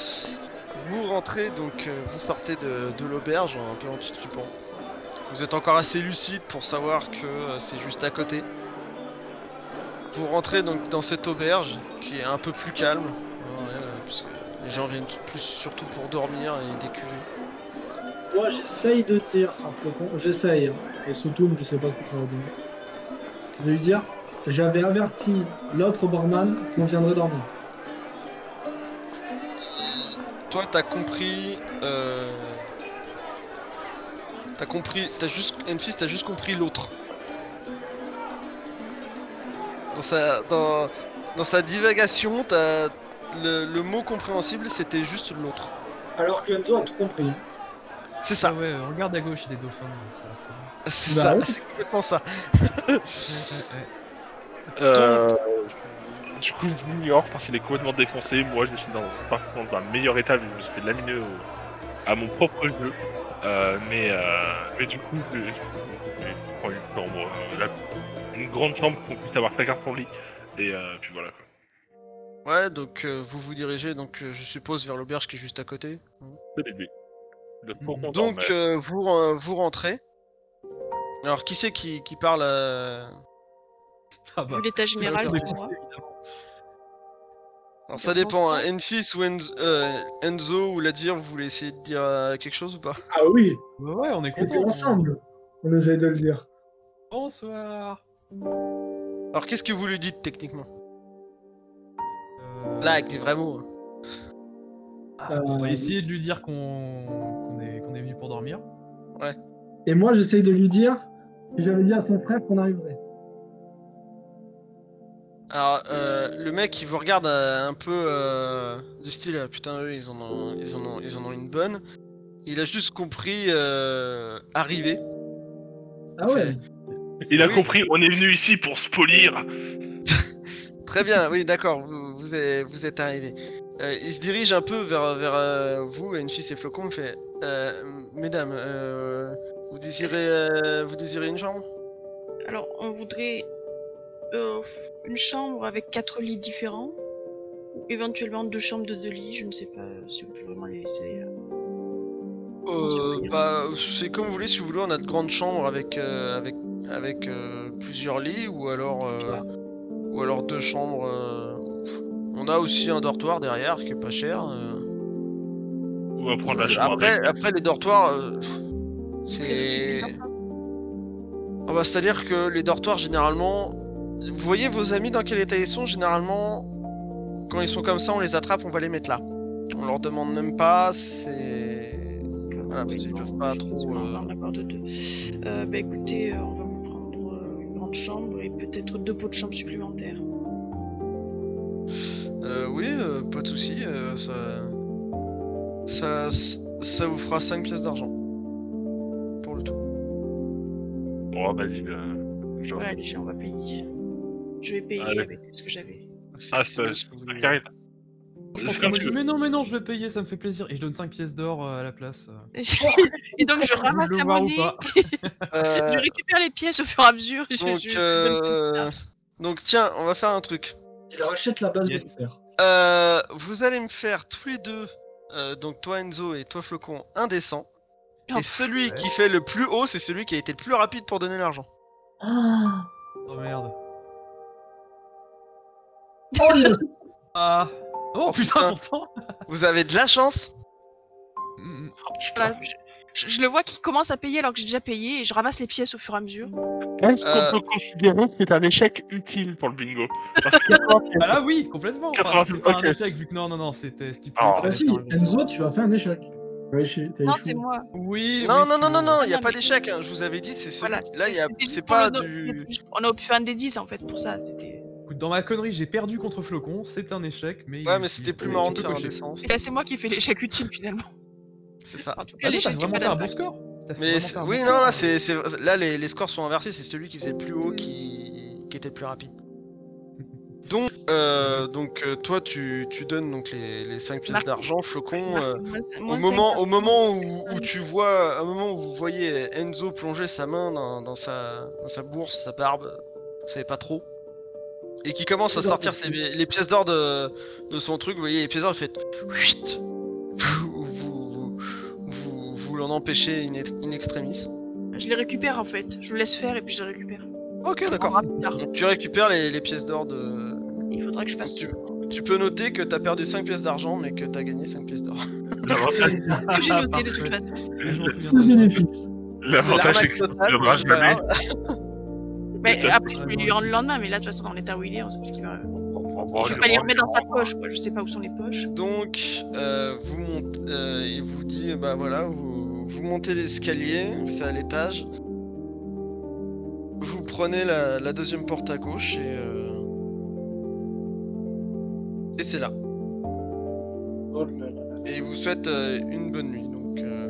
[SPEAKER 2] vous rentrez, donc euh, vous partez de, de l'auberge un peu en titubant. Vous êtes encore assez lucide pour savoir que euh, c'est juste à côté. Vous rentrez donc dans cette auberge qui est un peu plus calme, hein, ouais, euh, parce que les gens viennent plus surtout pour dormir et des cuvées.
[SPEAKER 5] Moi, j'essaye de dire un flocon. J'essaye. hein. Et sous toum, je sais pas ce que ça va donner. Je vais lui dire, j'avais averti l'autre barman qu'on viendrait dormir.
[SPEAKER 2] Toi, t'as compris. Euh... T'as compris. T'as juste. Enfis, t'as juste compris l'autre. Dans sa. Dans, dans sa divagation, t'as. Le, le mot compréhensible, c'était juste l'autre.
[SPEAKER 5] Alors que Enzo a tout compris.
[SPEAKER 2] C'est
[SPEAKER 3] Ah
[SPEAKER 2] ça.
[SPEAKER 3] ouais, regarde à gauche, il y a des dauphins. donc ça va Eh, très bien.
[SPEAKER 2] C'est
[SPEAKER 5] Bah
[SPEAKER 2] ça.
[SPEAKER 5] ouais.
[SPEAKER 2] C'est complètement ça.
[SPEAKER 3] Ouais, ouais, ouais.
[SPEAKER 1] Euh, Du coup, je l'ignore parce qu'il est complètement défoncé. Moi, je suis dans, par contre dans un meilleur état vu que je me suis fait laminer au- à mon propre jeu. Euh, mais, euh, mais du coup, je, je- je prends une chambre, euh, la- une grande chambre pour qu'on puisse avoir sa carte en lit. Et euh, puis voilà. quoi.
[SPEAKER 2] Ouais, donc euh, vous vous dirigez, donc euh, je suppose, vers l'auberge qui est juste à côté.
[SPEAKER 1] C'est l'idée. De trop
[SPEAKER 3] Mhm.
[SPEAKER 1] content,
[SPEAKER 2] Donc
[SPEAKER 1] mais-
[SPEAKER 2] euh, vous, re- vous rentrez. Alors qui c'est qui, qui parle euh,
[SPEAKER 3] Ah
[SPEAKER 2] (laughs)
[SPEAKER 3] bah,
[SPEAKER 4] Vu l'état
[SPEAKER 3] c'est
[SPEAKER 4] général,
[SPEAKER 3] le
[SPEAKER 4] c'est
[SPEAKER 3] genre de-
[SPEAKER 4] moi.
[SPEAKER 2] Alors ça dépend, hein, Enfis ou Enz- euh, Enzo ou Ladir, vous voulez essayer de dire euh, quelque chose ou pas
[SPEAKER 5] Ah oui,
[SPEAKER 3] Ouais, ouais, on est hein.
[SPEAKER 5] on était
[SPEAKER 3] content.
[SPEAKER 5] ensemble. On essaye de le dire.
[SPEAKER 3] Bonsoir.
[SPEAKER 2] Alors qu'est-ce que vous lui dites techniquement
[SPEAKER 3] Euh,
[SPEAKER 2] Là, avec des vrais mots. hein.
[SPEAKER 3] ah, on va essayer de lui dire qu'on qu'on est, qu'on est venu pour dormir.
[SPEAKER 5] Et moi, j'essaye de lui dire, si j'avais dit à son frère qu'on arriverait.
[SPEAKER 2] Alors euh, le mec il vous regarde euh, un peu euh, du style euh, putain eux ils en ont ils en ont ils en ont une bonne. Il a juste compris euh, arriver.
[SPEAKER 5] Ah ouais
[SPEAKER 1] Il a
[SPEAKER 2] oui.
[SPEAKER 1] compris, on est venu ici pour se polir.
[SPEAKER 2] Très bien, oui, d'accord, vous, vous êtes, vous êtes arrivé. Euh, il se dirige un peu vers, vers euh, vous, Enfis et Flocon, il fait euh, Mesdames, euh, vous, désirez, euh, vous désirez une chambre
[SPEAKER 4] Alors, on voudrait euh, f- une chambre avec quatre lits différents, ou éventuellement deux chambres de deux lits, je ne sais pas si vous pouvez vraiment les laisser. euh. Sans
[SPEAKER 2] euh,
[SPEAKER 4] surveillance.
[SPEAKER 2] bah, C'est comme vous voulez, si vous voulez, on a de grandes chambres avec, euh, avec, avec euh, plusieurs lits, ou alors, euh,
[SPEAKER 4] Dortoir.
[SPEAKER 2] ou alors deux chambres. euh, On a aussi un dortoir derrière qui est pas cher. euh.
[SPEAKER 1] On va prendre la chambre
[SPEAKER 2] Après,
[SPEAKER 1] avec.
[SPEAKER 2] après, les dortoirs, euh,
[SPEAKER 4] C'est très hein.
[SPEAKER 2] c'est.
[SPEAKER 4] occupé, parfois.
[SPEAKER 2] Ah bah, c'est-à-dire que les dortoirs, généralement... Vous voyez vos amis dans quel état ils sont Généralement, quand ils sont comme ça, on les attrape, on va les mettre là. On leur demande même pas, c'est... Voilà, parce qu'ils peuvent pas
[SPEAKER 4] euh, Je pense
[SPEAKER 2] trop,
[SPEAKER 4] qu'on va
[SPEAKER 2] euh,
[SPEAKER 4] en avoir de deux. Euh, bah écoutez, euh, on va vous prendre euh, une grande chambre et peut-être deux pots de chambre supplémentaires.
[SPEAKER 2] Euh, oui, euh, pas de soucis, euh, ça... ça... Ça vous fera 5 pièces d'argent. Pour le tout.
[SPEAKER 1] Oh, vas-y, euh, genre.
[SPEAKER 4] Ouais, allez, j'ai- on va payer. Je vais payer
[SPEAKER 1] Allez.
[SPEAKER 4] avec ce que j'avais. (laughs)
[SPEAKER 2] C'est-
[SPEAKER 1] Ah,
[SPEAKER 2] c'est
[SPEAKER 1] ça-
[SPEAKER 2] mieux ce que vous voulez.
[SPEAKER 1] Karine,
[SPEAKER 3] Je pense que moi, je dis, mais non, mais non, je vais payer, ça me fait plaisir. Et je donne 5 pièces d'or euh, à la place. euh.
[SPEAKER 4] et donc je
[SPEAKER 3] Vous voulez
[SPEAKER 4] ramasse
[SPEAKER 3] le
[SPEAKER 4] la
[SPEAKER 3] voir ou
[SPEAKER 4] monnaie,
[SPEAKER 3] pas
[SPEAKER 2] Euh,
[SPEAKER 4] je (laughs) récupère les pièces au fur et à mesure. je-
[SPEAKER 2] donc,
[SPEAKER 4] je-
[SPEAKER 2] euh, donc tiens, on va faire un truc.
[SPEAKER 5] Il rachète la base
[SPEAKER 3] Yes.
[SPEAKER 5] de mon père.
[SPEAKER 2] Euh, vous allez me faire tous les deux, euh, donc toi Enzo et toi Flocon, un des cent.
[SPEAKER 4] Oh,
[SPEAKER 2] et celui qui fait le plus haut, c'est celui qui a été le plus rapide pour donner l'argent.
[SPEAKER 5] Ah
[SPEAKER 3] Oh merde.
[SPEAKER 5] Oh, le-
[SPEAKER 3] Ah. Oh
[SPEAKER 2] Oh,
[SPEAKER 3] putain,
[SPEAKER 2] putain.
[SPEAKER 3] pourtant.
[SPEAKER 2] Vous avez de la chance.
[SPEAKER 3] Mm,
[SPEAKER 4] Voilà, je, je- je le vois qui commence à payer alors que j'ai déjà payé et je ramasse les pièces au fur et à mesure.
[SPEAKER 1] Est-ce
[SPEAKER 2] Euh,
[SPEAKER 1] qu'on peut considérer que c'est un échec utile pour le bingo Parce que toi,
[SPEAKER 3] Bah là, oui, complètement. Enfin,
[SPEAKER 1] 80,
[SPEAKER 3] c'est pas
[SPEAKER 1] ok.
[SPEAKER 3] un échec vu que non, non, non, c'était stipulé.
[SPEAKER 1] Ah,
[SPEAKER 3] qu'il
[SPEAKER 5] Ah
[SPEAKER 3] fallait
[SPEAKER 5] si,
[SPEAKER 3] faire un jeu.
[SPEAKER 5] Enzo, tu as fait un échec. Ouais, je suis- t'as
[SPEAKER 4] Non,
[SPEAKER 5] échoué.
[SPEAKER 4] c'est moi.
[SPEAKER 3] Oui.
[SPEAKER 2] non,
[SPEAKER 3] oui,
[SPEAKER 2] non,
[SPEAKER 3] c'est-
[SPEAKER 2] non, non, non, il y a
[SPEAKER 4] Non,
[SPEAKER 2] pas
[SPEAKER 4] mais-
[SPEAKER 2] d'échec. hein, Je vous avais dit, c'est celui.
[SPEAKER 4] Voilà.
[SPEAKER 2] Là, il y a...
[SPEAKER 4] C'était
[SPEAKER 2] c'est
[SPEAKER 4] pour
[SPEAKER 2] pas
[SPEAKER 4] le no-
[SPEAKER 2] du.
[SPEAKER 4] On a fait un des 10 en fait pour ça. C'était.
[SPEAKER 3] Écoute, Dans ma connerie, j'ai perdu contre Flocon, c'est un échec, mais.
[SPEAKER 2] Ouais,
[SPEAKER 3] il-
[SPEAKER 2] mais c'était
[SPEAKER 3] il-
[SPEAKER 2] plus
[SPEAKER 3] tu
[SPEAKER 2] marrant hein, de
[SPEAKER 3] peux
[SPEAKER 2] faire un
[SPEAKER 3] cocher.
[SPEAKER 2] des cent,
[SPEAKER 4] Et là, c'est moi qui ai fait l'échec utile finalement.
[SPEAKER 2] C'est ça.
[SPEAKER 4] En tout
[SPEAKER 3] Ah non,
[SPEAKER 4] cas,
[SPEAKER 3] t'as
[SPEAKER 4] l'échec qui a
[SPEAKER 3] vraiment
[SPEAKER 4] pas
[SPEAKER 3] fait un bon
[SPEAKER 4] d'impact.
[SPEAKER 3] score. T'as fait
[SPEAKER 2] Mais
[SPEAKER 3] vraiment
[SPEAKER 2] c'est-
[SPEAKER 3] fait un
[SPEAKER 2] oui,
[SPEAKER 3] bon
[SPEAKER 2] non,
[SPEAKER 3] score.
[SPEAKER 2] là, c'est c'est- là, les, les scores sont inversés. C'est celui qui faisait le plus haut qui, qui était le plus
[SPEAKER 3] (laughs)
[SPEAKER 2] rapide. Donc, euh, donc, euh, toi, tu, tu donnes donc les, les 5 pièces
[SPEAKER 4] Marc-
[SPEAKER 2] d'argent, flocon. euh,
[SPEAKER 4] Moins-
[SPEAKER 2] Au
[SPEAKER 4] moins
[SPEAKER 2] moment,
[SPEAKER 4] cinq,
[SPEAKER 2] au
[SPEAKER 4] hein.
[SPEAKER 2] moment où, où tu vois, au moment où vous voyez Enzo plonger sa main dans, dans sa, dans sa bourse, sa barbe, vous savez pas trop, et qui commence à sortir ses- les pièces d'or de, de son truc, vous voyez les pièces d'or, vous faites Whist vous, vous, vous, vous l'en empêchez in, in extremis.
[SPEAKER 4] Je les récupère en fait. Je le laisse faire et puis je les récupère.
[SPEAKER 2] Ok,
[SPEAKER 4] On
[SPEAKER 2] Ah, d'accord.
[SPEAKER 4] verra plus tard.
[SPEAKER 2] Donc tu récupères les, les pièces d'or de.
[SPEAKER 4] Il faudra que je fasse.
[SPEAKER 2] Tu, tu peux noter que t'as perdu 5 pièces d'argent, mais que t'as gagné 5 pièces d'or.
[SPEAKER 1] L'avantage,
[SPEAKER 4] ce
[SPEAKER 3] (laughs)
[SPEAKER 4] que j'ai noté de toute façon.
[SPEAKER 3] Mais je m'en souviens
[SPEAKER 5] Sous
[SPEAKER 3] pas.
[SPEAKER 5] bénéfice.
[SPEAKER 2] C'est
[SPEAKER 1] l'avantage, c'est
[SPEAKER 2] l'arnaque
[SPEAKER 1] que
[SPEAKER 2] totale,
[SPEAKER 1] tu
[SPEAKER 2] mais
[SPEAKER 1] devras
[SPEAKER 2] c'est pas
[SPEAKER 1] jamais
[SPEAKER 2] grave.
[SPEAKER 4] Mais
[SPEAKER 1] ça,
[SPEAKER 3] c'est
[SPEAKER 4] après, je vais
[SPEAKER 3] vraiment
[SPEAKER 4] lui rendre le
[SPEAKER 3] utile.
[SPEAKER 4] lendemain, mais là, de toute façon, dans l'état où il est, on sait pas ce qu'il va. je
[SPEAKER 1] Je
[SPEAKER 4] vais pas les remettre dans sa poche, quoi. Je sais pas où sont les poches.
[SPEAKER 2] Donc, euh, vous montez, euh, il vous dit, bah voilà, vous, vous montez l'escalier, c'est à l'étage. Vous prenez la, la deuxième porte à gauche et. euh, Et c'est là.
[SPEAKER 5] Oh là là.
[SPEAKER 2] Et il vous souhaite euh, une bonne nuit. Donc, euh,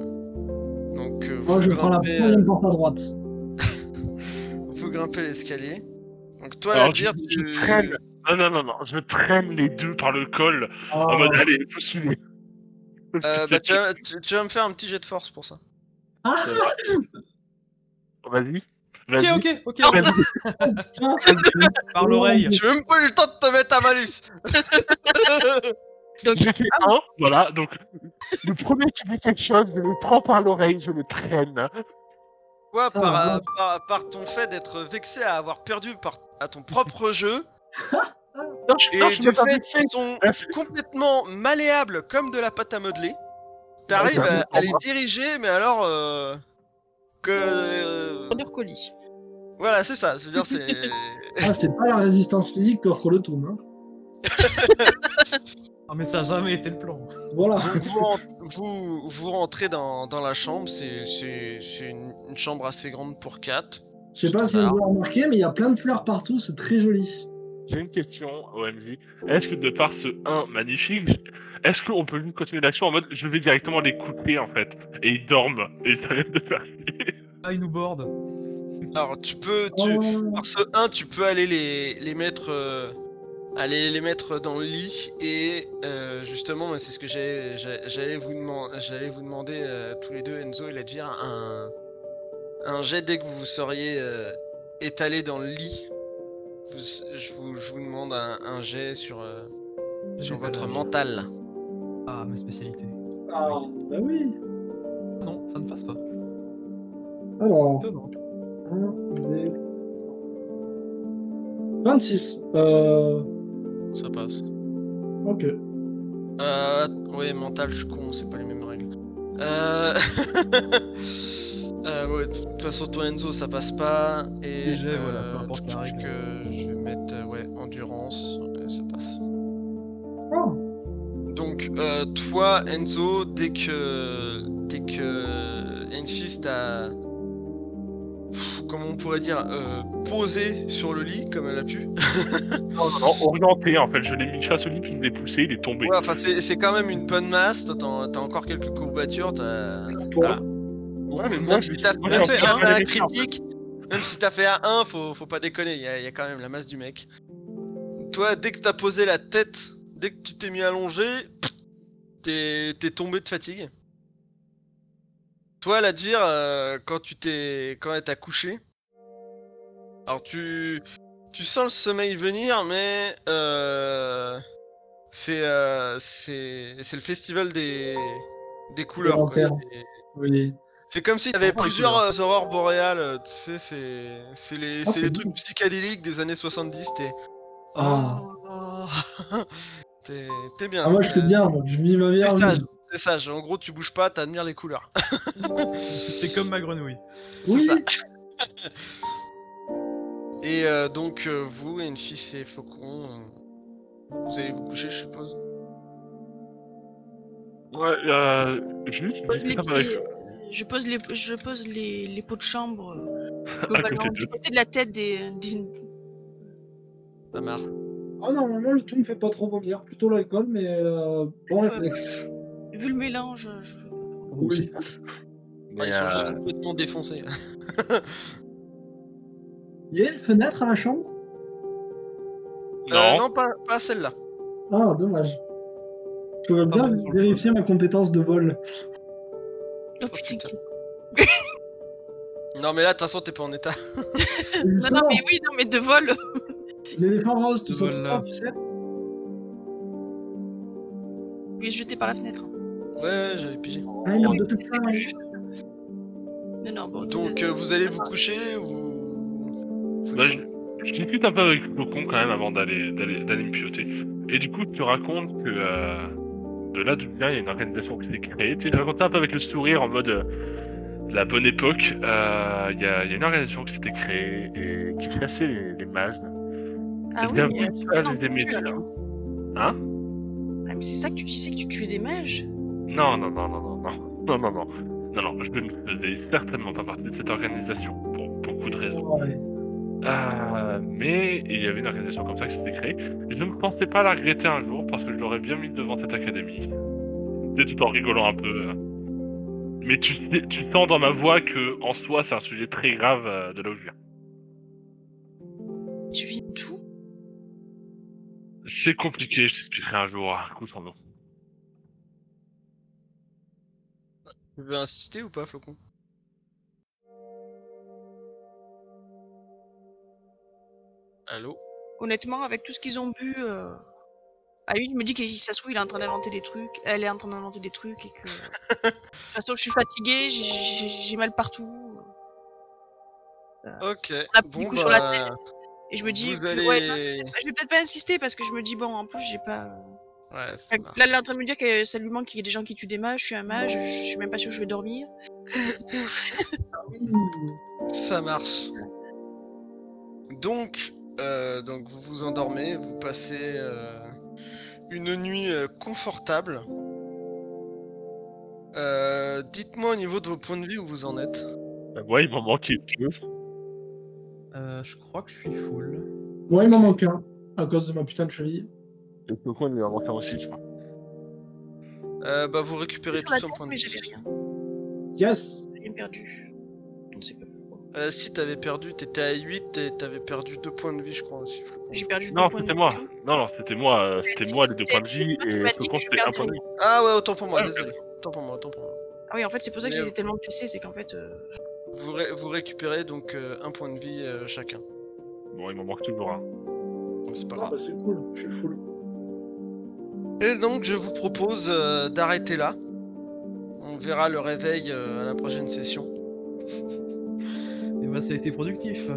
[SPEAKER 2] donc euh, vous,
[SPEAKER 5] Moi, Oh, je prends la
[SPEAKER 2] grimpez,
[SPEAKER 5] troisième porte à droite.
[SPEAKER 2] vous grimpez l'escalier. Donc, toi,
[SPEAKER 1] Alors,
[SPEAKER 2] la dire,
[SPEAKER 1] je- je
[SPEAKER 2] tu.
[SPEAKER 1] traîne. Non, non, non, non, je traîne les deux par le col
[SPEAKER 5] Ah,
[SPEAKER 1] en mode allez, vous suivez.
[SPEAKER 2] Euh, bah, tu, vas, tu- tu vas me faire un petit jet de force pour ça.
[SPEAKER 1] Vas-y.
[SPEAKER 3] Ok,
[SPEAKER 1] Vas-y.
[SPEAKER 3] ok, ok.
[SPEAKER 1] Vas-y.
[SPEAKER 5] putain,
[SPEAKER 3] Par l'oreille.
[SPEAKER 2] J'ai même pas eu le temps de te mettre un malus.
[SPEAKER 1] J'ai fait un, voilà, donc le premier qui dit quelque chose, je le prends par l'oreille, je le traîne.
[SPEAKER 2] Quoi,
[SPEAKER 5] Ah,
[SPEAKER 2] par, euh,
[SPEAKER 5] ouais.
[SPEAKER 2] par, par ton fait d'être vexé à avoir perdu par,
[SPEAKER 1] (laughs)
[SPEAKER 2] à ton propre jeu
[SPEAKER 1] Non, je,
[SPEAKER 2] et
[SPEAKER 1] non, je
[SPEAKER 2] du
[SPEAKER 1] me fais
[SPEAKER 2] fait
[SPEAKER 1] vexer.
[SPEAKER 2] qu'ils sont
[SPEAKER 1] Là, c'est-
[SPEAKER 2] complètement malléables comme de la pâte à modeler, t'arrives
[SPEAKER 1] Ouais,
[SPEAKER 2] à,
[SPEAKER 1] j'arrive
[SPEAKER 2] à
[SPEAKER 1] à
[SPEAKER 2] les
[SPEAKER 1] voir.
[SPEAKER 2] diriger, mais alors euh, que euh,
[SPEAKER 4] Preneur colis.
[SPEAKER 2] voilà, c'est ça. Je veux
[SPEAKER 1] (laughs)
[SPEAKER 2] dire, c'est
[SPEAKER 5] (laughs) ah, c'est pas la résistance physique contre le tout. Hein.
[SPEAKER 3] Non, Ah, mais ça a jamais été le plan.
[SPEAKER 5] Voilà.
[SPEAKER 2] Donc
[SPEAKER 4] Ah.
[SPEAKER 2] vous, ren- vous, vous rentrez dans, dans la chambre, c'est c'est- c'est une, une chambre assez grande pour 4.
[SPEAKER 5] Je sais pas si vous avez remarqué, mais il y a plein de fleurs partout, c'est très joli.
[SPEAKER 1] J'ai une question, OMJ. Est-ce que de par ce 1 magnifique, est-ce qu'on peut juste continuer l'action en mode je vais directement les couper en fait Et ils dorment, et ils arrêtent de faire.
[SPEAKER 3] Ah, il nous borde.
[SPEAKER 2] Alors tu peux,
[SPEAKER 5] Ah,
[SPEAKER 2] tu,
[SPEAKER 5] ouais, ouais.
[SPEAKER 2] par ce 1, tu peux aller les, les mettre euh, aller les mettre dans le lit et euh, justement, moi, c'est ce que j'allais- j'a- j'allais vous, deman- j'allais vous demander euh, tous les deux, Enzo et Ledger, un, un jet dès que vous vous seriez euh, étalé dans le lit. Vous- je, vous, je vous demande un, un jet sur, euh, sur
[SPEAKER 3] J'ai pas
[SPEAKER 2] votre
[SPEAKER 3] la-
[SPEAKER 2] mental.
[SPEAKER 3] Ah, ma spécialité. Ah
[SPEAKER 5] Ah, bah oui.
[SPEAKER 3] Non, ça ne passe pas.
[SPEAKER 5] Alors,
[SPEAKER 3] Étonnant.
[SPEAKER 5] 1, 2, 26. Euh,
[SPEAKER 2] Ça passe.
[SPEAKER 5] ok.
[SPEAKER 2] Euh, ouais, mental, je suis con, c'est pas les mêmes règles. Euh... (laughs) euh, ouais, de toute façon, ton Enzo, ça passe pas. Et
[SPEAKER 3] Déjà,
[SPEAKER 2] euh,
[SPEAKER 3] voilà, peu importe
[SPEAKER 2] je
[SPEAKER 3] la
[SPEAKER 2] pense
[SPEAKER 3] règle.
[SPEAKER 2] que je vais mettre euh, ouais, endurance, euh, ça passe.
[SPEAKER 5] Ah,
[SPEAKER 2] Donc, euh, toi, Enzo, dès que. Dès que. Enfis t'a. Pff, Comment on pourrait dire euh, Posé sur le lit, comme elle a pu.
[SPEAKER 1] Non, non, non, orienté en fait. Je l'ai mis face au lit, puis je l'ai poussé, il est tombé.
[SPEAKER 2] Ouais, enfin, c'est c'est quand même une bonne masse. Toi, t'en- t'as encore quelques courbatures. T'as.
[SPEAKER 5] toi.
[SPEAKER 2] Voilà.
[SPEAKER 1] Ouais, mais
[SPEAKER 2] Même si t'as
[SPEAKER 1] moi,
[SPEAKER 2] même
[SPEAKER 1] j'ai
[SPEAKER 2] si
[SPEAKER 1] envie
[SPEAKER 2] t'as
[SPEAKER 1] de
[SPEAKER 2] fait un
[SPEAKER 1] les faire.
[SPEAKER 2] critique, même si t'as fait un 1, faut, faut pas déconner, il y, a- y a quand même la masse du mec. Toi, dès que t'as posé la tête, dès que tu t'es mis allongé, t'es t'es tombé de fatigue. Toi, la dire, euh, quand tu t'es quand elle t'a couché, alors tu tu sens le sommeil venir, mais euh, c'est euh, c'est c'est le festival des des couleurs. quoi.
[SPEAKER 5] lanternes.
[SPEAKER 2] C'est-
[SPEAKER 5] Oui.
[SPEAKER 2] c'est comme s'il y avait
[SPEAKER 1] Pourquoi les
[SPEAKER 2] plusieurs euh, aurores boréales, euh, tu sais, c'est c'est les,
[SPEAKER 5] Ah,
[SPEAKER 2] c'est
[SPEAKER 5] c'est
[SPEAKER 2] les
[SPEAKER 5] beau.
[SPEAKER 2] trucs psychédéliques des années 70, t'es...
[SPEAKER 5] Ah.
[SPEAKER 2] Oh. (laughs) t'es t'es bien.
[SPEAKER 5] Ah, moi, je
[SPEAKER 2] euh,
[SPEAKER 5] suis bien, moi. Je vis ma vie.
[SPEAKER 2] T'es
[SPEAKER 5] en
[SPEAKER 2] sage,
[SPEAKER 5] vie.
[SPEAKER 2] t'es sage. En gros, tu bouges pas, t'admires les couleurs.
[SPEAKER 3] C'est comme ma grenouille.
[SPEAKER 2] c'est
[SPEAKER 5] Oui.
[SPEAKER 2] ça. Et euh, donc, euh, vous, Enfis et Faucon, euh, vous allez vous coucher, je suppose.
[SPEAKER 1] Ouais, euh, juste, je
[SPEAKER 4] Je pose les
[SPEAKER 1] discute avec-
[SPEAKER 4] pieds. Je pose les, je pose les, les pots de chambre euh, (laughs)
[SPEAKER 1] côté
[SPEAKER 4] globalement
[SPEAKER 1] d'eux.
[SPEAKER 4] du côté de la tête des, des-
[SPEAKER 2] Ça marche.
[SPEAKER 5] Ah non, normalement, le tout me fait pas trop vomir. Plutôt l'alcool, mais euh, bon
[SPEAKER 4] Ouais.
[SPEAKER 5] réflexe.
[SPEAKER 4] vu le mélange. euh, Je... oh,
[SPEAKER 5] Oui.
[SPEAKER 2] ils sont
[SPEAKER 1] euh,
[SPEAKER 2] juste
[SPEAKER 1] (laughs)
[SPEAKER 2] complètement défoncés. Euh,
[SPEAKER 5] Il y a une fenêtre à la chambre
[SPEAKER 1] Non,
[SPEAKER 2] Euh, non pas, pas celle-là.
[SPEAKER 5] Ah, dommage. Je veux
[SPEAKER 3] Pas
[SPEAKER 5] bien
[SPEAKER 3] mal sur le
[SPEAKER 5] vérifier ma compétence de vol.
[SPEAKER 4] Oh putain.
[SPEAKER 2] putain. Non, mais là, de toute façon, t'es pas en état.
[SPEAKER 4] Non non mais oui non mais de vol. (laughs)
[SPEAKER 5] L'éléphant rose, tout ça,
[SPEAKER 3] Voilà.
[SPEAKER 5] tout ça, tu sais.
[SPEAKER 4] Mais jeté par la fenêtre. hein.
[SPEAKER 2] Ouais, ouais, j'avais pigé.
[SPEAKER 5] Ah, merde, de tout ça, ouais.
[SPEAKER 4] Non non bon.
[SPEAKER 2] Donc euh, vous allez vous coucher vous... vous-
[SPEAKER 1] Bah, je, je discute un peu avec Faucon quand même avant d'aller d'aller d'aller me pioter. Et du coup, tu racontes que euh, de là d'où tu viens, il y a une organisation qui s'est créée. Tu sais, je racontais un peu avec le sourire en mode euh, de la bonne époque. euh, Il y, a, il y a une organisation qui s'était créée et qui chassait les, les mages.
[SPEAKER 4] Ah
[SPEAKER 1] et
[SPEAKER 4] oui.
[SPEAKER 1] bien
[SPEAKER 4] mais,
[SPEAKER 1] vous,
[SPEAKER 4] euh,
[SPEAKER 1] ça,
[SPEAKER 4] non,
[SPEAKER 1] les
[SPEAKER 4] tu tues,
[SPEAKER 1] aimez
[SPEAKER 4] alors.
[SPEAKER 1] Hein
[SPEAKER 4] Ah, mais c'est ça que tu disais que tu tuais des mages.
[SPEAKER 1] Non, non, non, non, non, non, non, non, non, non, non, je ne faisais certainement pas partie de cette organisation pour beaucoup de raisons.
[SPEAKER 5] Ouais.
[SPEAKER 1] Euh, mais il y avait une organisation comme ça qui s'était créée. Et je ne pensais pas la regretter un jour parce que je l'aurais bien mis devant cette académie. C'est tout en rigolant un peu. euh. Mais tu, sais- tu sens dans ma voix que, en soi, c'est un sujet très grave euh, de là où je viens.
[SPEAKER 4] Tu viens d'où
[SPEAKER 1] C'est compliqué, je t'expliquerai un jour. hein, Écoute, on-
[SPEAKER 2] Tu veux insister ou pas, Flocon Allô
[SPEAKER 4] Honnêtement, avec tout ce qu'ils ont bu, euh... à lui, il me dit que si ça se trouve, il est en train d'inventer des trucs, elle est en train d'inventer des trucs et que.
[SPEAKER 2] (laughs)
[SPEAKER 4] De toute façon, je suis fatiguée, j'ai- j'ai j'ai mal partout.
[SPEAKER 2] Ok.
[SPEAKER 4] a pris
[SPEAKER 2] bon,
[SPEAKER 4] des coups
[SPEAKER 2] bah,
[SPEAKER 4] sur la tête, Et je me dis,
[SPEAKER 2] vous
[SPEAKER 4] que-
[SPEAKER 2] allez...
[SPEAKER 4] ouais, non, je vais peut-être pas insister parce que je me dis, bon, en plus, j'ai pas.
[SPEAKER 2] Ouais, ça
[SPEAKER 4] Là,
[SPEAKER 2] marche.
[SPEAKER 4] elle est en train de me dire que ça lui manque qu'il y ait des gens qui tuent des mages, je suis un mage, je je suis même pas sûr que je vais dormir.
[SPEAKER 5] Mmh.
[SPEAKER 2] Ça marche. Donc, euh, donc vous vous endormez, vous passez euh, une nuit euh, confortable. Euh, Dites-moi au niveau de vos points de vie où vous en êtes.
[SPEAKER 1] Bah, moi, il m'en manque une.
[SPEAKER 3] Euh, je crois que je suis full.
[SPEAKER 5] Moi, il m'en manque un, à cause de ma putain de cheville.
[SPEAKER 1] Le cocon, il lui en manque un aussi, je crois.
[SPEAKER 2] Euh, bah vous
[SPEAKER 4] Je
[SPEAKER 2] récupérez
[SPEAKER 4] suis
[SPEAKER 2] tous
[SPEAKER 4] sur la
[SPEAKER 2] un
[SPEAKER 4] tête,
[SPEAKER 2] point de
[SPEAKER 4] mais j'avais
[SPEAKER 2] vie.
[SPEAKER 4] rien,
[SPEAKER 5] Yes
[SPEAKER 4] j'ai rien perdu. Je ne sais pas pourquoi.
[SPEAKER 2] Euh, si t'avais perdu, t'étais à 8 et t'avais perdu 2 points de vie je crois aussi. Flocon.
[SPEAKER 4] J'ai perdu
[SPEAKER 1] Non,
[SPEAKER 4] deux points de
[SPEAKER 1] c'était moi.
[SPEAKER 4] vie.
[SPEAKER 1] Non, non, c'était moi. euh, C'était moi, les deux points de vie.
[SPEAKER 4] Tu
[SPEAKER 1] Et
[SPEAKER 4] m'as dit
[SPEAKER 1] cocon,
[SPEAKER 4] que je
[SPEAKER 1] c'était un
[SPEAKER 4] perdais
[SPEAKER 1] point de
[SPEAKER 4] rien.
[SPEAKER 1] vie.
[SPEAKER 2] Ah ouais, autant pour moi,
[SPEAKER 1] Ouais,
[SPEAKER 2] désolé. Autant pour moi, autant pour moi.
[SPEAKER 4] Ah oui, en fait, c'est pour ça que
[SPEAKER 2] Mais-
[SPEAKER 4] j'étais tellement blessée, c'est qu'en fait. euh,
[SPEAKER 2] Vous, ré- vous récupérez donc euh, un point de vie euh, chacun.
[SPEAKER 1] Bon, il m'en manque toujours hein. un.
[SPEAKER 2] Donc c'est pas
[SPEAKER 5] Ah
[SPEAKER 2] grave.
[SPEAKER 5] bah c'est cool, je suis full.
[SPEAKER 2] Et donc je vous propose euh, d'arrêter là. On verra le réveil euh, à la prochaine session.
[SPEAKER 3] Eh Et bah, ça a ben, été productif.